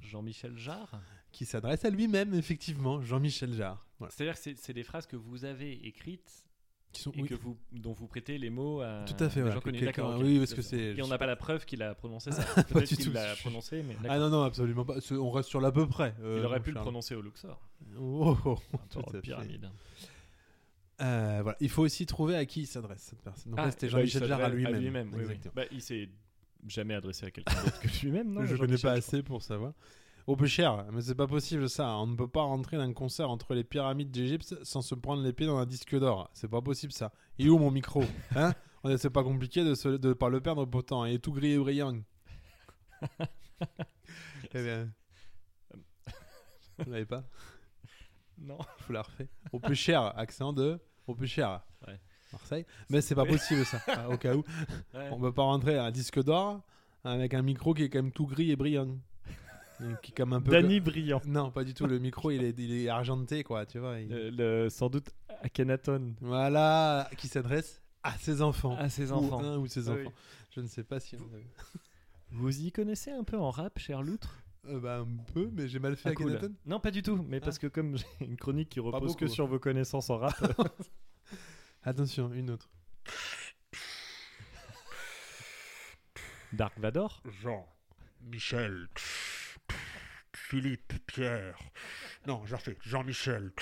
E: Jean-Michel Jarre
A: qui s'adresse à lui-même effectivement, Jean-Michel Jarre. Voilà.
E: C'est-à-dire que c'est- c'est des phrases que vous avez écrites
A: Qui sont-
E: et
A: oui.
E: que vous, dont vous prêtez les mots à
A: Tout à fait,
E: des
A: ouais,
E: gens connus.
A: que-
E: D'accord,
A: que-
E: ok.
A: oui, parce que c'est-
E: Et on
A: je
E: n'a
A: sais
E: pas
A: pas.
E: la preuve qu'il a prononcé ça. Peut-être
A: du
E: qu'il
A: tout,
E: l'a
A: je-
E: prononcé, mais
A: Ah
E: d'accord.
A: non non, absolument pas. Ce- On reste sur l'à peu près. euh,
E: il aurait
A: mon
E: pu le
A: Charles.
E: prononcer au Luxor.
A: Oh, oh, oh,
E: par rapport
A: tout
E: aux
A: à fait.
E: pyramides.
A: Euh, voilà. Il faut aussi trouver à qui il s'adresse cette personne. Donc
E: Ah,
A: là, c'était
E: eh ben, il
A: Jean-Michel Jarre à
E: s'adresse
A: lui-même.
E: oui, oui.
A: Exactement.
E: Bah, il s'est jamais adressé à quelqu'un d'autre que lui-même, non
A: je
E: Jean-Michel,
A: connais pas
E: je crois.
A: assez pour savoir. Au plus cher, mais c'est pas possible ça. On ne peut pas rentrer dans un concert entre les pyramides d'Égypte sans se prendre les pieds dans un disque d'or. C'est pas possible ça. Et où mon micro Hein On- C'est pas compliqué de ne pas le perdre pourtant. Il est tout gris et brillant. eh bien. Vous l'avez pas
E: Non.
A: Je vous la refais. Au plus cher, accent de. Au plus cher.
E: Ouais.
A: Marseille. Mais c'est pas possible ça, Ah, au cas où.
E: Ouais.
A: On peut pas rentrer à un disque d'or hein, avec un micro qui est quand même tout gris et brillant. Et qui est comme un peu.
E: Danny Brillant.
A: Non, pas du tout. Le micro, il est, il est argenté, quoi, tu vois. il-
E: Le- le- sans doute Akhenaton.
A: Voilà, qui s'adresse à Ah, ses enfants.
E: À ses
A: Ou
E: enfants.
A: un ou ses
E: Ah
A: enfants.
E: oui. Ah
A: Je ne sais pas si. on avait-
E: Vous y connaissez un peu en rap, cher Loutre
A: Euh, bah, un peu, mais j'ai mal fait
E: Ah,
A: à
E: cool.
A: Kenaton.
E: Non, pas du tout, mais
A: Ah.
E: parce que comme j'ai une chronique qui repose
A: beaucoup.
E: que sur vos connaissances en rap,
A: Attention, une autre.
E: Dark Vador,
C: Jean, Michel, Philippe, Pierre,
L: Non, je refais. Jean-Michel,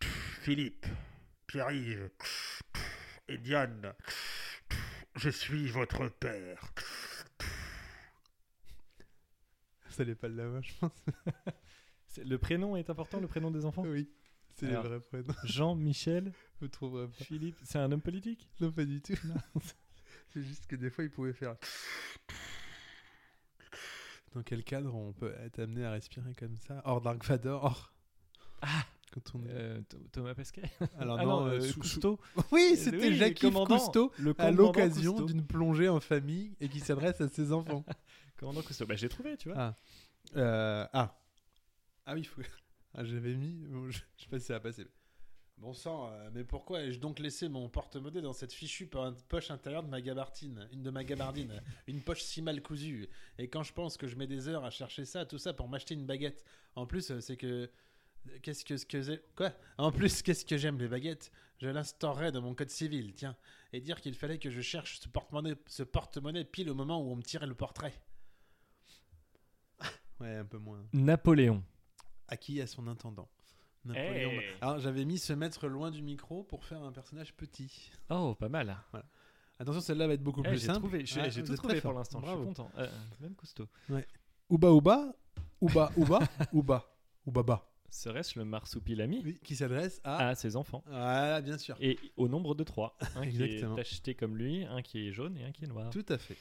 L: Philippe, Pierre-Yves et Diane. Je suis votre père.
A: Ça n'est pas le lama, je pense.
E: C'est- Le prénom est important, le prénom des enfants
A: Oui, c'est les
E: le
A: vrais prénoms.
E: Jean, Michel,
A: Vous trouverez pas.
E: Philippe, c'est un homme politique
A: Non, pas du tout. C'est juste que des fois, ils pouvaient faire. Dans quel cadre on peut être amené à respirer comme ça Hors Dark Vador hors... Quand on est-
E: Euh, Th- Thomas Pesquet
A: Alors
E: Ah
A: Ah. non,
E: non,
A: euh,
E: euh,
A: sous-
E: Cousteau.
A: Oui,
E: Euh,
A: c'était
E: oui,
A: Jacques
E: le commandant-
A: Cousteau
E: le
A: à
E: commandant
A: l'occasion
E: Cousteau.
A: d'une plongée en famille et qui s'adresse à ses enfants.
E: Commandant Cousteau. Bah, j'ai trouvé, tu vois.
A: Ah. Euh, ah. Ah oui, faut- ah, j'avais mis. bon, je... je sais pas si ça va passer. Bon sang, euh, mais pourquoi ai-je donc laissé mon porte-monnaie dans cette fichue po- poche intérieure de ma gabardine Une de ma gabardine, une poche si mal cousue. Et quand je pense que je mets des heures à chercher ça, tout ça pour m'acheter une baguette. En plus, euh, c'est que. Qu'est-ce que ce que j'ai- quoi En plus, qu'est-ce que j'aime les baguettes Je l'instaurerai dans mon code civil, tiens, et dire qu'il fallait que je cherche ce porte-monnaie, ce porte-monnaie pile au moment où on me tirait le portrait. ouais, un peu moins.
E: Napoléon.
A: Acquis à son intendant.
E: Napoléon. Hey.
A: Alors j'avais mis se mettre loin du micro pour faire un personnage petit.
E: Oh, pas mal.
A: Voilà. Attention, celle-là va être beaucoup
E: Eh,
A: plus
E: j'ai
A: simple.
E: trouvé, j'ai
A: Ah,
E: j'ai
A: vous
E: tout
A: êtes
E: trouvé
A: très
E: pour
A: fort.
E: l'instant, je suis
A: Bravo.
E: content. Euh, même Cousteau.
A: Ouais. Ouba Ouba, Ouba Ouba, Ouba, Oubaba.
E: Serait-ce le marsupilami
A: Qui s'adresse à...
E: à ses enfants
A: Voilà, bien sûr.
E: Et au nombre de trois. Un qui
A: Exactement.
E: est tacheté comme lui, un qui est jaune et un qui est noir.
A: Tout à fait.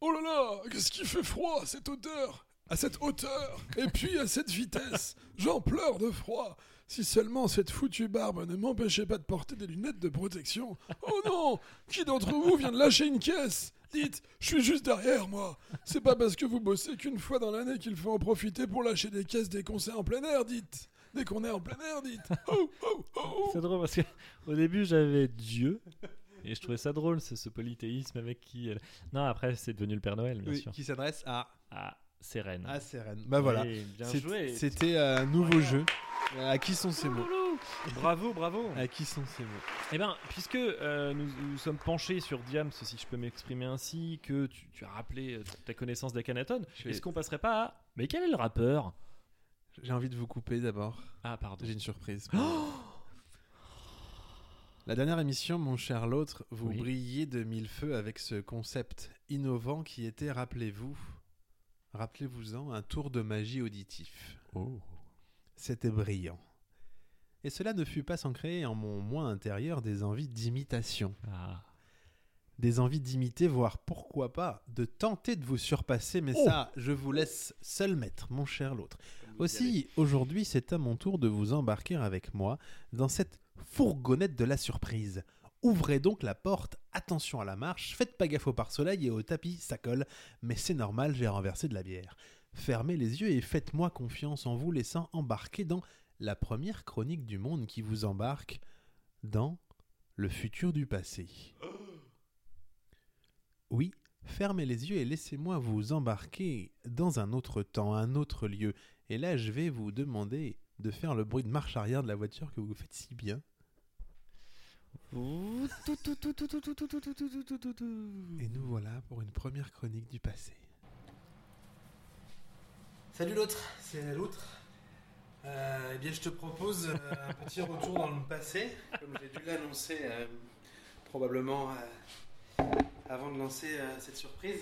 M: Oh là là, qu'est-ce qui fait froid à cette odeur, à cette hauteur, et puis à cette vitesse. J'en pleure de froid. Si seulement cette foutue barbe ne m'empêchait pas de porter des lunettes de protection. Oh non Qui d'entre vous vient de lâcher une caisse Dites, je suis juste derrière moi. C'est pas parce que vous bossez qu'une fois dans l'année qu'il faut en profiter pour lâcher des caisses dès qu'on s'est en plein air, dites. Dès qu'on est en plein air, dites. Oh, oh, oh.
E: C'est drôle parce que au début j'avais Dieu et je trouvais ça drôle ce, ce polythéisme avec qui. elle- Non après c'est devenu le Père Noël bien
A: Oui,
E: sûr. Ah,
A: qui s'adresse à...
E: À Sérène.
A: À Sérène. Bah voilà.
E: Eh, bien
A: C'est-
E: joué.
A: C'était euh, un nouveau jeu. Euh, à qui sont ces mots
E: Bravo bravo.
A: À qui sont ces mots
E: Eh bien, puisque euh, nous, nous sommes penchés sur Diams, si je peux m'exprimer ainsi, que tu, tu as rappelé euh, ta connaissance d'Akhenaton,
A: Je vais-
E: est-ce qu'on passerait pas à. Mais quel est le rappeur
A: J'ai envie de vous couper d'abord.
E: Ah, pardon.
A: J'ai une surprise.
E: Oh
A: La dernière émission, mon cher l'autre, vous
E: Oui.
A: brilliez de mille feux avec ce concept innovant qui était, rappelez-vous, rappelez-vous-en, un tour de magie auditif.
E: Oh.
A: C'était brillant. Et cela ne fut pas sans créer en mon moi intérieur des envies d'imitation.
E: Ah.
A: Des envies d'imiter, voire pourquoi pas, de tenter de vous surpasser, mais
M: Oh.
A: ça, je vous laisse seul maître, mon cher l'autre. Aussi, aujourd'hui, c'est à mon tour de vous embarquer avec moi dans cette fourgonnette de la surprise. Ouvrez donc la porte, attention à la marche, faites pas gaffe au pare-soleil et au tapis, ça colle, mais c'est normal, j'ai renversé de la bière. Fermez les yeux et faites-moi confiance en vous laissant embarquer dans la première chronique du monde qui vous embarque dans le futur du passé. Oui, fermez les yeux et laissez-moi vous embarquer dans un autre temps, un autre lieu. Et là, je vais vous demander de faire le bruit de marche arrière de la voiture que vous faites si bien. Et nous voilà pour une première chronique du passé. Salut l'autre, c'est l'autre. Euh, eh bien, je te propose euh, un petit retour dans le passé, comme j'ai dû l'annoncer euh, probablement euh, avant de lancer euh, cette surprise.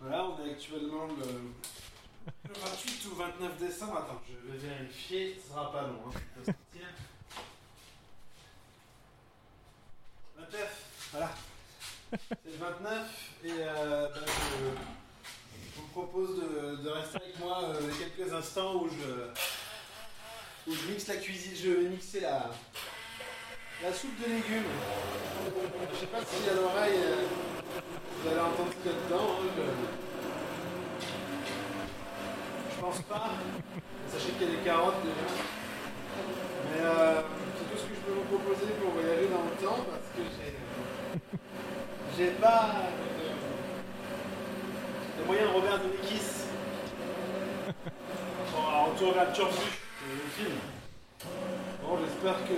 A: Voilà, on est actuellement le, le 28 ou 29 décembre. Attends, je vais vérifier, ce sera pas long. hein. Ça doit sortir. 29, voilà. C'est le 29 et euh, bah, je, je vous propose de, de rester avec moi euh, quelques instants où je, où je mixe la cuisine, je vais mixer la, la soupe de légumes. Je sais pas si à l'oreille euh, vous allez entendre ce qu'il y a dedans. hein, je... je pense pas. Sachez qu'il y a des carottes déjà. Mais euh, c'est tout ce que je peux vous proposer pour voyager dans le temps parce que j'ai. J'ai pas. euh, Le moyen de Robert Zemeckis. Bon, alors, on tourne à Turfu, le film. Bon, j'espère que.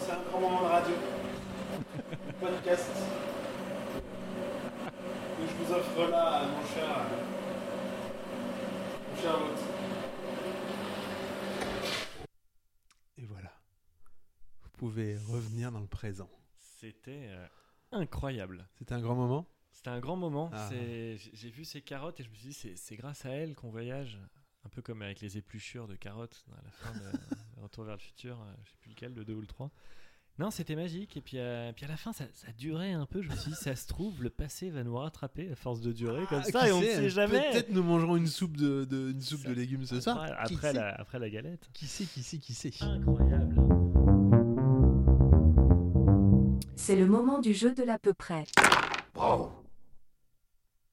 A: C'est un grand moment de radio. Podcast. Que je vous offre là, mon cher. Et voilà. Vous pouvez revenir dans le présent.
E: C'était euh, incroyable.
A: C'était un grand moment.
E: C'était un grand moment.
A: Ah.
E: C'est- j- J'ai vu ces carottes et je me suis dit, c'est- c'est grâce à elles qu'on voyage. Un peu comme avec les épluchures de carottes à la fin de Retour vers le futur, euh, je sais plus lequel, le 2 ou le 3. Non, c'était magique. Et puis, euh, puis à la fin, ça, ça durait un peu. Je me suis dit, ça se trouve, le passé va nous rattraper à force de durer comme
A: Ah,
E: ça
A: qui
E: et on ne sait jamais.
A: Peut-être nous mangerons une soupe de, de- une soupe de légumes ce soir.
E: Après,
A: Qui
E: après
A: sait
E: la, après la galette.
A: Qui sait, qui sait, qui sait
E: Incroyable.
K: C'est le moment du jeu de l'à peu près.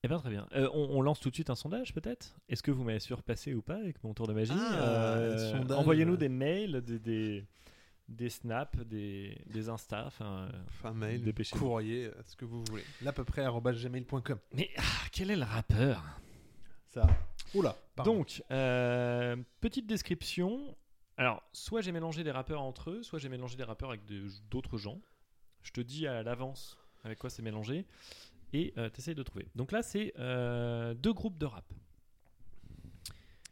E: Eh bien, très bien. Euh, on, on lance tout de suite un sondage, peut-être Est-ce que vous m'avez surpassé ou pas avec mon tour de magie
A: Ah,
E: Euh,
A: sondage.
E: Envoyez-nous des mails, des, des, des snaps, des, des Insta. Enfin, euh,
A: Un mail,
E: dépêchez-vous.
A: courrier, euh, ce que vous voulez. Là, à peu près, arobase gmail.com.
E: Mais ah, quel est le rappeur
A: Ça. Oula. pardon.
E: Donc, euh, petite description. Alors, soit j'ai mélangé des rappeurs entre eux, soit j'ai mélangé des rappeurs avec de- d'autres gens. Je te dis à l'avance avec quoi c'est mélangé et euh, t'essayes de trouver. Donc là, c'est euh, deux groupes de rap.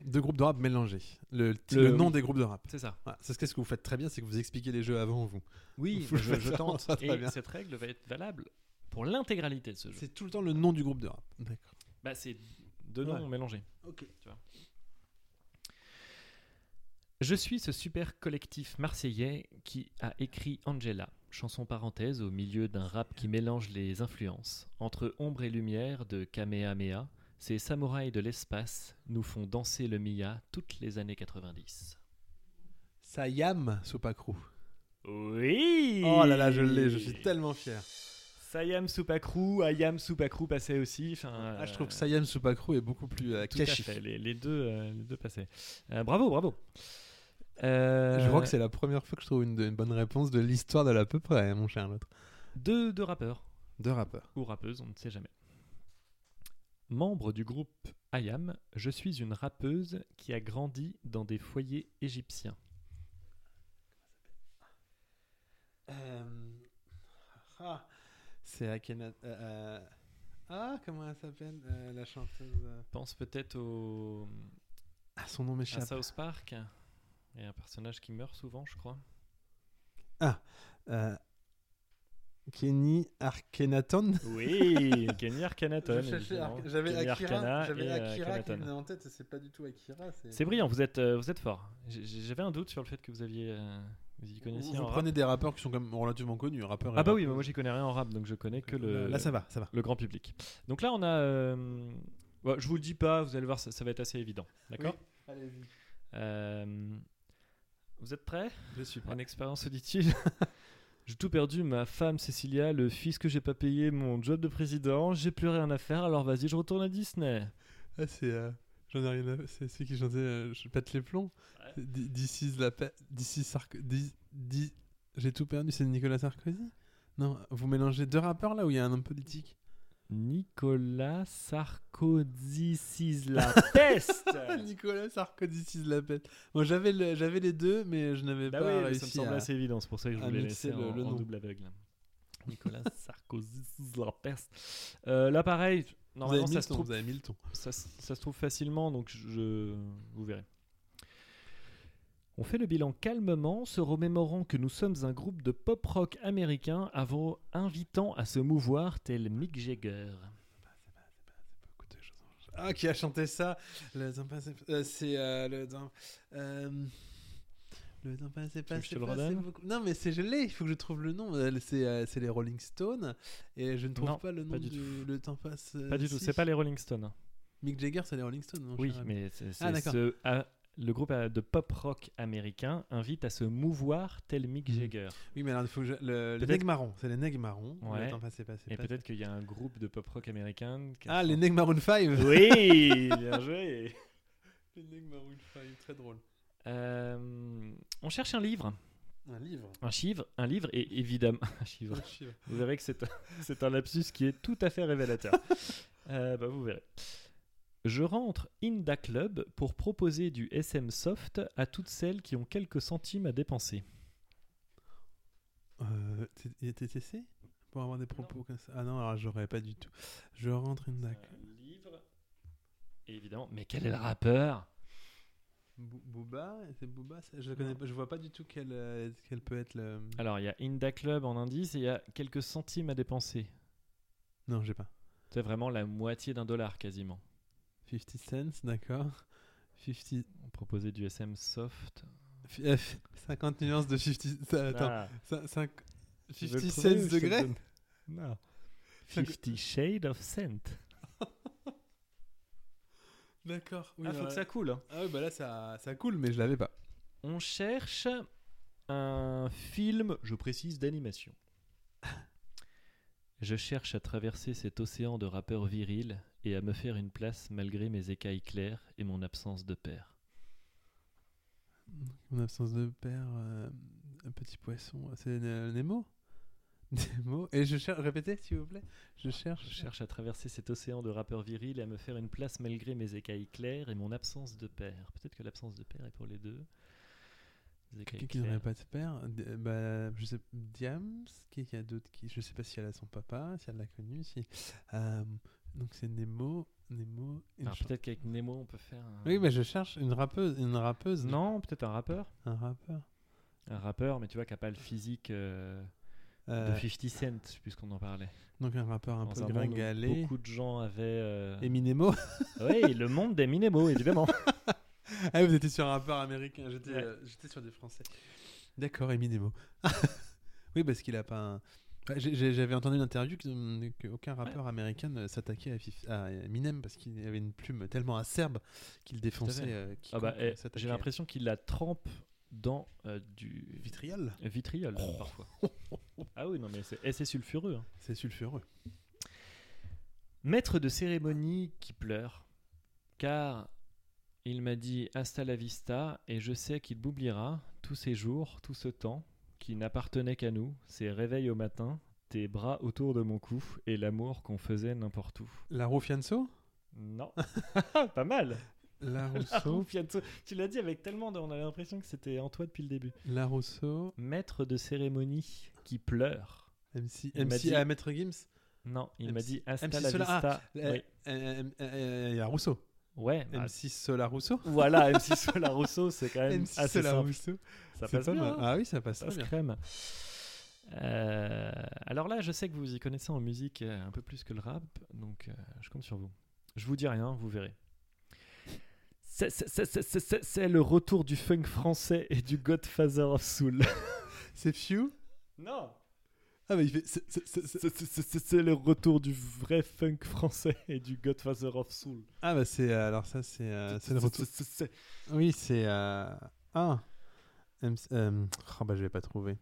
A: Deux groupes de rap mélangés. Le,
E: Le-
A: le nom
E: oui.
A: des groupes de rap.
E: C'est ça.
A: Voilà. C'est ce que- ce que vous faites très bien, c'est que vous expliquez les jeux avant vous.
E: Oui,
A: Vous
E: bah, je,
A: faites
E: je
A: ça,
E: tente.
A: ça, très
E: Et
A: bien.
E: cette règle va être valable pour l'intégralité de ce jeu.
A: C'est tout le temps le nom du groupe de rap. D'accord.
E: Bah, c'est deux noms
A: Ouais.
E: mélangés.
A: Ok.
E: Tu vois. Je suis ce super collectif marseillais qui a écrit Angela, chanson parenthèse au milieu d'un rap qui mélange les influences. Entre ombre et lumière de Kamehameha, ces samouraïs de l'espace nous font danser le Mia toutes les années 90.
A: Sayam Sopakru.
E: Oui
A: Oh là là, je l'ai, je suis tellement fier.
E: Sayam Soupacrou, Ayam Soupacrou passait aussi. Enfin,
A: Ah, je trouve que
E: euh,
A: Sayam Sopakru est beaucoup plus euh,
E: Tout à
A: catchy.
E: fait, les, les deux, euh, les deux passaient. Euh, bravo, bravo. Euh,
A: Je crois que c'est la première fois que je trouve une, une bonne réponse de l'histoire de l'à peu près, hein, mon cher l'autre.
E: deux, deux rappeurs
A: Deux rappeurs.
E: ou rappeuses, on ne sait jamais. Membre du groupe Ayam, je suis une rappeuse qui a grandi dans des foyers égyptiens.
A: Euh, Ah, c'est Akhenaton. euh, ah, comment elle s'appelle euh, La chanteuse.
E: Pense peut-être au
A: Ah, son nom
E: à
A: m'échappe.
E: South Park. Il y a un personnage qui meurt souvent, je crois.
A: Euh, Kenny Akhenaton.
E: Oui, Kenny Arcanaton.
A: Je cherchais
E: évidemment.
A: Ar- J'avais
E: Kenny
A: Akira,
E: Arcana
A: j'avais
E: et, euh,
A: Akira qui
E: Akhenaton.
A: me venait en tête et c'est pas du tout Akira.
E: C'est brillant, vous êtes, euh, vous êtes fort. J'ai- J'avais un doute sur le fait que vous aviez. euh, vous y
A: Vous,
E: connaissiez
A: vous
E: en rap.
A: prenez des rappeurs qui sont quand même relativement connus. Rappeurs et
E: Ah bah
A: rappeuses.
E: oui, mais moi j'y connais rien en rap, donc je connais que le,
A: Là, ça va, ça va.
E: le grand public. Donc là, on a. euh, ouais, je vous le dis pas, vous allez voir, ça, ça va être assez évident. D'accord
A: Allez-y.
E: Euh, Vous êtes prêts
A: Je suis
E: Une expérience auditive. j'ai tout perdu, ma femme Cécilia, le fils que j'ai pas payé, mon job de président, j'ai plus rien à faire, alors vas-y, je retourne à Disney.
A: Ah, c'est. euh, J'en ai rien à. C'est celui qui chantait euh, Je pète les plombs. C'est D- This is la pa- This is Sarko- This- This- J'ai tout perdu, c'est Nicolas Sarkozy Non, vous mélangez deux rappeurs là où il y a un homme politique
E: Nicolas Sarkozy la peste
A: Ah, Nicolas Sarkozy, This is la peste. Moi j'avais le- j'avais les deux, mais je n'avais
E: Bah
A: pas
E: oui, mais ça me
A: réussi
E: semble
A: à.
E: assez évident, c'est pour ça que je
A: à
E: voulais
A: mixer
E: laisser le,
A: le- le
E: en
A: nom.
E: double aveugle. Nicolas Sarkozy, la peste. Euh, là, pareil,
A: Vous avez,
E: normalement,
A: mis le
E: ça se,
A: ton,
E: trouve,
A: vous avez mis le ton.
E: ça, se- ça se trouve facilement, donc je, vous verrez. On fait le bilan calmement, se remémorant que nous sommes un groupe de pop-rock américain avant invitant à se mouvoir tel Mick Jagger.
A: Écoutez, je- Ah, qui a chanté ça Le temps passe- euh, C'est euh, le temps. euh, Le temps passe et
E: veux
A: passe
E: que je te
A: et
E: le
A: passe et
E: redonne
A: beaucoup- Non, mais c'est gelé, il faut que je trouve le nom. Euh, C'est euh, c'est les Rolling Stones. Et je ne trouve
E: Non,
A: pas le nom
E: pas du
A: du. Le temps passe. euh,
E: Pas du tout,
A: si.
E: c'est pas les Rolling Stones. hein.
A: Mick Jagger, c'est les Rolling Stones. mon
E: Oui,
A: cher ami.
E: mais c'est
A: Ah,
E: c'est
A: d'accord.
E: ce- ah, le groupe euh, de pop-rock américain invite à se mouvoir tel Mick
A: Mhm.
E: Jagger.
A: Oui, mais alors il faut que je- le- Les
E: Peut-être-
A: Nègres Marrons, c'est les Nègres Marrons.
E: Ouais.
A: Le temps passe et passe et
E: Et
A: passe.
E: peut-être qu'il y a un groupe de pop rock américain. qui a-
A: Ah, les Nègres Maroon 5
E: Oui, bien joué.
A: Les Nègres Maroon 5, très drôle.
E: Euh, on cherche un livre,
A: Un livre.
E: un chiffre, un livre et évidemment un chiffre. Vous verrez que c'est un, c'est un lapsus qui est tout à fait révélateur. Euh, bah, vous verrez. Je rentre Inda Club pour proposer du SM Soft à toutes celles qui ont quelques centimes à dépenser.
A: Euh, t- il y a TTC Pour avoir des propos comme ça Ah non, alors j'aurais pas du tout. Je rentre une dac.
E: livre Et évidemment, mais quel est le rappeur
A: Bou- Booba, c'est Booba, ça, je ne connais pas, je vois pas du tout quel, euh, quel peut être le.
E: Alors, il y a Inda Club en indice et il y a quelques centimes à dépenser.
A: Non, j'ai pas.
E: C'est vraiment la moitié d'un dollar quasiment.
A: 50 cents, d'accord. 50,
E: On proposait du SM soft.
A: f- euh, f- 50 nuances de 50. ça, attends,
E: Ah.
A: ça- cinq-
E: Tu veux le
A: 50 cents
E: trouver ou je te le
A: degrés
E: donne
A: Non.
E: 50 Shade of Scent.
A: D'accord.
E: Ah, faut que ça coule, hein.
A: Ah, oui, bah là, ça, ça coule, mais je l'avais pas.
E: On cherche un film, je précise, d'animation. Je cherche à traverser cet océan de rappeurs virils et à me faire une place malgré mes écailles claires et mon absence de père.
A: Mon absence de père, euh, un petit poisson, c'est euh, Nemo Nemo Et je cherche, répétez s'il vous plaît, je
E: Ah, Je
A: cherche.
E: cherche à traverser cet océan de rappeurs virils et à me faire une place malgré mes écailles claires et mon absence de père. Peut-être que l'absence de père est pour les deux. Les écailles
A: Quelqu'un qui
E: claires.
A: n'aurait pas de père D- euh, bah, Je sais Diams, qui qui a d'autres qui. Je sais pas si elle a son papa, si elle l'a connu, si. euh, donc c'est Nemo, Nemo. une
E: Alors,
A: chan-
E: Ah, peut-être qu'avec Nemo on peut faire un...
A: Oui, mais je cherche une rappeuse, une rappeuse.
E: Non, peut-être un rappeur.
A: Un rappeur.
E: Un rappeur, mais tu vois, qui n'a pas le physique euh,
A: Euh,
E: de 50 Cent, puisqu'on en parlait.
A: donc un rappeur un
E: Dans
A: peu
E: un monde où
A: gringalé.
E: Beaucoup de gens avaient. euh,
A: Et Minemo.
E: Oui, le monde des Minemo, évidemment.
A: Ah, vous étiez sur un rappeur américain, j'étais
E: Ouais.
A: euh, j'étais sur des français. D'accord, Eminemo. oui, parce qu'il a pas un. Ouais, j'ai- j'ai- J'avais entendu une interview que- qu'aucun rappeur américain ne s'attaquait à, Fif- à Eminem parce qu'il avait une plume tellement acerbe qu'il défonçait. euh,
E: Ah
A: quiconque
E: bah, eh,
A: s'attaquait.
E: J'ai l'impression qu'il la trempe dans euh, du
A: Vitriol,
E: vitriol
A: Oh.
E: parfois. Ah oui, non, mais c'est eh, c'est sulfureux. hein.
A: c'est sulfureux.
E: Maître de cérémonie qui pleure, car il m'a dit hasta la vista et je sais qu'il m'oubliera tous ces jours, tout ce temps qui n'appartenait qu'à nous, ces réveils au matin, tes bras autour de mon cou et l'amour qu'on faisait n'importe où.
A: La Fianso
E: Non, pas mal.
A: La
E: Rousseau,
A: Rousseau
E: Pianto. Tu l'as dit avec tellement de... On avait l'impression que c'était en toi depuis le début.
A: La Rousseau
E: Maître de cérémonie qui pleure.
A: MC,
E: Il m'a
A: MC
E: dit-
A: à ah, Maître Gims
E: Non, il m'a
A: MC
E: dit hasta
A: MC
E: la
A: Solar. Ah,
E: vista.
A: euh,
E: Oui.
A: euh, euh, euh, La Rousseau
E: Ouais, bah,
A: MC Sola Rousseau
E: voilà, MC Sola Rousseau, Ah, c'est quand même
A: MC
E: assez
A: Sola
E: simple.
A: Rousseau
E: Ça
A: C'est
E: passe
A: pas
E: bien,
A: mal.
E: hein.
A: Ah oui, ça passe
E: Ça
A: très
E: se
A: bien.
E: crème. Euh, alors là, je sais que vous y connaissez en musique euh, un peu plus que le rap, donc euh, je compte sur vous. Je vous dis rien, vous verrez. C'est- c'est- c'est- c'est- C'est c'est- c'est le retour du funk français et du Godfather of Soul.
A: C'est Few
E: Non
A: Ah, mais il fait. c'est- c'est- c'est- c'est-
E: C'est- C'est c'est- c'est le retour du vrai funk français et du Godfather of Soul.
A: Ah bah c'est euh, alors ça c'est euh, c'est le retour.
E: C'est- c'est- c'est-
A: Oui c'est euh, ah M- euh, oh, bah je vais pas trouver.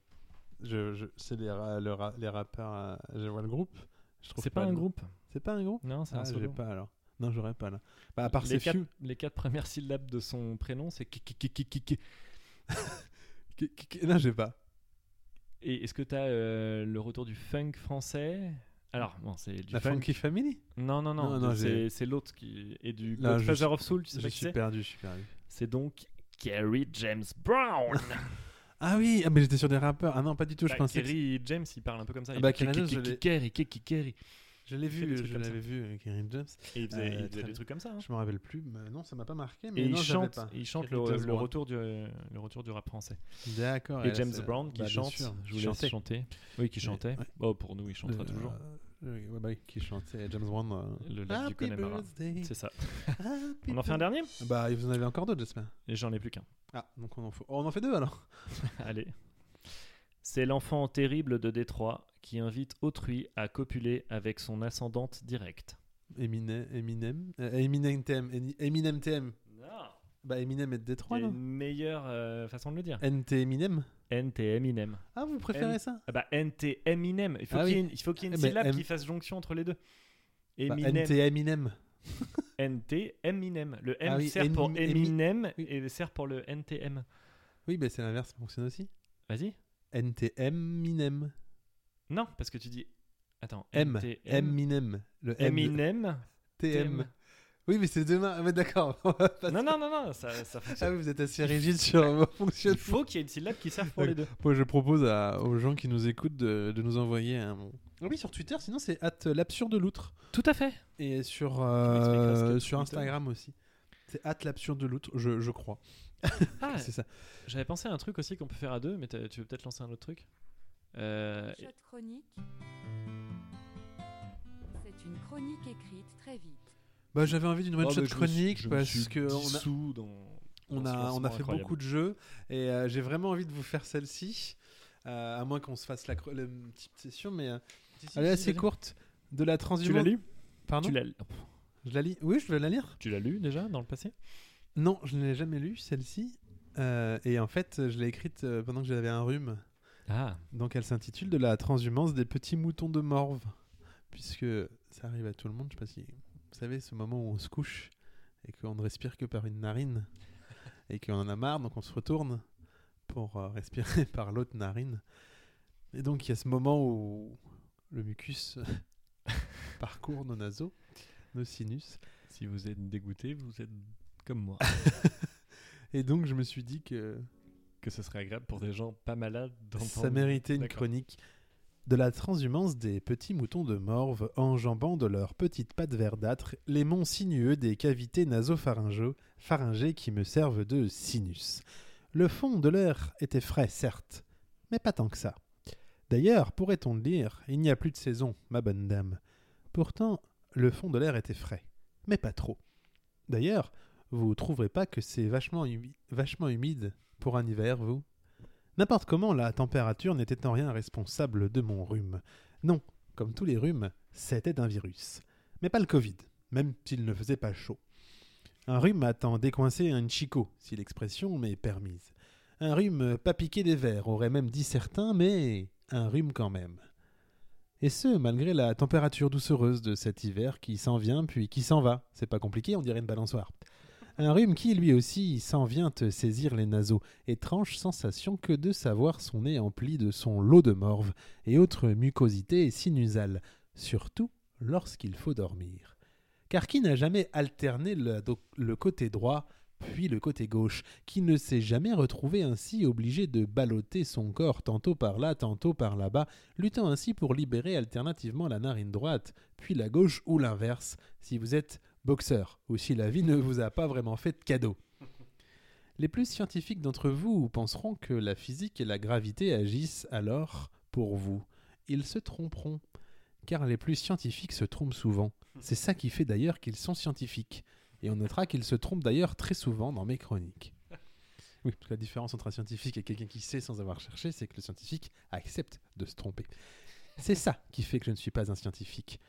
A: Je, je c'est les ra- le ra- les rappeurs euh, je vois le groupe. Je trouve
E: C'est pas
A: le
E: un
A: nom.
E: groupe
A: C'est pas un groupe.
E: Non, c'est
A: Ah
E: un
A: je l'ai
E: solo.
A: pas alors. Non j'aurais pas là. Bah à part
E: les,
A: c'est
E: quatre,
A: Few.
E: les quatre premières syllabes de son prénom, c'est ki- ki- ki- ki- ki- ki.
A: Qui- qui- qui- Non j'ai pas.
E: Et est-ce que t'as euh, le retour du funk français Alors, bon, c'est du
A: La
E: funk.
A: Funky Family.
E: Non, non, non,
A: Non, non,
E: c'est
A: j'ai-
E: c'est l'autre qui est du
A: Là, je
E: Godfather
A: suis-
E: of Soul, tu sais
A: Je
E: pas qui
A: suis
E: c'est
A: perdu je suis perdu.
E: C'est donc Kerry James Brown.
A: Ah oui ah mais j'étais sur des rappeurs ah non pas du tout je
E: Bah,
A: pensais. que-
E: Kerry James, il parle un peu comme ça.
A: Ah
E: il
A: bah,
E: dit
A: Kerry James,
E: ki-
A: je
E: ki-
A: l'ai-
E: Kerry, ki- ki- Kerry.
A: Je l'ai
E: fait des
A: vu
E: trucs
A: je
E: comme ça.
A: l'avais vu euh, Kerry James.
E: Et il faisait, il
A: Euh,
E: faisait
A: très
E: des
A: bien.
E: trucs comme ça. hein.
A: Je me rappelle plus mais non ça m'a pas marqué mais
E: Et il
A: non, j'avais
E: chante,
A: pas.
E: il chante
A: Kerry
E: le,
A: James
E: le
A: Brown.
E: retour du, le retour du rap français.
A: D'accord.
E: et
A: là,
E: James
A: c'est-
E: Brown qui
A: bah, bien
E: chante.
A: sûr,
E: je vous
A: qui
E: laisse
A: chantait.
E: chanter. Oui, qui chantait.
A: ouais.
E: Oh, pour nous, il chantera
A: Euh,
E: toujours.
A: oui, ouais, bah oui, qui chantait James Brown. euh,
E: Le lac du Connemara.
A: birthday.
E: C'est ça.
A: happy
E: On en fait un dernier
A: Bah, vous en avez encore d'autres, j'espère.
E: Et j'en ai plus qu'un.
A: Ah, donc on en, faut- on en fait deux alors.
E: Allez. C'est l'enfant terrible de Détroit qui invite autrui à copuler avec son ascendante directe.
A: Eminem, Eminem, euh, Eminem TM, Eni- Eminem TM.
E: Non
A: Bah, Eminem est de
E: Il
A: Détroit,
E: y a
A: non
E: une meilleure Ah, euh, façon de le dire.
A: NT Eminem.
E: NT Eminem.
A: Ah, vous préférez
E: N-
A: ça
E: Ah bah NT Eminem. Il faut
A: Ah
E: qu'il y,
A: oui.
E: ait une- il faut qu'il y ait une
A: Mais
E: syllabe
A: M-
E: qui fasse jonction entre les deux.
A: Bah,
E: Eminem.
A: NT Eminem.
E: NT Eminem. Le M
A: Ah oui,
E: sert pour
A: Emi- Emi-
E: Eminem
A: oui.
E: et le sert pour le NTM.
A: Oui, mais c'est l'inverse, ça fonctionne aussi.
E: Vas-y.
A: NT Eminem.
E: Non, parce que tu dis. Attends.
A: M.
E: NTM.
A: Eminem. Le M.
E: Eminem.
A: TM. Oui, mais c'est demain. Ah, Mais d'accord. on va pas-
E: Non, non, non, non, ça, ça
A: Ah
E: fonctionne.
A: oui, vous êtes assez rigide sur vos
E: Il
A: fonctionnements.
E: faut qu'il y ait une syllabe qui serve pour les deux.
A: Moi, je propose à- aux gens qui nous écoutent de, de nous envoyer un, Oui, sur Twitter, sinon c'est at l'absurde loutre.
E: Tout à fait.
A: Et sur,
E: Tu m'expliqueras ce que
A: euh,
E: c'est
A: sur
E: Twitter.
A: Instagram aussi. C'est at l'absurde loutre, je, je crois.
E: Ah,
A: c'est ça.
E: J'avais pensé à un truc aussi qu'on peut faire à deux, mais t'as- tu veux peut-être lancer un autre truc Euh,
K: Shot chronique. C'est une chronique écrite très vite.
A: Bah, j'avais envie d'une one
E: Oh,
A: shot
E: mais je me suis-
A: chronique
E: je me
A: parce
E: suis
A: que on
E: dissous
A: a,
E: dans-
A: on
E: dans ce
A: a, on
E: lancement
A: a fait
E: incroyable.
A: beaucoup de jeux et euh, j'ai vraiment envie de vous faire celle-ci, euh, à moins qu'on se fasse la, cro- la petite session, mais euh,
E: si,
A: elle est
E: si,
A: assez
E: vas-y.
A: courte de la transition.
E: Tu l'as lu
A: Pardon.
E: Tu l'as-
A: Je la lis. Oui, je vais la lire.
E: Tu l'as lu déjà dans le passé
A: Non, je ne l'ai jamais lu celle-ci. Euh, et en fait, je l'ai écrite euh, pendant que j'avais un rhume.
E: Ah.
A: Donc elle s'intitule De la transhumance des petits moutons de morve. Puisque ça arrive à tout le monde. Je sais pas si vous savez ce moment où on se couche et qu'on ne respire que par une narine et qu'on en a marre, donc on se retourne pour euh, respirer par l'autre narine. Et donc il y a ce moment où le mucus parcourt nos naseaux, nos sinus.
E: Si vous êtes dégoûté, vous êtes comme moi.
A: Et donc je me suis dit que
E: que ce serait agréable pour des gens pas malades d'entendre.
A: Ça méritait une
E: D'accord.
A: chronique de la transhumance des petits moutons de morve enjambant de leurs petites pattes verdâtres les monts sinueux des cavités nasopharyngeo- pharyngées qui me servent de sinus. Le fond de l'air était frais, certes, mais pas tant que ça. D'ailleurs, pourrait-on le dire, il n'y a plus de saison, ma bonne dame. Pourtant, le fond de l'air était frais, mais pas trop. D'ailleurs, vous trouverez pas que c'est vachement, humi- vachement humide pour un hiver, vous N'importe comment, la température n'était en rien responsable de mon rhume. Non, comme tous les rhumes, c'était un virus. Mais pas le Covid, même s'il ne faisait pas chaud. Un rhume a tant décoincé un chico, si l'expression m'est permise. Un rhume pas piqué des vers, aurait même dit certains, mais un rhume quand même. Et ce, malgré la température doucereuse de cet hiver qui s'en vient puis qui s'en va. C'est pas compliqué, on dirait une balançoire. Un rhume qui, lui aussi, s'en vient te saisir les naseaux. Étrange sensation que de savoir son nez empli de son lot de morve et autres mucosités sinusales, surtout lorsqu'il faut dormir. Car qui n'a jamais alterné le, do- le côté droit puis le côté gauche, qui ne s'est jamais retrouvé ainsi obligé de balloter son corps tantôt par là, tantôt par là-bas, luttant ainsi pour libérer alternativement la narine droite, puis la gauche ou l'inverse, si vous êtes boxeur ou si la vie ne vous a pas vraiment fait de cadeau. Les plus scientifiques d'entre vous penseront que la physique et la gravité agissent alors pour vous. Ils se tromperont, car les plus scientifiques se trompent souvent. C'est ça qui fait d'ailleurs qu'ils sont scientifiques. Et on notera qu'ils se trompent d'ailleurs très souvent dans mes chroniques. Oui, parce que la différence entre un scientifique et quelqu'un qui sait sans avoir cherché, c'est que le scientifique accepte de se tromper. C'est ça qui fait que je ne suis pas un scientifique.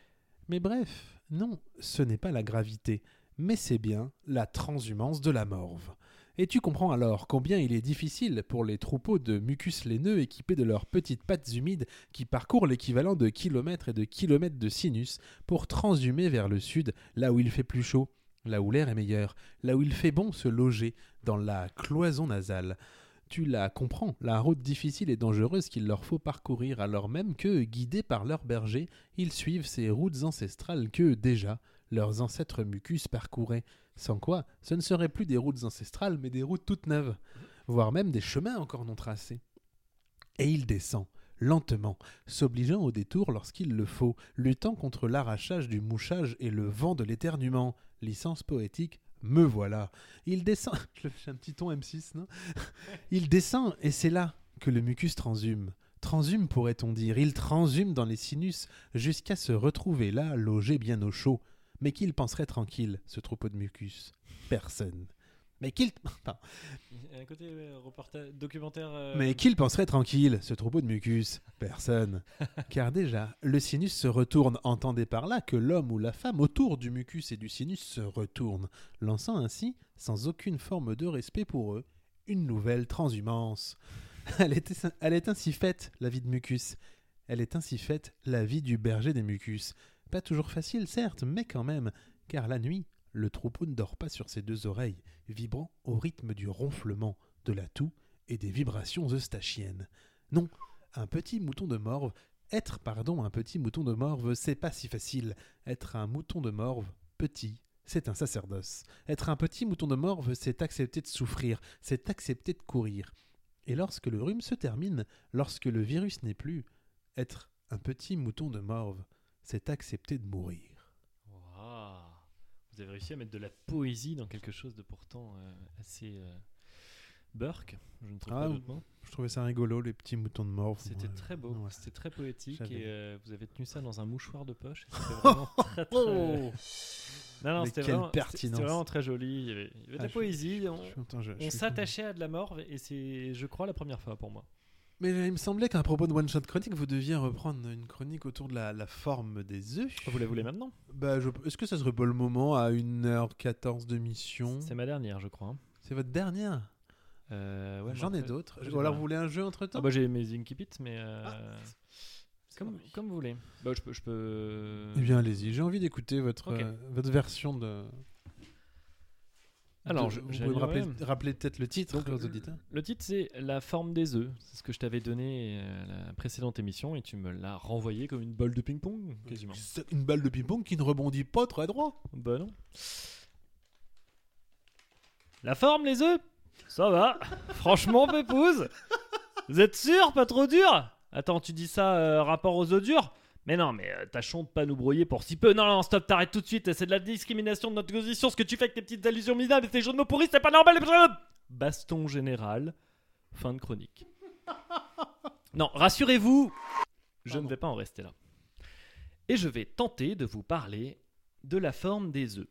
A: Mais bref, non, ce n'est pas la gravité, mais c'est bien la transhumance de la morve. Et tu comprends alors combien il est difficile pour les troupeaux de mucus laineux équipés de leurs petites pattes humides qui parcourent l'équivalent de kilomètres et de kilomètres de sinus pour transhumer vers le sud, là où il fait plus chaud, là où l'air est meilleur, là où il fait bon se loger, dans la cloison nasale. Tu la comprends, la route difficile et dangereuse qu'il leur faut parcourir, alors même que, guidés par leurs bergers, ils suivent ces routes ancestrales que, déjà, leurs ancêtres mucus parcouraient. Sans quoi, ce ne seraient plus des routes ancestrales, mais des routes toutes neuves, voire même des chemins encore non tracés. Et il descend, lentement, s'obligeant au détour lorsqu'il le faut, luttant contre l'arrachage du mouchage et le vent de l'éternuement. Licence poétique, me voilà. Il descend. Je le fais un petit ton M6, non Il descend, et c'est là que le mucus transhume. Transhume, pourrait-on dire. Il transhume dans les sinus jusqu'à se retrouver là, logé bien au chaud. Mais qu'il penserait tranquille, ce troupeau de mucus Personne. Mais qu'il. Pardon.
E: Il y a un côté ouais, reportage, documentaire. euh,
A: Mais qu'il penserait tranquille, ce troupeau de mucus Personne. Car déjà, le sinus se retourne. Entendez par là que l'homme ou la femme autour du mucus et du sinus se retourne, lançant ainsi, sans aucune forme de respect pour eux, une nouvelle transhumance. Elle est, elle est ainsi faite, la vie de mucus. Elle est ainsi faite, la vie du berger des mucus. Pas toujours facile, certes, mais quand même, car la nuit, le troupeau ne dort pas sur ses deux oreilles, vibrant au rythme du ronflement, de la toux et des vibrations eustachiennes. Non, un petit mouton de morve, être, pardon, un petit mouton de morve, c'est pas si facile. Être un mouton de morve, petit, c'est un sacerdoce. Être un petit mouton de morve, c'est accepter de souffrir, c'est accepter de courir. Et lorsque le rhume se termine, lorsque le virus n'est plus, être un petit mouton de morve s'est accepté de mourir.
E: Waouh. Vous avez réussi à mettre de la poésie dans quelque chose de pourtant euh, assez euh, burk, je ne trouve
A: Ah,
E: pas d'autre mot.
A: Je trouvais ça rigolo, les petits moutons de morve.
E: C'était
A: Ouais.
E: très beau, c'était très poétique
A: j'avais-
E: et euh, vous avez tenu ça dans un mouchoir de poche. et C'était vraiment très très.
A: Oh
E: non, non,
A: Mais
E: c'était
A: quelle
E: vraiment, c'était-
A: pertinence.
E: c'était vraiment très joli. Il y avait, il y avait de
A: Ah,
E: la
A: je-
E: poésie.
A: je-
E: on
A: je suis content, je- je
E: on
A: suis
E: s'attachait à de la morve et c'est, je crois, la première fois pour moi.
A: Mais il me semblait qu'à propos de One Shot Chronique, vous deviez reprendre une chronique autour de la, la forme des œufs.
E: Ah, Vous la voulez maintenant
A: bah, je- Est-ce que ça serait pas le moment à 1h14 de mission
E: C'est ma dernière, je crois. hein.
A: C'est votre dernière
E: Euh, ouais,
A: J'en
E: mais
A: ai
E: après-
A: d'autres. hein.
E: j'ai
A: Ou alors
E: pas-
A: vous voulez un jeu entre temps
E: Ah bah j'ai mes Inkipit, mais euh,
A: Ah,
E: comme, comme vous voulez. Bah je peux, je peux.
A: Eh bien, allez-y, j'ai envie d'écouter votre,
E: Ok.
A: euh, votre version de.
E: Alors,
A: de-
E: je-
A: vous
E: j'ai-
A: pouvez me rappeler,
E: ouais.
A: rappeler peut-être le titre euh,
E: Donc, euh,
A: aux
E: le-
A: auditeurs
E: Le titre c'est La forme des œufs. C'est ce que je t'avais donné euh, à la précédente émission et tu me l'as renvoyé comme une balle de ping-pong quasiment.
A: C'est Une balle de ping-pong qui ne rebondit pas très droit.
E: Bah non. La forme les œufs Ça va. Franchement Pépouze Vous êtes sûr Pas trop dur Attends, tu dis ça euh, rapport aux œufs durs mais non, mais euh, tâchons de pas nous brouiller pour si peu. Non, non, stop, t'arrêtes tout de suite. C'est de la discrimination de notre position. Ce que tu fais avec tes petites allusions minables et tes jeux de mots pourris, c'est pas normal. Baston général. Fin de chronique. Non, rassurez-vous, je ne vais pas en rester là. Et je vais tenter de vous parler de la forme des œufs.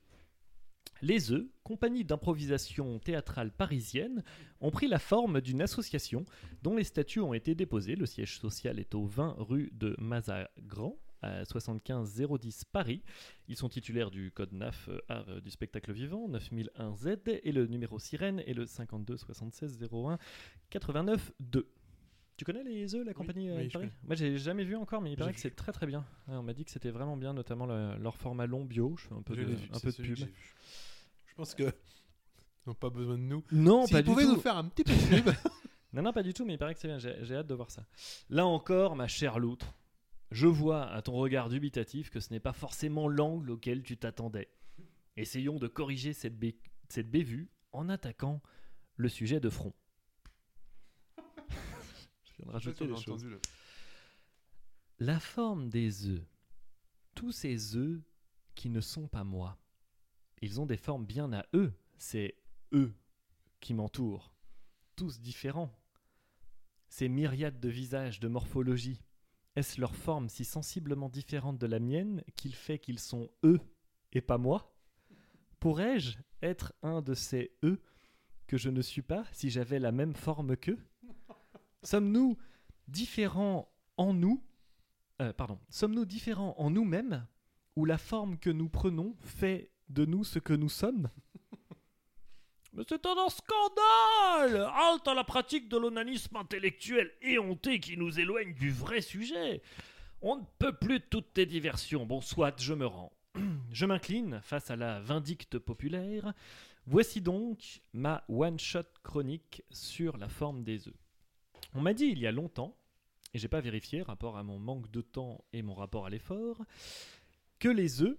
E: Les œufs, compagnie d'improvisation théâtrale parisienne, ont pris la forme d'une association dont les statuts ont été déposés. Le siège social est au 20 rue de Mazagran, à 75 010 Paris. Ils sont titulaires du code NAF euh, art, euh, du spectacle vivant 9001Z et le numéro sirène est le 52 76 01 89 2. Tu connais les œufs, la compagnie euh,
A: oui,
E: de
A: je
E: Paris
A: connais.
E: Moi, j'ai jamais vu encore, mais il
A: J'ai
E: paraît que
A: vu.
E: c'est très très bien. Ouais, on m'a dit que c'était vraiment bien, notamment le- leur format long bio. Je fais un peu
A: Je
E: de,
A: l'ai vu,
E: un
A: c'est
E: peu de
A: celui
E: pub.
A: que j'ai vu. Je pense que. Ils n'ont pas besoin de nous.
E: Non,
A: S'ils
E: pas du
A: pouvaient
E: tout.
A: nous faire un petit peu de pub.
E: Non, non, pas du tout, mais il paraît que c'est bien. J'ai j'ai hâte de voir ça. Là encore, ma chère loutre, je vois à ton regard dubitatif que ce n'est pas forcément l'angle auquel tu t'attendais. Essayons de corriger cette, bé- cette bévue en attaquant le sujet de front. je viens de rajouter des choses. La forme des œufs. Tous ces œufs qui ne sont pas moi. Ils ont des formes bien à eux. C'est eux qui m'entourent. Tous différents. Ces myriades de visages, de morphologies. Est-ce leur forme si sensiblement différente de la mienne qu'il fait qu'ils sont eux et pas moi Pourrais-je être un de ces eux que je ne suis pas si j'avais la même forme qu'eux Sommes-nous différents en nous euh, Pardon. Sommes-nous différents en nous-mêmes ou la forme que nous prenons fait de nous ce que nous sommes Mais c'est un scandale Halte à la pratique de l'onanisme intellectuel éhonté qui nous éloigne du vrai sujet On ne peut plus de toutes tes diversions. Bon, soit, je me rends. Je m'incline face à la vindicte populaire. Voici donc ma one-shot chronique sur la forme des œufs. On m'a dit il y a longtemps, et j'ai pas vérifié, rapport à mon manque de temps et mon rapport à l'effort, que les œufs,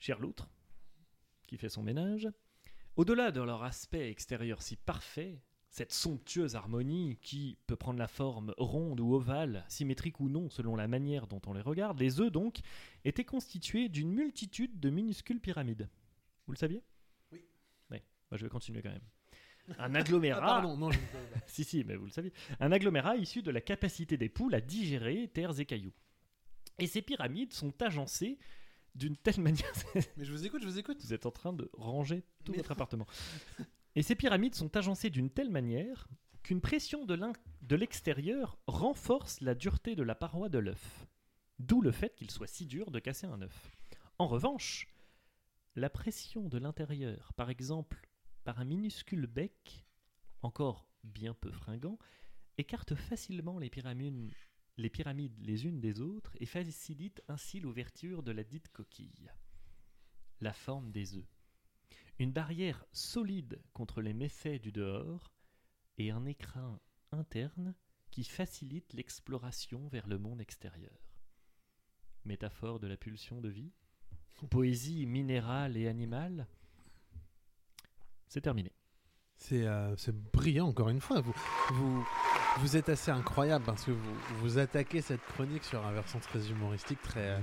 E: cher loutre, qui fait son ménage, au-delà de leur aspect extérieur si parfait, cette somptueuse harmonie qui peut prendre la forme ronde ou ovale, symétrique ou non selon la manière dont on les regarde, les œufs donc étaient constitués d'une multitude de minuscules pyramides. Vous le saviez
A: Oui.
E: Oui, Bah, je vais continuer quand même. Un agglomérat. pardon,
A: Ah, non, je ne savais pas.
E: si, si, mais vous le saviez. Un agglomérat issu de la capacité des poules à digérer terres et cailloux. Et ces pyramides sont agencées d'une telle manière.
A: Mais je vous écoute, je vous écoute.
E: Vous êtes en train de ranger tout votre appartement. Et ces pyramides sont agencées d'une telle manière qu'une pression de l'in- de l'extérieur renforce la dureté de la paroi de l'œuf. D'où le fait qu'il soit si dur de casser un œuf. En revanche, la pression de l'intérieur, par exemple par un minuscule bec, encore bien peu fringant, écarte facilement les pyramides les, pyramides les unes des autres et facilite ainsi l'ouverture de la dite coquille. La forme des œufs. Une barrière solide contre les méfaits du dehors et un écrin interne qui facilite l'exploration vers le monde extérieur. Métaphore de la pulsion de vie Poésie minérale et animale C'est terminé.
A: C'est euh, c'est brillant, encore une fois. Vous, vous, vous êtes assez incroyable parce que vous, vous attaquez cette chronique sur un versant très humoristique, très euh,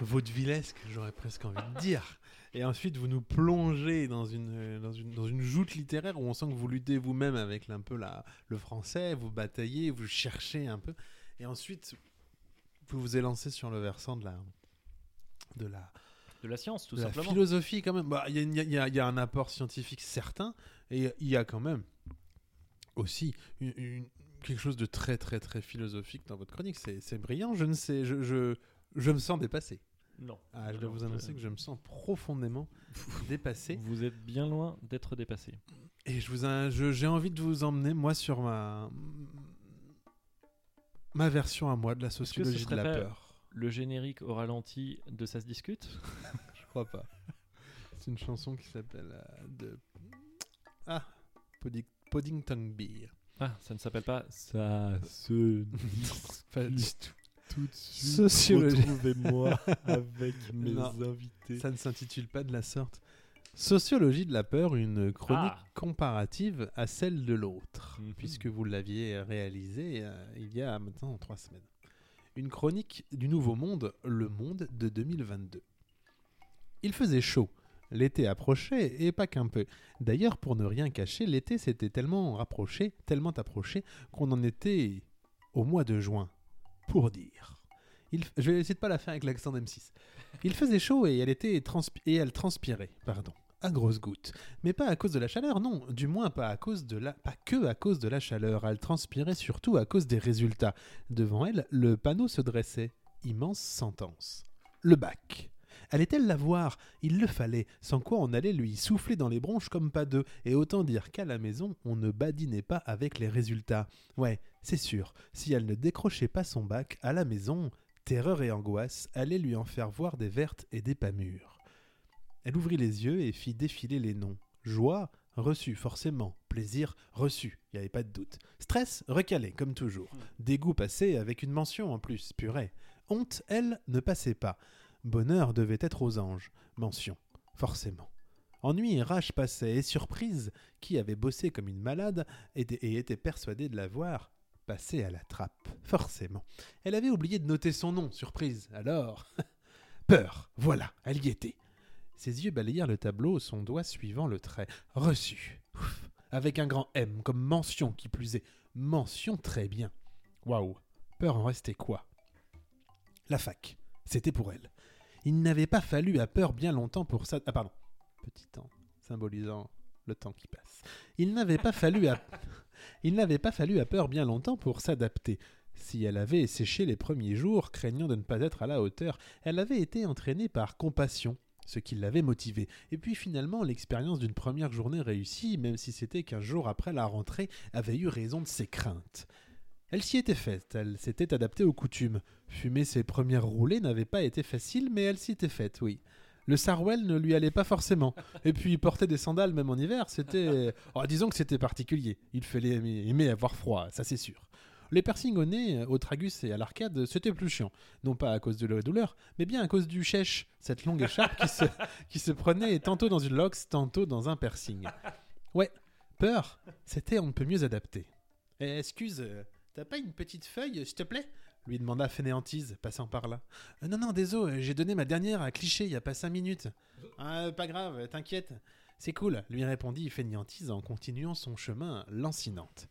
A: vaudevillesque, j'aurais presque envie de dire. Et ensuite, vous nous plongez dans une, euh, dans une, dans une joute littéraire où on sent que vous luttez vous-même avec un peu la, le français, vous bataillez, vous cherchez un peu. Et ensuite, vous vous élancez sur le versant de la, de la,
E: De la science, tout
A: la
E: simplement.
A: philosophie, quand même. Bah, Il y, a une- il y a- il y a- il y a un apport scientifique certain, et il y a quand même aussi une- une- quelque chose de très, très, très philosophique dans votre chronique. C'est c'est brillant, je ne sais. Je, je, je me sens dépassé.
E: Non.
A: Ah, je dois
E: Non,
A: vous annoncer
E: je-
A: que je me sens profondément dépassé.
E: Vous êtes bien loin d'être dépassé.
A: Et je vous in- je- j'ai envie de vous emmener, moi, sur ma, ma version à moi de la
E: Est-ce que ce
A: sociologie de
E: serait
A: la
E: pas
A: peur.
E: Le générique au ralenti de Ça se discute
A: Je crois pas. C'est une chanson qui s'appelle euh, de ah Podding- Poddington Beer.
E: Ah, ça ne s'appelle pas Ça se
A: Pas du
E: discute tout de suite.
A: Sociologie.
E: Retrouvez-moi avec mes
A: Non,
E: invités.
A: Ça ne s'intitule pas de la sorte. Sociologie de la peur, une chronique comparative à celle de l'autre, puisque vous l'aviez réalisée euh, il y a maintenant trois semaines. Une chronique du Nouveau Monde, le monde de 2022. Il faisait chaud. L'été approchait, et pas qu'un peu. D'ailleurs, pour ne rien cacher, l'été s'était tellement rapproché, tellement approché, qu'on en était au mois de juin, pour dire. Il f- Je vais essayer de pas la faire avec l'accent d'M6. Il faisait chaud et elle, était transpi- et elle transpirait, pardon, à grosses gouttes. Mais pas à cause de la chaleur, non, du moins pas, à cause de la... pas que à cause de la chaleur, elle transpirait surtout à cause des résultats. Devant elle, le panneau se dressait. Immense sentence. Le bac. Allait-elle l'avoir Il le fallait, sans quoi on allait lui souffler dans les bronches comme pas deux, et autant dire qu'à la maison, on ne badinait pas avec les résultats. Ouais, c'est sûr, si elle ne décrochait pas son bac, à la maison, terreur et angoisse allaient lui en faire voir des vertes et des pas mûres. Elle ouvrit les yeux et fit défiler les noms. Joie, reçu, forcément. Plaisir, reçu. Il n'y avait pas de doute. Stress, recalé, comme toujours. Dégoût passé, avec une mention en plus, purée. Honte, elle, ne passait pas. Bonheur devait être aux anges. Mention, forcément. Ennui et rage passaient, et surprise, qui avait bossé comme une malade était- et était persuadée de l'avoir, passait à la trappe, forcément. Elle avait oublié de noter son nom, surprise, alors. Peur, voilà, elle y était. Ses yeux balayèrent le tableau, son doigt suivant le trait. Reçu. Ouf. Avec un grand M, comme mention qui plus est. Mention très bien. Waouh. Peur en restait quoi La fac. C'était pour elle. Il n'avait pas fallu à peur bien longtemps pour ça. Ah, pardon. Petit temps, symbolisant le temps qui passe. Il n'avait pas fallu à. Il n'avait pas fallu à peur bien longtemps pour s'adapter. Si elle avait séché les premiers jours, craignant de ne pas être à la hauteur, elle avait été entraînée par compassion, ce qui l'avait motivée. Et puis finalement, l'expérience d'une première journée réussie, même si c'était qu'un jour après la rentrée, avait eu raison de ses craintes. Elle s'y était faite, elle s'était adaptée aux coutumes. Fumer ses premières roulées n'avait pas été facile, mais elle s'y était faite, oui. Le sarouel ne lui allait pas forcément. Et puis porter des sandales même en hiver, c'était... Oh, disons que c'était particulier. Il fallait aimer, aimer avoir froid, ça c'est sûr. Les piercings au nez, au tragus et à l'arcade, c'était plus chiant. Non pas à cause de la douleur, mais bien à cause du chèche, cette longue écharpe qui se, qui se prenait tantôt dans une lox, tantôt dans un piercing. Ouais, peur, c'était on ne peut mieux adapter. Eh, excuse, euh, t'as pas une petite feuille, euh, s'il te plaît lui demanda Fainéantise, passant par là. Euh, non, non, désolé, euh, j'ai donné ma dernière à Cliché il y a pas cinq minutes. Ah, pas grave, euh, t'inquiète. C'est cool, lui répondit Fainéantise en continuant son chemin lancinante.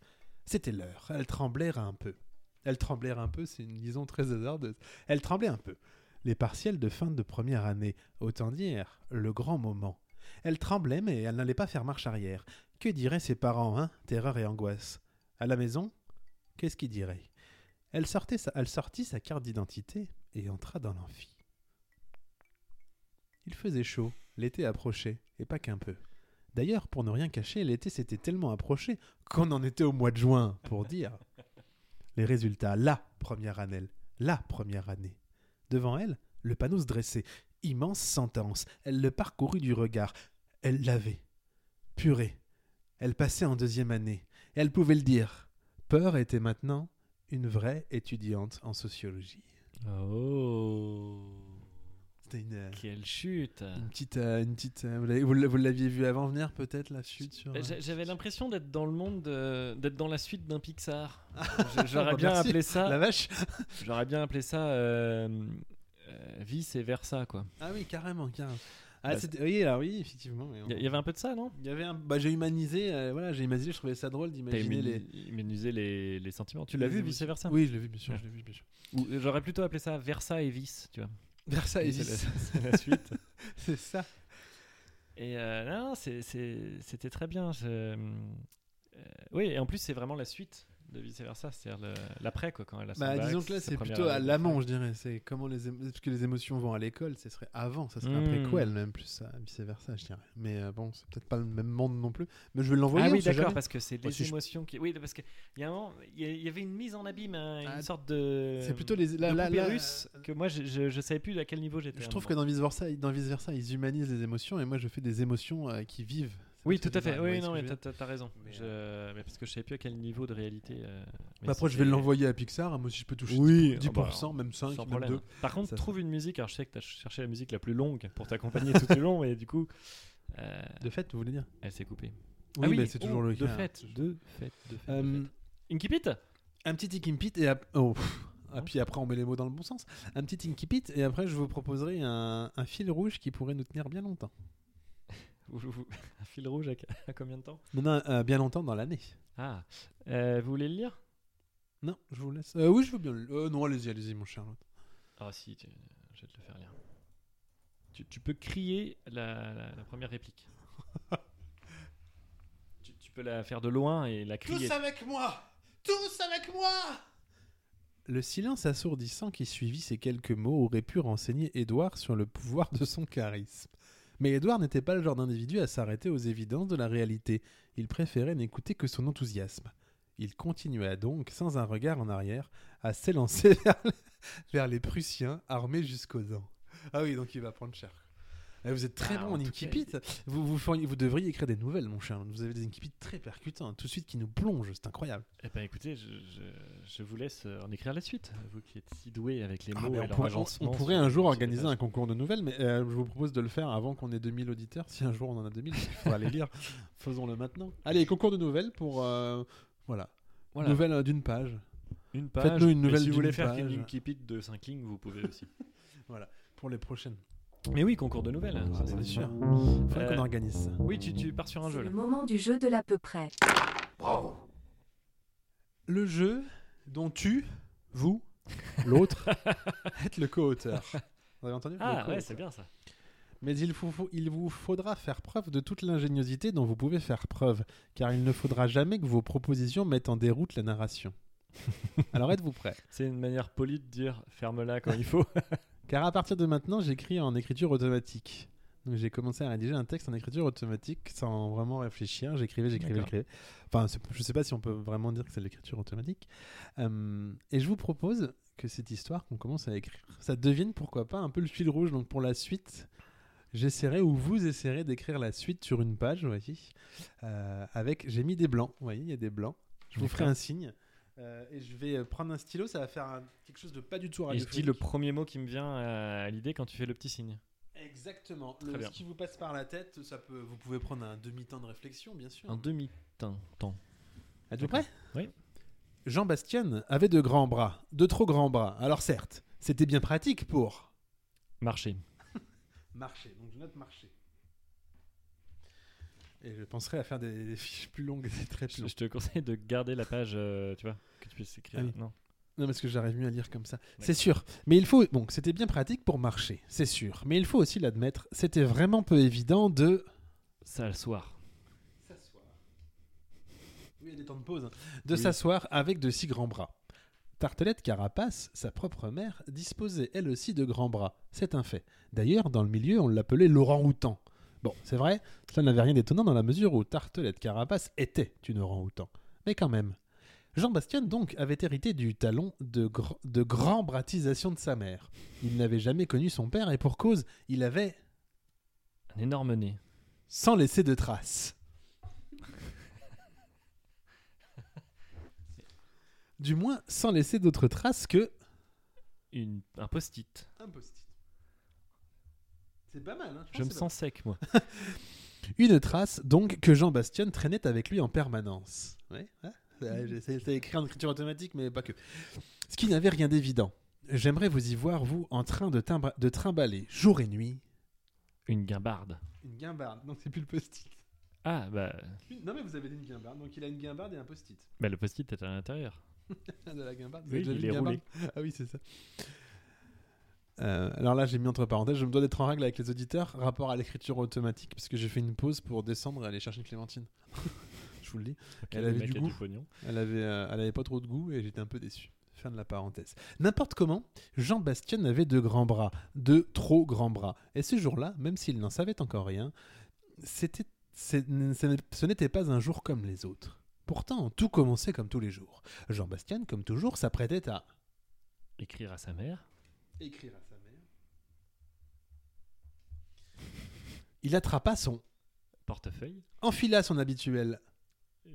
A: C'était l'heure, elle tremblait un peu. Elle tremblait un peu, c'est une liaison très hasardeuse. Elle tremblait un peu. Les partiels de fin de première année, autant dire, le grand moment. Elle tremblait, mais elle n'allait pas faire marche arrière. Que diraient ses parents, hein Terreur et angoisse. À la maison Qu'est-ce qu'ils diraient elle, sortait sa- elle sortit sa carte d'identité et entra dans l'amphi. Il faisait chaud, l'été approchait, et pas qu'un peu. D'ailleurs, pour ne rien cacher, l'été s'était tellement approché qu'on en était au mois de juin, pour dire. Les résultats, la première année, la première année. Devant elle, le panneau se dressait, immense sentence, elle le parcourut du regard, elle l'avait. Purée, elle passait en deuxième année, et elle pouvait le dire. Peur était maintenant
E: Ah,
A: une vraie étudiante en sociologie.
E: Oh.
A: C'était une. euh,
E: Quelle chute
A: Une petite. euh, une petite euh, vous l'avez- vous l'a- vous l'aviez vu avant venir, peut-être, la chute sur.
E: Bah, j'a- J'avais l'impression d'être dans le monde, de- d'être dans la suite d'un Pixar. Je-
A: Ah,
E: J'aurais
A: bah,
E: bien
A: merci.
E: appelé ça.
A: La vache
E: J'aurais bien appelé ça euh, euh, vice et versa quoi.
A: Ah oui, carrément, carrément. Ah,
E: Bah,
A: c'était- oui, alors oui, effectivement. mais on-
E: Il y avait un peu de ça non
A: Il y avait un. Bah, j'ai humanisé, euh, voilà, j'ai humanisé, je trouvais ça drôle
E: T'as
A: d'imaginer les.
E: immunisé les... les, sentiments. Tu l'as vu
A: Oui,
E: vice
A: oui.
E: versa
A: Oui, je l'ai vu, bien sûr, je l'ai vu, bien sûr.
E: Ou j'aurais plutôt appelé ça versa et vice, tu vois.
A: Versa et
E: C'est
A: vice.
E: la- C'est la suite.
A: C'est ça.
E: Et euh, non, non, c'est- c'est- c'était très bien. je- euh, oui, et en plus, c'est vraiment la suite de vice versa, c'est-à-dire le- l'après, quoi, quand elle a son
A: Bah,
E: bac,
A: disons que là,
E: sa
A: c'est
E: première
A: plutôt à
E: année de
A: l'amont, je dirais. C'est comment les émo- parce que les émotions vont à l'école, ce serait avant, ça serait
E: Mm.
A: un préquel même plus ça, vice versa, je dirais. Mais euh, bon, c'est peut-être pas le même monde non plus. Mais je vais l'envoyer.
E: Ah
A: on
E: oui,
A: sait
E: d'accord,
A: jamais.
E: parce que c'est
A: Bon,
E: les
A: Bah, si je-
E: émotions qui. Oui, parce qu'il y a un moment, il y a- il y avait une mise en abîme, hein, une sorte de.
A: Ah, c'est plutôt les- là-
E: de
A: là-
E: poupée
A: là-
E: russe que moi, je, je, je savais plus à quel niveau j'étais. à
A: euh, Je
E: un
A: trouve que
E: moment.
A: dans vice versa, ils- dans vice versa, ils humanisent les émotions et moi, je fais des émotions euh, qui vivent. C'est
E: Oui,
A: parce que
E: tout à
A: je-
E: fait.
A: vous voyez
E: Oui,
A: ce
E: non,
A: que
E: mais
A: je veux
E: t'as
A: dire
E: t'as- t'as raison.
A: euh,
E: Je- Mais parce que je savais plus à quel niveau de réalité. euh, mais
A: Bah, Après, je vais
E: c'était-
A: l'envoyer à Pixar. hein, Moi, si je peux toucher
E: Oui,
A: 10%, 10%,
E: ah bah,
A: même 5,
E: sans
A: même
E: problème.
A: 2.
E: Par contre,
A: Ça,
E: trouve une musique. Alors, je sais que tu as cherché la musique la plus longue pour t'accompagner tout du long, et du coup. euh,
A: De fait, vous voulez dire
E: Elle s'est coupée.
A: Oui,
E: Ah
A: mais c'est toujours
E: oh,
A: le
E: De
A: cas.
E: fait, de fait, de fait.
A: Euh,
E: Inkipit
A: Un petit Inkipit et ap- oh, pff. Ah, puis après on met les mots dans le bon sens. Un petit Inkipit et après je vous proposerai un, un fil rouge qui pourrait nous tenir bien longtemps.
E: Vous- vous- Un fil rouge à, à combien de temps
A: Non, non, euh, bien longtemps dans l'année.
E: Ah, euh, vous voulez le lire
A: Non, je vous laisse. Euh, oui, je veux bien. le- euh, non, allez-y, allez-y, mon cher.
E: Ah si, tu- je vais te le faire lire. Tu, tu peux crier la, la- la première réplique. tu, tu peux la faire de loin et la crier.
L: avec moi Tous avec moi
A: Le silence assourdissant qui suivit ces quelques mots aurait pu renseigner Édouard sur le pouvoir de son charisme. Mais Édouard n'était pas le genre d'individu à s'arrêter aux évidences de la réalité. Il préférait n'écouter que son enthousiasme. Il continua donc, sans un regard en arrière, à s'élancer vers, le- vers les Prussiens armés jusqu'aux dents. Ah oui, donc il va prendre cher. Eh, Vous êtes très
E: Ah,
A: bon
E: en
A: en
E: tout cas,
A: incipit. Vous, vous, feriez- vous devriez écrire des nouvelles, mon cher. Vous avez des incipits très percutants, tout de suite qui nous plongent. C'est incroyable.
E: Eh ben écoutez, je, je- je vous laisse euh, en écrire la suite, vous qui êtes si doué avec les
A: Ah,
E: mots
A: mais
E: et
A: on,
E: leur
A: pourrait, on-
E: agencement
A: on pourrait
E: sur-
A: un jour
E: sur les
A: organiser un
E: pages.
A: concours de nouvelles, mais euh, je vous propose de le faire avant qu'on ait 2000 auditeurs. Si un jour on en a 2000, parce qu'il faudra les lire. Faisons-le maintenant. Allez, concours de nouvelles pour. euh, voilà.
E: Voilà.
A: Nouvelle euh, d'une page.
E: Une page.
A: Faites-nous une
E: mais
A: nouvelle
E: si vous
A: d'une
E: voulez faire
A: page.
E: une Inkipit de 5 lignes, vous pouvez aussi.
A: Voilà, pour les prochaines.
E: Mais oui, concours de nouvelles.
A: Ah,
E: ça,
A: bien
E: c'est
A: sûr.
E: bon.
A: Faudrait
E: Euh,
A: qu'on organise ça.
E: Oui, tu, tu pars sur un jeu là.
K: Le moment du jeu de l'à peu près.
A: Le jeu dont tu, vous, l'autre, êtes le co-auteur. Vous avez entendu Le
E: Ah ouais,
A: co-auteur.
E: c'est bien ça.
A: Mais il, faut- faut- il vous faudra faire preuve de toute l'ingéniosité dont vous pouvez faire preuve, car il ne faudra jamais que vos propositions mettent en déroute la narration. Alors êtes-vous prêts
E: C'est une manière polie de dire ferme-la quand il faut.
A: Car à partir de maintenant, j'écris en écriture automatique. Donc j'ai commencé à rédiger un texte en écriture automatique sans vraiment réfléchir. J'écrivais, j'écrivais,
E: D'accord.
A: j'écrivais. Enfin, c'est- je ne sais pas si on peut vraiment dire que c'est de l'écriture automatique. Euh, et je vous propose que cette histoire qu'on commence à écrire, ça devienne pourquoi pas un peu le fil rouge. Donc pour la suite, j'essaierai ou vous essayerez d'écrire la suite sur une page, vous voyez. Euh, avec, j'ai mis des blancs, vous voyez, il y a des blancs. Je vous ferai
E: D'accord.
A: un signe. Euh, et je vais euh, prendre un stylo, ça va faire un- quelque chose de pas du tout
E: Et je
A: radiophonique.
E: dis le premier mot qui me vient euh, à l'idée quand tu fais le petit signe.
A: Exactement.
E: Très
A: Le,
E: bien.
A: ce qui vous passe par la tête, ça peut, vous pouvez prendre un demi-temps de réflexion, bien sûr.
E: Un demi-temps. temps.
A: Êtes-vous prêt
E: Oui.
A: Jean Bastien avait de grands bras, de trop grands bras. Alors certes, c'était bien pratique pour
E: Marcher.
A: marcher. Donc je note marcher. Et je penserai à faire des, des fiches plus longues, c'est très
E: Je,
A: long.
E: je te conseille de garder la page, euh, tu vois, que tu puisses écrire.
A: Ah oui.
E: Non.
A: Non, parce que j'arrive mieux à lire comme ça. C'est sûr. Mais il faut. Bon, c'était bien pratique pour marcher, c'est sûr. Mais il faut aussi l'admettre, c'était vraiment peu évident de.
E: S'asseoir.
A: S'asseoir. Oui, il y a des temps de pause. hein, De
E: Oui.
A: s'asseoir avec de si grands bras. Tartelette Carapace, sa propre mère, disposait elle aussi de grands bras. C'est un fait. D'ailleurs, dans le milieu, on l'appelait l'orang-outan. Bon, c'est vrai, cela n'avait rien d'étonnant dans la mesure où Tartelette Carapace était une orang-outan. Mais quand même. Jean Bastien, donc, avait hérité du talon de, gr- de grand bratisation de sa mère. Il n'avait jamais connu son père et pour cause, il avait
E: Un énorme nez.
A: sans laisser de traces. du moins, sans laisser d'autres traces que
E: Une, un post-it.
A: un post-it. C'est pas mal, hein
E: Je me sens sec, moi.
A: Une trace, donc, que Jean Bastien traînait avec lui en permanence. Ouais, hein Ouais, j'ai- c'est c'est écrit en écriture automatique, mais pas que. Ce qui n'avait rien d'évident. J'aimerais vous y voir, vous, en train de, timbra- de trimballer jour et nuit.
E: Une guimbarde.
A: Une guimbarde, donc c'est plus le post-it.
E: Ah, bah,
A: Une- Non, mais vous avez dit une guimbarde, donc il a une guimbarde et un post-it.
E: bah le post-it est à l'intérieur.
A: de la guimbarde.
E: Oui,
A: Vous avez
E: il
A: déjà vu
E: est
A: une
E: roulé.
A: guimbarde Ah oui, c'est ça. Euh, alors là, j'ai mis entre parenthèses, je me dois d'être en règle avec les auditeurs, rapport à l'écriture automatique, parce que j'ai fait une pause pour descendre et aller chercher une clémentine. je vous le dis.
E: Ok,
A: elle
E: le
A: avait
E: mec
A: du
E: a
A: goût.
E: du pognon.
A: Elle avait, euh, elle avait pas trop de goût et j'étais un peu déçu. Fin de la parenthèse. N'importe comment, Jean Bastien avait de grands bras, de trop grands bras. Et ce jour-là, même s'il n'en savait encore rien, c'était, c'est- ce ce n'était pas un jour comme les autres. Pourtant, tout commençait comme tous les jours. Jean Bastien, comme toujours, s'apprêtait à
E: Écrire à sa mère.
A: écrire à sa mère. Il attrapa son,
E: Portefeuille.
A: enfila son habituel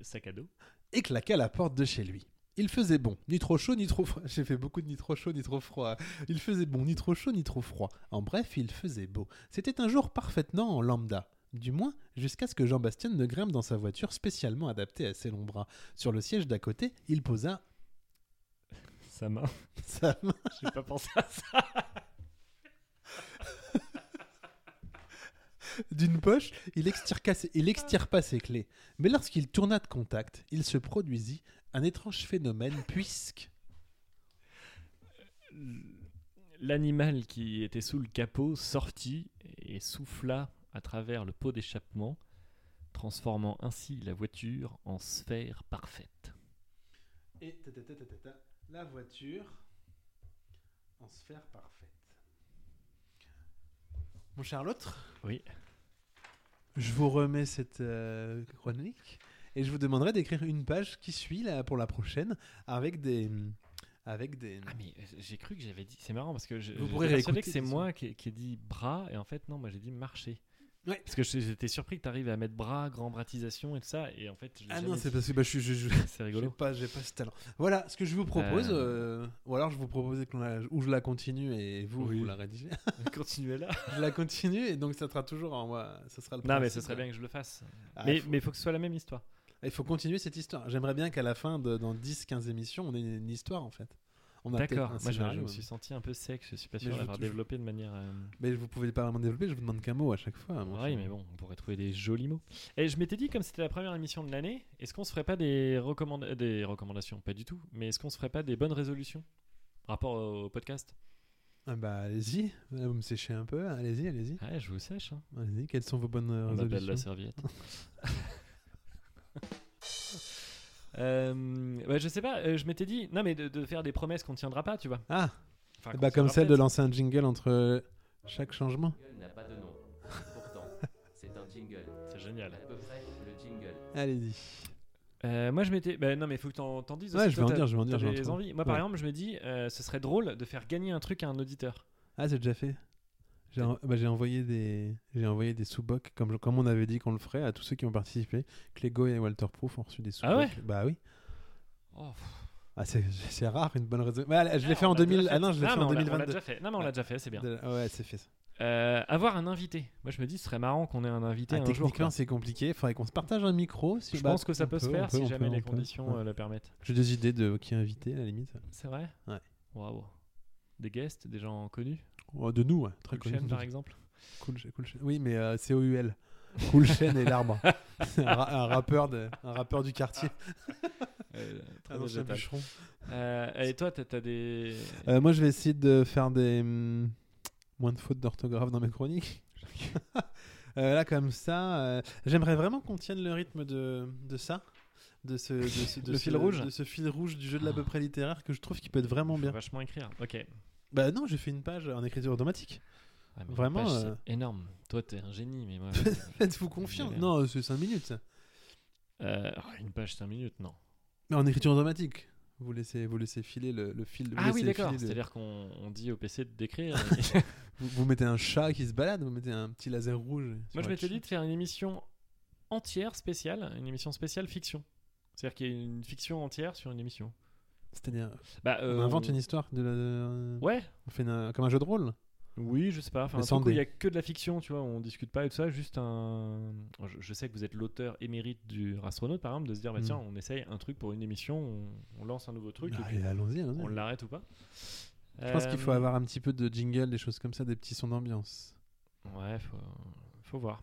E: Sac à dos.
A: et claqua la porte de chez lui. Il faisait bon, ni trop chaud ni trop froid. J'ai fait beaucoup de ni trop chaud ni trop froid. Il faisait bon, ni trop chaud ni trop froid. En bref, il faisait beau. C'était un jour parfaitement en lambda. Du moins, jusqu'à ce que Jean-Bastien ne grimpe dans sa voiture spécialement adaptée à ses longs bras. Sur le siège d'à côté, il posa
E: Sa main.
A: sa main.
E: J'ai pas pensé à ça.
A: D'une poche, il extirpa, ses, il extirpa ses clés. Mais lorsqu'il tourna de contact, il se produisit un étrange phénomène puisque...
E: L'animal qui était sous le capot sortit et souffla à travers le pot d'échappement, transformant ainsi la voiture en sphère parfaite.
A: Et ta, ta, ta, ta, ta, ta, la voiture en sphère parfaite. Mon Charlotte
E: Oui.
A: Je vous remets cette euh, chronique et je vous demanderai d'écrire une page qui suit là, pour la prochaine avec des. mm, Avec des... mm.
E: Ah mais euh, j'ai cru que j'avais dit. C'est marrant parce que je,
A: Vous
E: je-
A: pourrez
E: j'étais persuadé
A: réécouter,
E: que c'est
A: de toute
E: moi qui, qui ai dit bras et en fait non moi j'ai dit marcher.
A: Ouais.
E: Parce que je- j'étais surpris que tu arrives à mettre bras, grand bratisation et tout ça et en fait. je l'ai
A: Ah
E: jamais
A: non, c'est
E: dit.
A: parce que bah, je suis. je- je-
E: C'est rigolo.
A: J'ai pas, j'ai pas ce talent. Voilà ce que je vous propose.
E: Euh.
A: euh, ou alors je vous propose qu'on la- ou je la continue et vous,
E: Oui.
A: vous la rédigez.
E: Continuez là.
A: je la continue et donc ça sera toujours en moi. Ça sera le
E: Non mais
A: principe.
E: ce serait bien que je le fasse.
A: Ah,
E: mais
A: faut-
E: mais faut que ce soit la même histoire.
A: Il faut continuer cette histoire. J'aimerais bien qu'à la fin, de, dans 10-15 émissions, on ait une histoire en fait. On a peut-être
E: D'accord.
A: un
E: Moi je- je,
A: scénario,
E: me
A: ouais.
E: suis senti un peu sec. Je suis pas
A: Mais
E: sûr
A: je
E: d'avoir
A: veux- je-
E: développé de manière. euh,
A: Mais vous pouvez pas vraiment développer, je vous demande qu'un mot à chaque fois. mon
E: Oui,
A: cher.
E: mais bon, on pourrait trouver des jolis mots. Et je m'étais dit, comme c'était la première émission de l'année, est-ce qu'on se ferait pas des, recommanda- des recommandations Pas du tout, mais est-ce qu'on se ferait pas des bonnes résolutions Rapport au podcast
A: Ah bah allez-y, Là, vous me séchez un peu, allez-y, allez-y.
E: Ah, je vous sèche, hein.
A: Allez-y, quelles sont vos bonnes euh,
E: on appelle la
A: résolutions
E: serviette. Euh, ouais, je sais pas, euh, je m'étais dit, non mais de, de faire des promesses qu'on tiendra pas, tu vois.
A: Ah, Eh
E: Enfin, qu'on
A: bah, comme
E: tiendra
A: celle de
E: peut-être.
A: lancer un jingle entre euh, chaque changement.
H: jingle n'a pas de nom. Pourtant, c'est un jingle.
E: C'est génial.
H: À peu près le jingle.
A: Allez-y.
E: Euh, moi je m'étais. bah, non mais faut que t'en t'en dises
A: Ouais,
E: aussi,
A: je
E: toi,
A: vais en
E: t'as-
A: dire, je vais en
E: t'as
A: dire, j'en
E: des
A: trouve.
E: envies. Moi par
A: Ouais.
E: exemple, je me dis, euh, ce serait drôle de faire gagner un truc à un auditeur.
A: Ah, c'est déjà fait. J'ai en- bah, j'ai envoyé des, j'ai envoyé des sous-bocs comme, je- comme on avait dit qu'on le ferait à tous ceux qui ont participé. Clégo et Walter Proof ont reçu des sous-bocs.
E: Ah ouais
A: Bah oui.
E: Oh,
A: Ah, c'est- c'est rare une bonne résolution. Bah, je l'ai fait en
E: on l'a déjà
A: 2000. Ah non, je l'ai
E: Ah,
A: fait
E: mais
A: en
E: on l'a- on l'a
A: 2022.
E: déjà fait. Non, mais on l'a déjà fait, hein. c'est bien.
A: De- Ouais, c'est fait. Ah, ça.
E: Euh, avoir un invité. Moi, je me dis, ce serait marrant qu'on ait un invité
A: Ah,
E: un jour.
A: techniquement,
E: quoi.
A: c'est compliqué. Il faudrait qu'on se partage un micro. Si
E: Je
A: bah,
E: pense que ça
A: on
E: peut, se
A: on
E: faire si
A: on
E: jamais
A: on
E: les
A: peut.
E: conditions
A: Ouais.
E: euh, le permettent.
A: J'ai des idées de qui inviter, à la limite.
E: C'est vrai
A: Ouais.
E: Waouh. Des guests, des gens connus.
A: Oh, de nous, ouais. Très
E: Cool chaîne,
A: connu.
E: par exemple.
A: Cool, Cha- Cool Cha- Oui, mais euh, c'est OUL. Cool Chain et l'arbre. C'est un, ra- un rappeur de, un rappeur du quartier. Ah
E: Euh, très
A: Un ancien
E: végétal.
A: bûcheron.
E: Euh, et toi, t'as t'as des.
A: Euh, moi, je vais essayer de faire des hum, moins de fautes d'orthographe dans mes chroniques. Euh, là, comme ça, euh, j'aimerais vraiment qu'on tienne le rythme de, de ça, de ce, de ce- de
E: Le
A: ce-
E: fil rouge Ah.
A: de ce fil rouge du jeu de l'à peu près littéraire que je trouve qui peut être vraiment
E: Faut
A: bien.
E: Vachement écrire. Ok.
A: Bah non, j'ai fait une page en écriture automatique.
E: Ah, mais
A: Vraiment,
E: la page,
A: euh,
E: c'est énorme. Toi, t'es un génie, mais moi. euh,
A: Faites-vous confiance.
E: Génial.
A: Non, c'est 5 minutes. ça.
E: Euh, oh, une page 5 minutes, non.
A: Mais en écriture automatique. Vous laissez, vous laissez filer le, le fil. vous
E: Ah oui,
A: laissez
E: d'accord.
A: filer le-
E: C'est-à-dire qu'on on dit au PC de décrire.
A: Vous, vous mettez un chat qui se balade, vous mettez un petit laser rouge. sur
E: Moi, je
A: le
E: m'étais
A: chat.
E: dit de faire une émission entière spéciale, une émission spéciale fiction. C'est-à-dire qu'il y a une fiction entière sur une émission.
A: C'est-à-dire,
E: Bah, euh,
A: on invente une histoire de la.
E: Ouais,
A: On fait une- comme un jeu de rôle.
E: Oui, je sais pas. Enfin,
A: Mais
E: un
A: sans
E: truc où il n'y
A: dé.
E: a que de la fiction, tu vois, on discute pas et tout ça. Juste un. Je, je sais que vous êtes l'auteur émérite du astronaute, par exemple, de se dire, bah
A: Hmm.
E: tiens, on essaye un truc pour une émission, on, on lance un nouveau truc. et puis
A: Allez, Bah, allons-y, allons-y.
E: on l'arrête ou pas
A: Je pense qu'il faut
E: Euh,
A: avoir un petit peu de jingle, des choses comme ça, des petits sons d'ambiance.
E: Ouais, faut, faut voir.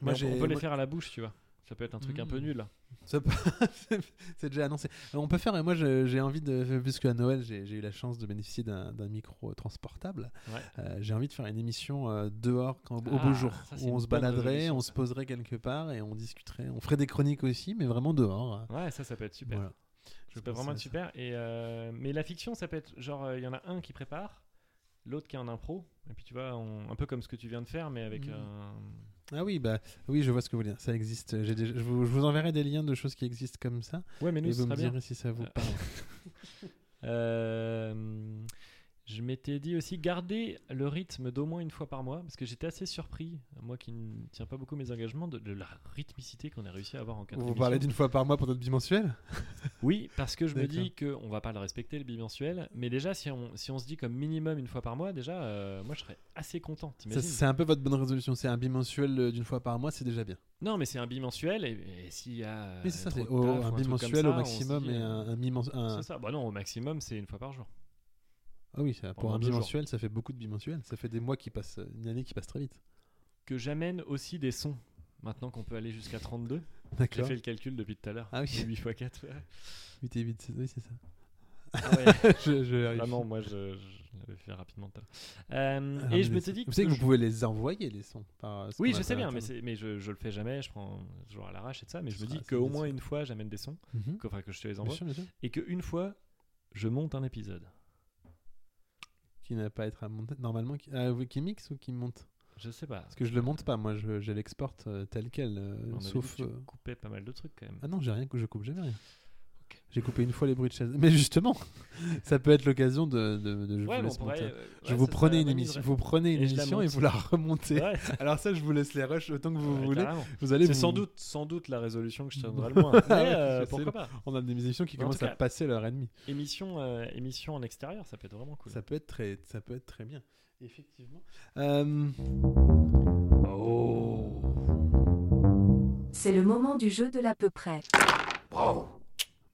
A: Moi,
E: Moi, on,
A: j'ai-
E: peut les
A: moi-
E: faire à la bouche, tu vois. Ça peut être un truc un peu
A: Hmm.
E: nul. là.
A: Ça peut- c'est déjà annoncé. Euh, On peut faire, et moi je- j'ai envie de, puisque à Noël j'ai j'ai eu la chance de bénéficier d'un d'un micro transportable,
E: Ouais.
A: euh, j'ai envie de faire une émission euh, dehors quand, au
E: Ah,
A: beau jour,
E: ça, c'est
A: où
E: une
A: on se
E: bonne
A: baladerait,
E: résolution,
A: on se poserait quelque part et on discuterait. On ferait des chroniques aussi, mais vraiment dehors.
E: Ouais, ça, ça peut être super.
A: Voilà.
E: Ça peut
A: pense
E: vraiment
A: à
E: être
A: ça.
E: super. Et, euh, mais la fiction, ça peut être genre, euh, il y en a un qui prépare, l'autre qui est en impro. Et puis tu vois, on- un peu comme ce que tu viens de faire, mais avec
A: Hmm.
E: un.
A: Ah oui, bah oui, je vois ce que vous voulez dire. Ça existe. J'ai déjà- je, vous, je vous enverrai des liens de choses qui existent comme ça.
E: Ouais, mais nous,
A: et
E: ce
A: vous me
E: sera bien.
A: direz si ça vous
E: Euh,
A: parle.
E: Euh, je m'étais dit aussi garder le rythme d'au moins une fois par mois, parce que j'étais assez surpris, moi qui ne tiens pas beaucoup mes engagements, de, de la rythmicité qu'on a réussi à avoir en quatre
A: vous
E: émissions.
A: parlez d'une fois par mois pour notre bimensuel
E: Oui, parce que je me
A: D'accord.
E: dis qu'on va pas le respecter le bimensuel, mais déjà si on, si on se dit comme minimum une fois par mois, déjà, euh, moi je serais assez content.
A: Ça,
E: t'imagines
A: C'est un peu votre bonne résolution. C'est un bimensuel euh, d'une fois par mois, c'est déjà bien.
E: Non, mais c'est un bimensuel, et, et s'il y a euh,
A: Mais c'est ça,
E: trop
A: c'est
E: de
A: au-
E: taf ou
A: un
E: truc comme
A: bimensuel
E: ça,
A: au
E: on se
A: maximum
E: dit,
A: et
E: euh,
A: un, un bimen- un-
E: C'est ça, bah non, au maximum c'est une fois par jour.
A: Ah oui, ça, pour
E: Pendant
A: un
E: deux jours.
A: bimensuel, ça fait beaucoup de bimensuels. Ça fait des mois qui passent, euh, une année qui passe très vite.
E: que j'amène aussi des sons. Maintenant qu'on peut aller jusqu'à 32. J'ai
A: D'accord.
E: fait le calcul depuis tout à l'heure.
A: Ah oui.
E: 8 x 4.
A: 8 et 8, c'est- oui, c'est ça. Ah
E: ouais.
A: je, je vérifie.
E: Vraiment, Ah moi, je, je l'avais fait rapidement tout à l'heure. Euh,
A: Ah, mais
E: et je me suis
A: c'est-
E: dit que.
A: Vous savez que
E: je-
A: vous pouvez les envoyer, les sons. par, euh, ce
E: Oui,
A: qu'on
E: je sais
A: appelle
E: bien,
A: un
E: mais,
A: terme.
E: c'est- mais je, je le fais jamais. Je prends toujours à l'arrache et tout ça. Mais je me
A: sera-
E: dis
A: c'est
E: qu'au
A: des
E: moins
A: sons.
E: une fois, j'amène des sons.
A: Mhm.
E: que- Enfin, que je te les
A: Bien
E: envoie.
A: sûr, bien sûr.
E: Et qu'une fois, je monte un épisode.
A: Qui n'a pas à être à monter. Normalement, qui, ah, oui, qui mixe ou qui monte
E: Je sais pas.
A: Parce que je le monte pas, moi, je, je l'exporte euh, tel quel. euh,
E: On avait dit
A: sauf.
E: que tu
A: euh,
E: coupais pas mal de trucs quand même.
A: Ah non, j'ai rien, que je coupe jamais rien. J'ai coupé une fois les bruits de chaise. Mais justement, ça peut être l'occasion de, de, de- je
E: Ouais,
A: vous
E: mais on
A: laisse
E: pourrait,
A: monter.
E: euh,
A: je
E: ouais,
A: vous
E: ça, ça
A: prenez une
E: m'amuserait.
A: émission, vous prenez une
E: Et je la
A: émission et
E: monte.
A: vous la remontez.
E: Ouais.
A: Alors ça, je vous laisse les rushs autant que vous
E: Ouais,
A: voulez.
E: carrément.
A: Vous allez
E: C'est
A: vous-
E: sans doute, sans doute la résolution que je tiendrai le moins. Mais,
A: Ah ouais,
E: euh,
A: c'est
E: pourquoi
A: facile.
E: pas
A: On a des émissions qui
E: Mais en
A: commencent
E: tout
A: à
E: cas,
A: passer l'heure et demie.
E: Émission, euh, émission en extérieur, ça peut être vraiment cool.
A: Ça peut être très, ça peut être très bien, effectivement. Euh,
N: C'est le moment du jeu de l'à peu près.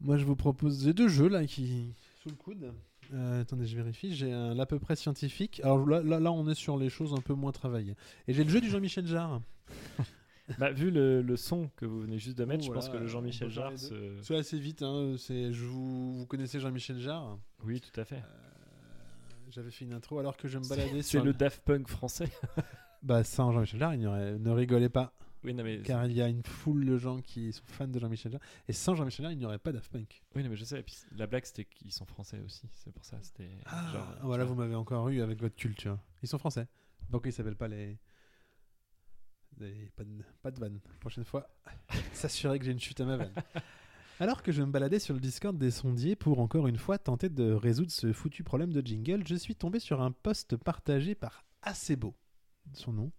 A: Moi, je vous propose j'ai deux jeux là qui sous le coude. Euh, attendez, je vérifie. J'ai un à peu près scientifique. Alors là, là, là, on est sur les choses un peu moins travaillées. Et j'ai le jeu du Jean-Michel Jarre.
E: Bah, vu le, le son que vous venez juste de mettre,
A: Ouh,
E: je pense
A: là,
E: que le
A: on
E: Jean-Michel
A: peut faire
E: Jarre
A: les
E: se...
A: C'est assez vite. Hein, c'est, je vous, vous connaissez Jean-Michel Jarre.
E: Oui, tout à fait.
A: J'avais fait une intro alors que je me
E: C'est-
A: baladais
E: C'est
A: sur.
E: le Daft Punk français.
A: Bah sans Jean-Michel Jarre, il n'y aurait- ne rigolez pas,
E: oui, non, mais...
A: car il y a une foule de gens qui sont fans de Jean-Michel Jarre. Et sans Jean-Michel Jarre, il n'y aurait pas Daft Punk.
E: oui, non, mais je sais. Et puis, la blague, c'était qu'ils sont français aussi. C'est pour ça. C'était
A: Ah,
E: genre, tu
A: voilà,
E: vois.
A: vous m'avez encore eu avec votre culture. Ils sont français, donc ils s'appellent pas les. les- Pas, de... pas de vanne. La prochaine fois, s'assurer que j'ai une chute à ma vanne. Alors que je me baladais sur le Discord des sondiers pour encore une fois tenter de résoudre ce foutu problème de jingle, je suis tombé sur un post partagé par Acebo, son nom,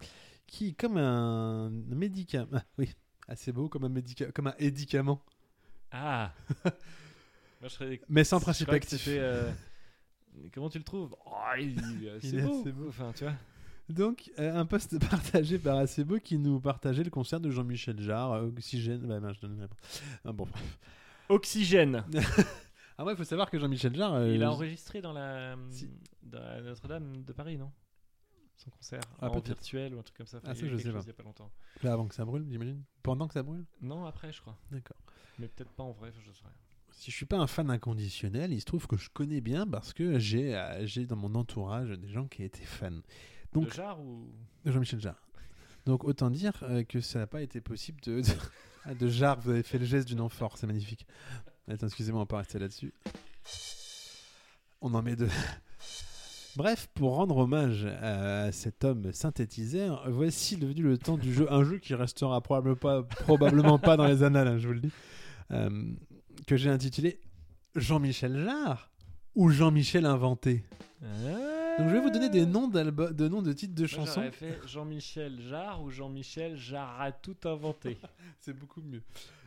A: qui comme un médicament, ah, oui, Acebo comme un médicament, comme un médicament,
E: Ah Moi, je serais-
A: Mais sans
E: je
A: principe
E: croyais que
A: actif.
E: c'était, euh, Comment tu le trouves Oh, il- euh,
A: est
E: C'est beau.
A: assez beau.
E: Enfin, tu vois.
A: Donc, euh, un post partagé par Acebo qui nous partageait le concert de Jean-Michel Jarre, euh, Oxygène. Bah, mince, je donne une réponse. Ah, bon, bref.
E: Oxygène.
A: Ah, ouais, il faut savoir que Jean-Michel Jarre. euh,
E: Il a enregistré dans la,
A: Si.
E: dans la Notre-Dame de Paris, non Son concert
A: Ah,
E: en
A: peut-être.
E: virtuel ou un truc comme ça.
A: Ah,
E: Il y
A: ça,
E: a eu
A: je
E: quelque
A: sais
E: chose
A: pas.
E: Il y a pas longtemps.
A: Là, avant que ça brûle, j'imagine. Pendant que ça brûle
E: Non, après, je crois.
A: D'accord.
E: Mais peut-être pas en vrai, je sais rien.
A: Si je suis pas un fan inconditionnel, il se trouve que je connais bien parce que j'ai euh, j'ai dans mon entourage des gens qui étaient fans. Donc,
E: De Jarre ou
A: de Jean-Michel Jarre. Donc, autant dire euh, que ça n'a pas été possible de. de... Ah, de Jarre, vous avez fait le geste d'une amphore, c'est magnifique. Attends, excusez-moi, on va pas rester là-dessus. On en met deux. Bref, pour rendre hommage à cet homme synthétiseur, voici devenu le temps du jeu, un jeu qui restera probablement pas, probablement pas dans les annales, hein, je vous le dis, euh, que j'ai intitulé Jean-Michel Jarre ou Jean-Michel inventé. Euh, Donc je vais vous donner des noms d'albums, de noms de titres de
E: Moi,
A: chansons.
E: J'aurais fait Jean-Michel Jarre ou Jean-Michel Jarre a tout inventé.
A: C'est beaucoup mieux.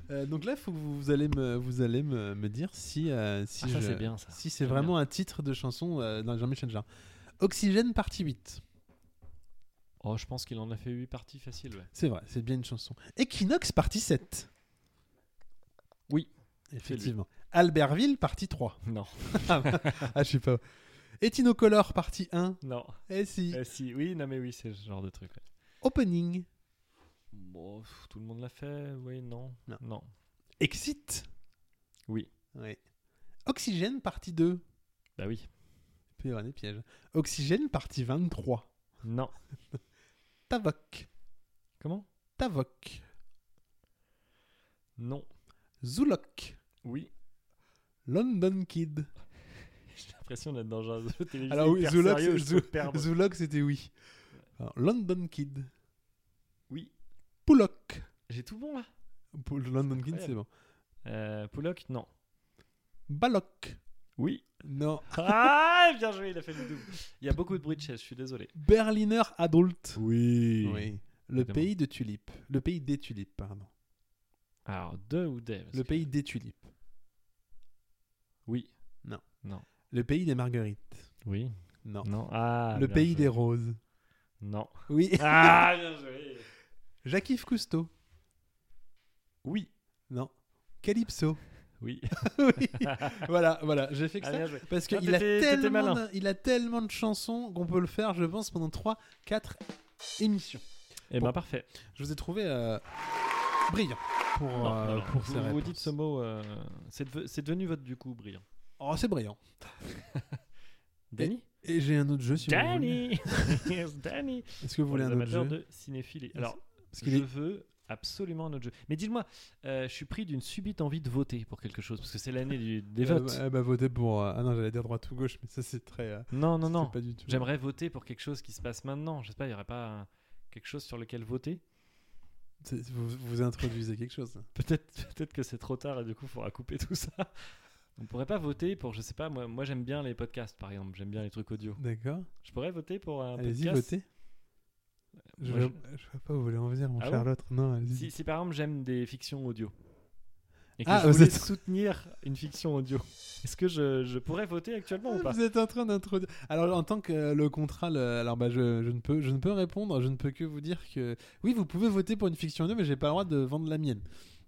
A: Euh, donc là, faut que vous, vous allez me, vous allez me, me dire si, euh, si,
E: Ah, ça,
A: je-
E: c'est bien, ça.
A: si c'est
E: J'aime
A: vraiment un titre de chanson euh, dans Jean-Michel Jarre. Oxygène partie 8.
E: Oh, je pense qu'il en a fait 8 parties faciles, ouais.
A: C'est vrai, c'est bien une chanson. Equinox, partie 7.
E: Oui.
A: Effectivement. Albertville, partie 3.
E: Non.
A: ah, je suis pas. Étinocolore, partie 1.
E: Non.
A: Eh si.
E: Euh, si, oui, non mais oui, c'est ce genre de truc. ouais.
A: Opening.
E: Bon, pff, tout le monde l'a fait, oui, non.
A: Non.
E: Non.
A: Exit.
E: Oui.
A: Ouais. Oxygène, partie 2.
E: Bah oui.
A: Il peut y avoir des pièges. Oxygène, partie 23.
E: Non.
A: Tavoc.
E: Comment
A: Tavoc.
E: Non.
A: Zulok.
E: Oui.
A: London Kid.
E: J'ai l'impression d'être dans un zoo télévisé
A: Alors oui,
E: hyper
A: Zulok,
E: sérieux,
A: c'est-
E: je
A: Zu-
E: peux perdre.
A: Zulok, c'était oui. Alors, London Kid.
E: Oui.
A: Pollock.
E: J'ai tout bon, là
A: Pou- London Kid, c'est
E: incroyable.
A: bon.
E: Euh, Pollock, non.
A: Balok.
E: Oui.
A: Non.
E: Ah, bien joué, il a fait le double. Il y a beaucoup de bruit de chaise, je suis désolé.
A: Berliner Adult.
E: Oui.
A: Oui. Le
E: Évidemment.
A: pays de tulipes. Le pays des tulipes, pardon.
E: Alors, deux ou des parce
A: Le
E: que-
A: pays des tulipes.
E: Oui.
A: Non.
E: Non.
A: Le pays des marguerites.
E: Oui.
A: Non.
E: Non. Ah.
A: le
E: bien
A: pays
E: joué.
A: des roses.
E: Non.
A: Oui.
E: Ah, bien joué.
A: Jacques-Yves Cousteau.
E: Oui.
A: Non. Calypso.
E: Oui.
A: oui. Voilà, voilà, j'ai fait que
E: Ah,
A: ça.
E: bien joué.
A: Parce
E: Ah,
A: qu'il a,
E: t'étais- t'étais
A: tellement
E: malin.
A: de- il a tellement de chansons qu'on peut le faire, je pense, pendant 3, 4 émissions.
E: Eh
A: Bon.
E: ben, parfait.
A: Je vous ai trouvé euh, brillant pour,
E: Non,
A: euh,
E: non, non.
A: pour
E: vous,
A: ces
E: vous
A: réponses.
E: dites ce mot. euh, c'est deve- c'est devenu votre du coup brillant.
A: Oh, c'est brillant.
E: Danny
A: Et j'ai un autre jeu, si vous voulez.
E: Danny Yes, Danny
A: Est-ce que vous
E: Pour
A: voulez
E: les
A: un autre
E: amateurs
A: jeu
E: de cinéphilie. Alors,
A: Parce qu'il
E: je
A: est-
E: veux absolument un autre jeu. Mais dis-moi, euh, je suis pris d'une subite envie de voter pour quelque chose, parce que c'est l'année du- des
A: Euh,
E: votes.
A: bah, bah, votez pour. euh, Ah non, j'allais dire droite ou gauche, mais ça c'est très. euh,
E: non, non,
A: c'est
E: non.
A: Pas du tout.
E: J'aimerais voter pour quelque chose qui se passe maintenant. Je sais pas, il n'y aurait pas un- quelque chose sur lequel voter
A: C'est- Vous, vous introduisez quelque chose. là.
E: Peut-être peut que c'est trop tard et du coup, il faudra couper tout ça. On pourrait pas voter pour, je sais pas, moi, moi j'aime bien les podcasts par exemple, j'aime bien les trucs audio.
A: D'accord.
E: Je pourrais voter pour un
A: Allez-y,
E: podcast
A: votez. Je,
E: Moi,
A: vois, je vois pas où vous voulez en venir, mon
E: Ah
A: cher
E: bon
A: l'autre. Non, allez-y.
E: Si, si par exemple j'aime des fictions audio et que
A: Ah,
E: je
A: vous
E: voulais
A: êtes-
E: soutenir une fiction audio, est-ce que je, je pourrais voter actuellement ou pas
A: Ah, Vous êtes en train d'introduire. Alors, en tant que euh, le contrat, le- alors bah, je, je ne peux, je ne peux répondre, je ne peux que vous dire que oui, vous pouvez voter pour une fiction audio, mais j'ai pas le droit de vendre la mienne.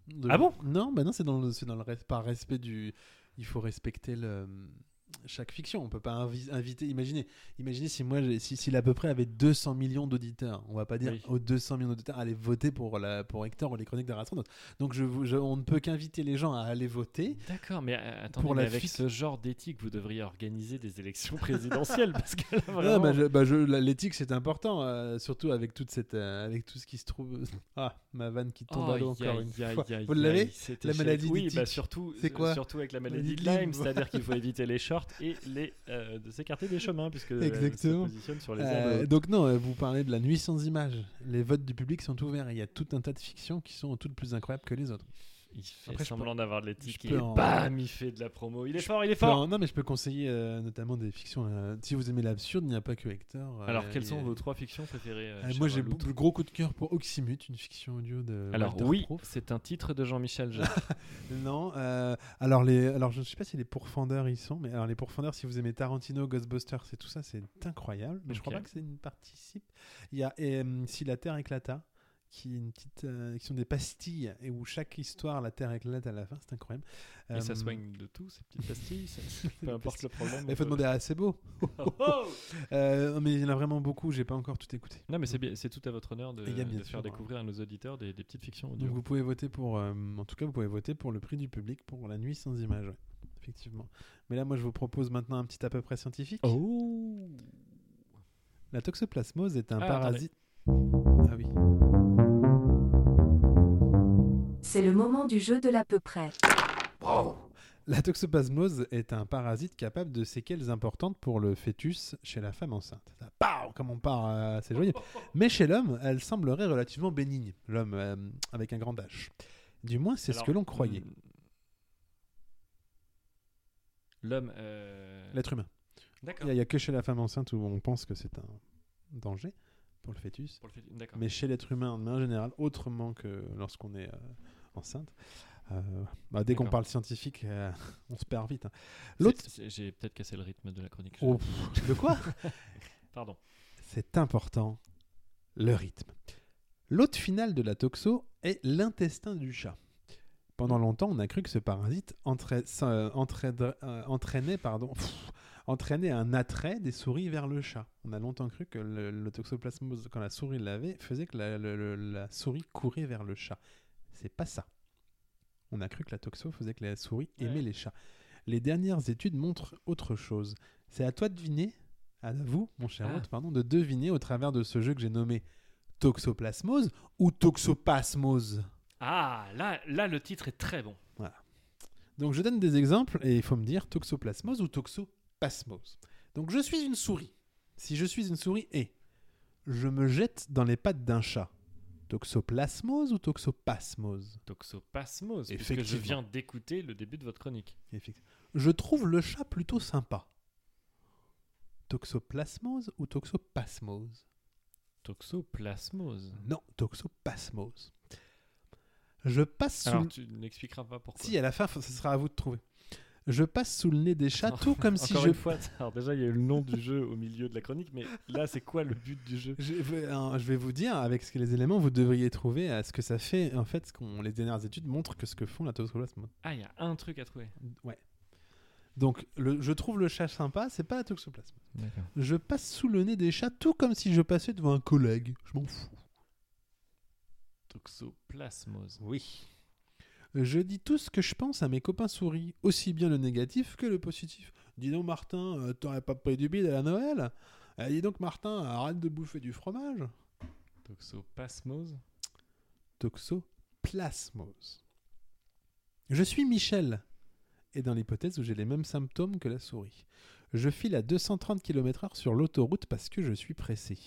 A: De-
E: Ah bon
A: Non, bah non, c'est dans le, c'est dans le res- par respect du, il faut respecter le chaque fiction. On peut pas invi- inviter. Imaginez, imaginez si moi, j'ai- si, si à peu près avait 200 millions d'auditeurs, on va pas dire
E: Oui.
A: aux 200 millions d'auditeurs, allez voter pour la pour Hector ou les chroniques d'un astronaute. Donc je, vous- je- on ne peut qu'inviter les gens à aller voter.
E: D'accord, mais euh, attendez,
A: Pour
E: mais
A: la
E: avec
A: fic-
E: ce genre d'éthique, vous devriez organiser des élections présidentielles parce que là,
A: Ouais, bah,
E: vraiment,
A: je- bah, je- la- l'éthique c'est important, euh, surtout avec toute cette, euh, avec tout ce qui se trouve. Ah, ma vanne qui tombe
E: Oh,
A: à l'eau
E: aïe,
A: encore une
E: aïe,
A: fois.
E: aïe,
A: Vous l'avez
E: aïe, cet
A: La
E: échec.
A: maladie
E: Oui,
A: d'éthique.
E: bah surtout,
A: C'est
E: euh,
A: quoi
E: surtout avec la
A: Maladie
E: maladie de
A: de Lyme,
E: Lyme,
A: voilà.
E: c'est-à-dire qu'il faut éviter les shorts et les, euh, de s'écarter des chemins puisque euh,
A: Exactement.
E: se positionne sur les
A: Euh,
E: herbes.
A: donc non, euh, vous parlez de la nuit sans images. Les votes du public sont ouverts. Il y a tout un tas de fictions qui sont toutes plus incroyables que les autres.
E: Il fait
A: après, je
E: semblant d'avoir de l'éthique
A: je
E: et
A: peux en-
E: bam, il fait de la promo. Il est fort, il est fort.
A: Non, non, mais je peux conseiller euh, notamment des fictions. euh, si vous aimez l'absurde, il n'y a pas que Hector. euh,
E: Alors, quelles
A: et-
E: sont vos trois fictions préférées euh,
A: Euh,
E: cher
A: Moi, j'ai
E: Loutre
A: le gros coup de cœur pour Oxymute, une fiction audio de.
E: Alors
A: Walter
E: oui,
A: Proof.
E: c'est un titre de Jean-Michel Jarre.
A: Non, euh, alors les, alors je ne sais pas si les pourfendeurs y sont, mais alors les pourfendeurs, si vous aimez Tarantino, Ghostbusters, c'est tout ça, c'est incroyable. Mais je crois
E: Ok.
A: pas que c'est une participe. Il y a euh, Si la Terre éclata, qui est une petite, euh, qui sont des pastilles et où chaque histoire la Terre éclate à la fin, c'est incroyable.
E: Et ça
A: Euh,
E: soigne de tout, ces petites pastilles. ça- Peu
A: les
E: importe le problème.
A: mais
E: on
A: Il faut
E: peut-
A: demander à C'est beau.
E: Oh, oh
A: Euh, mais il y en a vraiment beaucoup. J'ai pas encore tout écouté.
E: non, mais c'est bien- c'est tout à votre honneur de,
A: Et il y a bien
E: de
A: sûr, hein.
E: faire découvrir à nos auditeurs des, des petites fictions audio.
A: Donc vous pouvez voter pour, euh, en tout cas, vous pouvez voter pour le prix du public pour la nuit sans image, ouais, effectivement. Mais là, moi, je vous propose maintenant un petit à peu près scientifique.
E: Oh
A: La toxoplasmose est un
E: Ah,
A: parasite. Ah oui.
N: C'est le moment du jeu de l'à peu près.
A: La toxoplasmose est un parasite capable de séquelles importantes pour le fœtus chez la femme enceinte. Ça, pow, comme on part, euh, c'est joyeux. Mais chez l'homme, elle semblerait relativement bénigne, l'homme euh, avec un grand H. Du moins, c'est ce
E: Alors,
A: que l'on croyait,
E: hmm, L'homme. euh,
A: l'être humain. Il
E: D'accord.
A: n'y a, que chez la femme enceinte où on pense que c'est un danger pour le fœtus.
E: Pour le fait- D'accord.
A: Mais chez l'être humain, de manière générale, autrement que lorsqu'on est euh, enceinte. Euh, bah, dès qu'on
E: D'accord.
A: parle scientifique, euh, on se perd vite. hein.
E: C'est-
A: L'autre.
E: c'est- J'ai peut-être cassé le rythme de la chronique.
A: Oh, pff, de quoi
E: Pardon.
A: C'est important. le rythme. L'hôte finale de la toxo est l'intestin du chat. Pendant longtemps, on a cru que ce parasite entra- euh, entraide- euh, entraînait, pardon, pff, entraînait un attrait des souris vers le chat. On a longtemps cru que le, le toxoplasmose, quand la souris l'avait, faisait que la, le- le- la souris courait vers le chat. C'est pas ça. On a cru que la toxo faisait que la souris aimait les chats. Les dernières études montrent autre chose. C'est à toi de deviner, à bah, vous, mon cher
E: Ah.
A: hôte, pardon, de deviner au travers de ce jeu que j'ai nommé toxoplasmose ou toxopasmose.
E: Ah, là, là, le titre est très bon.
A: Voilà. Donc je donne des exemples et il faut me dire toxoplasmose ou toxopasmose. Donc je suis une souris. Si je suis une souris et je me jette dans les pattes d'un chat, toxoplasmose ou toxopasmose
E: Toxopasmose, puisque je
A: Effectivement.
E: viens d'écouter le début de votre chronique.
A: Effect- Je trouve le chat plutôt sympa. Toxoplasmose ou toxopasmose
E: Toxoplasmose.
A: Non, toxopasmose. Je passe sous
E: Alors,
A: le-
E: tu n'expliqueras pas pourquoi.
A: Si, à la fin, f- ce sera à vous de trouver. Je passe sous le nez des chats, tout comme si
E: Encore
A: je...
E: une fois, alors déjà, il y a eu le nom du jeu au milieu de la chronique, mais là, c'est quoi le but du jeu
A: Je vais, hein, je vais vous dire, avec ce que les éléments, vous devriez trouver à ce que ça fait. En fait, ce qu'on- les dernières études montrent que ce que font la toxoplasmose.
E: Ah, il y a un truc à trouver.
A: Ouais. Donc, le- je trouve le chat sympa, c'est pas la toxoplasmose.
E: D'accord.
A: Je passe sous le nez des chats, tout comme si je passais devant un collègue. Je m'en fous.
E: Toxoplasmose.
A: Oui. Je dis tout ce que je pense à mes copains souris, aussi bien le négatif que le positif. Dis donc, Martin, euh, t'aurais pas pris du bide à la Noël Eh, Dis donc, Martin, arrête de bouffer du fromage.
E: Toxoplasmose.
A: toxoplasmose. Je suis Michel, et dans l'hypothèse où j'ai les mêmes symptômes que la souris, je file à 230 km/h sur l'autoroute parce que je suis pressé.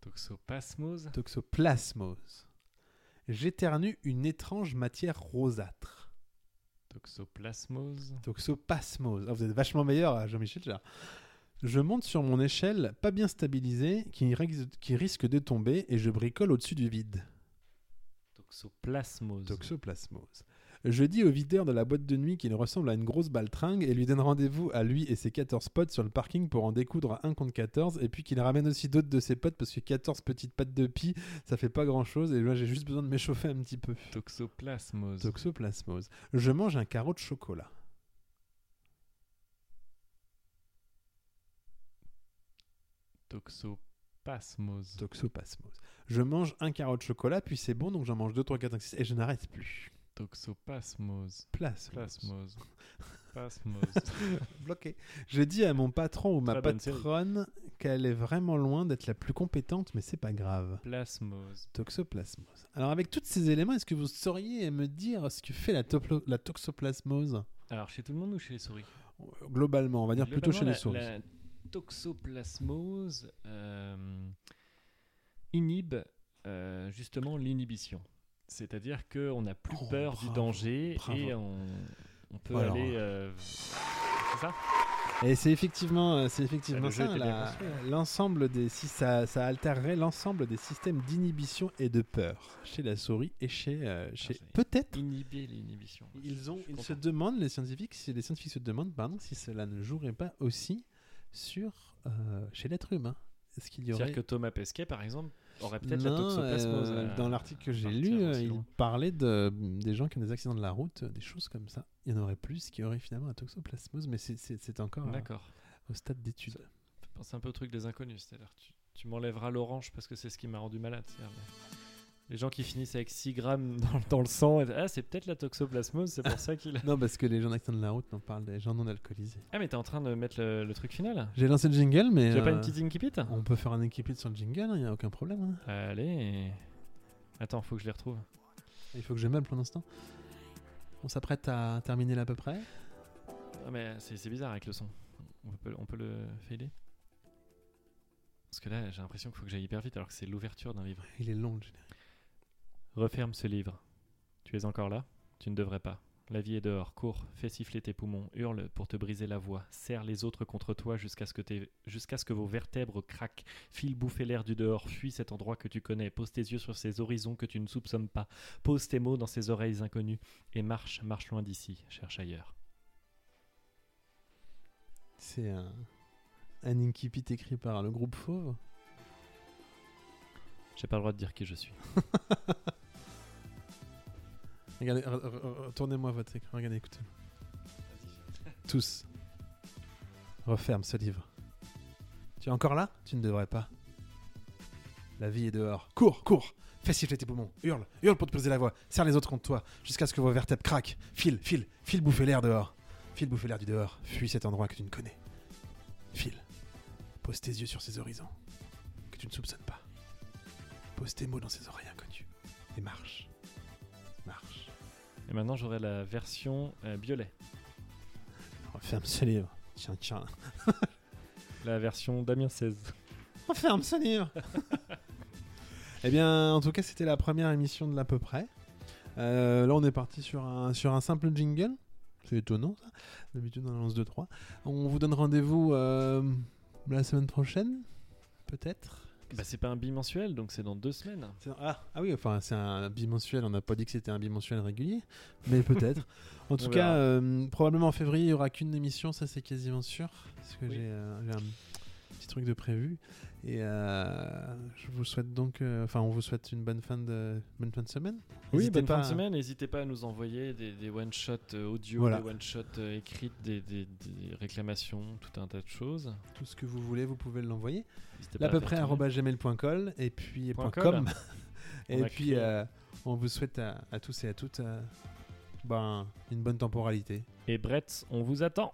E: Toxoplasmose.
A: Toxoplasmose. J'éternue une étrange matière rosâtre.
E: Toxoplasmose.
A: Toxoplasmose. Ah, vous êtes vachement meilleur, à Jean-Michel Jarre. Je monte sur mon échelle, pas bien stabilisée, qui ris- qui risque de tomber, et je bricole au-dessus du vide.
E: Toxoplasmose.
A: Toxoplasmose. Je dis au videur de la boîte de nuit qu'il ressemble à une grosse baltringue et lui donne rendez-vous à lui et ses 14 potes sur le parking pour en découdre un contre 14 et puis qu'il ramène aussi d'autres de ses potes parce que 14 petites pattes de pie, ça fait pas grand-chose et moi j'ai juste besoin de m'échauffer un petit peu.
E: Toxoplasmose.
A: Toxoplasmose. Je mange un carreau de chocolat.
E: Toxoplasmose.
A: Toxoplasmose. Je mange un carreau de chocolat puis c'est bon donc j'en mange 2, 3, 4, 5, 6 et je n'arrête plus.
E: Toxoplasmose.
A: Place.
E: Plasmose. Pasmose.
A: Bloqué. Je dis à mon patron ou ma
E: Très bonne série.
A: patronne qu'elle est vraiment loin d'être la plus compétente, mais c'est pas grave.
E: Plasmose.
A: Toxoplasmose. Alors, avec tous ces éléments, est-ce que vous sauriez me dire ce que fait la, toplo- la toxoplasmose
E: Alors, chez tout le monde ou chez les souris
A: Globalement, on va dire plutôt chez
E: Globalement,
A: les souris.
E: la- La toxoplasmose euh, inhibe euh, justement l'inhibition. C'est-à-dire qu'on n'a plus
A: Oh,
E: peur
A: bravo,
E: du danger et
A: bravo.
E: on, on peut
A: Alors.
E: aller. euh, c'est ça
A: Et c'est effectivement, euh, c'est
E: Ah,
A: effectivement
E: le jeu
A: ça,
E: était
A: la-
E: bien construit, hein.
A: l'ensemble des si ça, ça altérerait l'ensemble des systèmes d'inhibition et de peur chez la souris et chez, euh,
E: Ah,
A: chez peut-être
E: Inhiber l'inhibition.
A: Ils, ont,
E: Je
A: ils
E: comprends.
A: se demandent, les scientifiques, si les scientifiques se demandent pardon, si cela ne jouerait pas aussi sur, euh, chez l'être humain. Est-ce qu'il y aurait.
E: C'est-à-dire que Thomas Pesquet, par exemple, aurait peut-être la
A: Non,
E: toxoplasmose.
A: euh,
E: à
A: dans l'article que j'ai
E: partir
A: lu, euh,
E: aussi
A: il
E: loin.
A: parlait de, des gens qui ont des accidents de la route, euh, des choses comme ça. Il y en aurait plus qui auraient finalement la toxoplasmose, mais c'est- c'est c'est encore euh,
E: D'accord.
A: au stade d'étude.
E: Fait penser un peu au truc des inconnus. C'est-à-dire, tu, tu m'enlèveras l'orange parce que c'est ce qui m'a rendu malade. c'est-à-dire, les- Les gens qui finissent avec 6 grammes dans, dans le sang, et- ah, c'est peut-être la toxoplasmose, c'est pour ça qu'il a.
A: Non, parce que les gens d'accidents de la route, on parle des gens non alcoolisés.
E: Ah, mais t'es en train de mettre le, le truc final
A: J'ai lancé le jingle, mais.
E: Tu veux pas
A: euh,
E: une petite incipit
A: On peut faire un équipé sur le jingle, il n'y a aucun problème. hein.
E: Allez. Attends, faut que je les retrouve.
A: Il faut que je meuble pour l'instant. On s'apprête à terminer là à peu près.
E: Ah, mais c'est c'est bizarre avec le son. On peut, on peut le fader Parce que là, j'ai l'impression qu'il faut que j'aille hyper vite alors que c'est l'ouverture d'un livre.
A: Il est long le générique.
E: Referme ce livre. Tu es encore là Tu ne devrais pas. La vie est dehors. Cours, fais siffler tes poumons, hurle pour te briser la voix, serre les autres contre toi jusqu'à ce, que tes- jusqu'à ce que vos vertèbres craquent, file bouffer l'air du dehors, fuis cet endroit que tu connais, pose tes yeux sur ces horizons que tu ne soupçonnes pas, pose tes mots dans ces oreilles inconnues, et marche, marche loin d'ici, cherche ailleurs.
A: C'est un, Un incipit écrit par le groupe Fauve
E: J'ai pas le droit de dire qui je suis.
A: Regardez, re- re- re- tournez-moi votre écran, regardez, écoutez. Tous. Referme ce livre. Tu es encore là Tu ne devrais pas. La vie est dehors. Cours, cours Fais siffler tes poumons. Hurle, hurle pour te briser la voix. Serre les autres contre toi, jusqu'à ce que vos vertèbres craquent. File, file, file bouffer l'air dehors. File bouffer l'air du dehors. Fuis cet endroit que tu ne connais. File. Pose tes yeux sur ces horizons que tu ne soupçonnes pas. Pose tes mots dans ces oreilles inconnues. Et marche. Marche.
E: Et maintenant, j'aurai la version euh, violet.
A: Referme ce livre. Tiens, tiens.
E: La version Damien 16.
A: Referme ce livre. Eh bien, en tout cas, c'était la première émission de l'à peu près. Euh, là, on est parti sur un, sur un simple jingle. C'est étonnant, ça. D'habitude, on en lance 2-3. On vous donne rendez-vous euh, la semaine prochaine, peut-être.
E: Bah, c'est pas un bimensuel, donc c'est dans deux semaines.
A: C'est- Ah, ah oui, enfin, c'est un bimensuel. On n'a pas dit que c'était un bimensuel régulier, mais peut-être. en tout
E: On
A: cas,
E: verra.
A: euh, probablement en février, il n'y aura qu'une émission, ça c'est quasiment sûr. Parce que j'ai euh, j'ai un petit truc de prévu. Et euh, je vous souhaite donc. euh, Enfin, on vous souhaite une bonne fin de, bonne fin de semaine.
E: Oui,
A: N'hésitez
E: bonne fin
A: pas
E: de
A: à-
E: semaine. N'hésitez pas à nous envoyer des, des one-shots euh, audio,
A: Voilà.
E: des one-shots euh, écrites, des, des- des réclamations, tout un tas de choses.
A: Tout ce que vous voulez, vous pouvez l'envoyer.
E: N'hésitez pas
A: Là,
E: à
A: peu
E: faire
A: près,
E: tourner.
A: arobase gmail.com et puis
E: Point
A: point
E: com.
A: com. et
E: On a
A: puis,
E: créé.
A: euh, on vous souhaite à, à tous et à toutes euh, ben, une bonne temporalité.
E: Et Brett, on vous attend.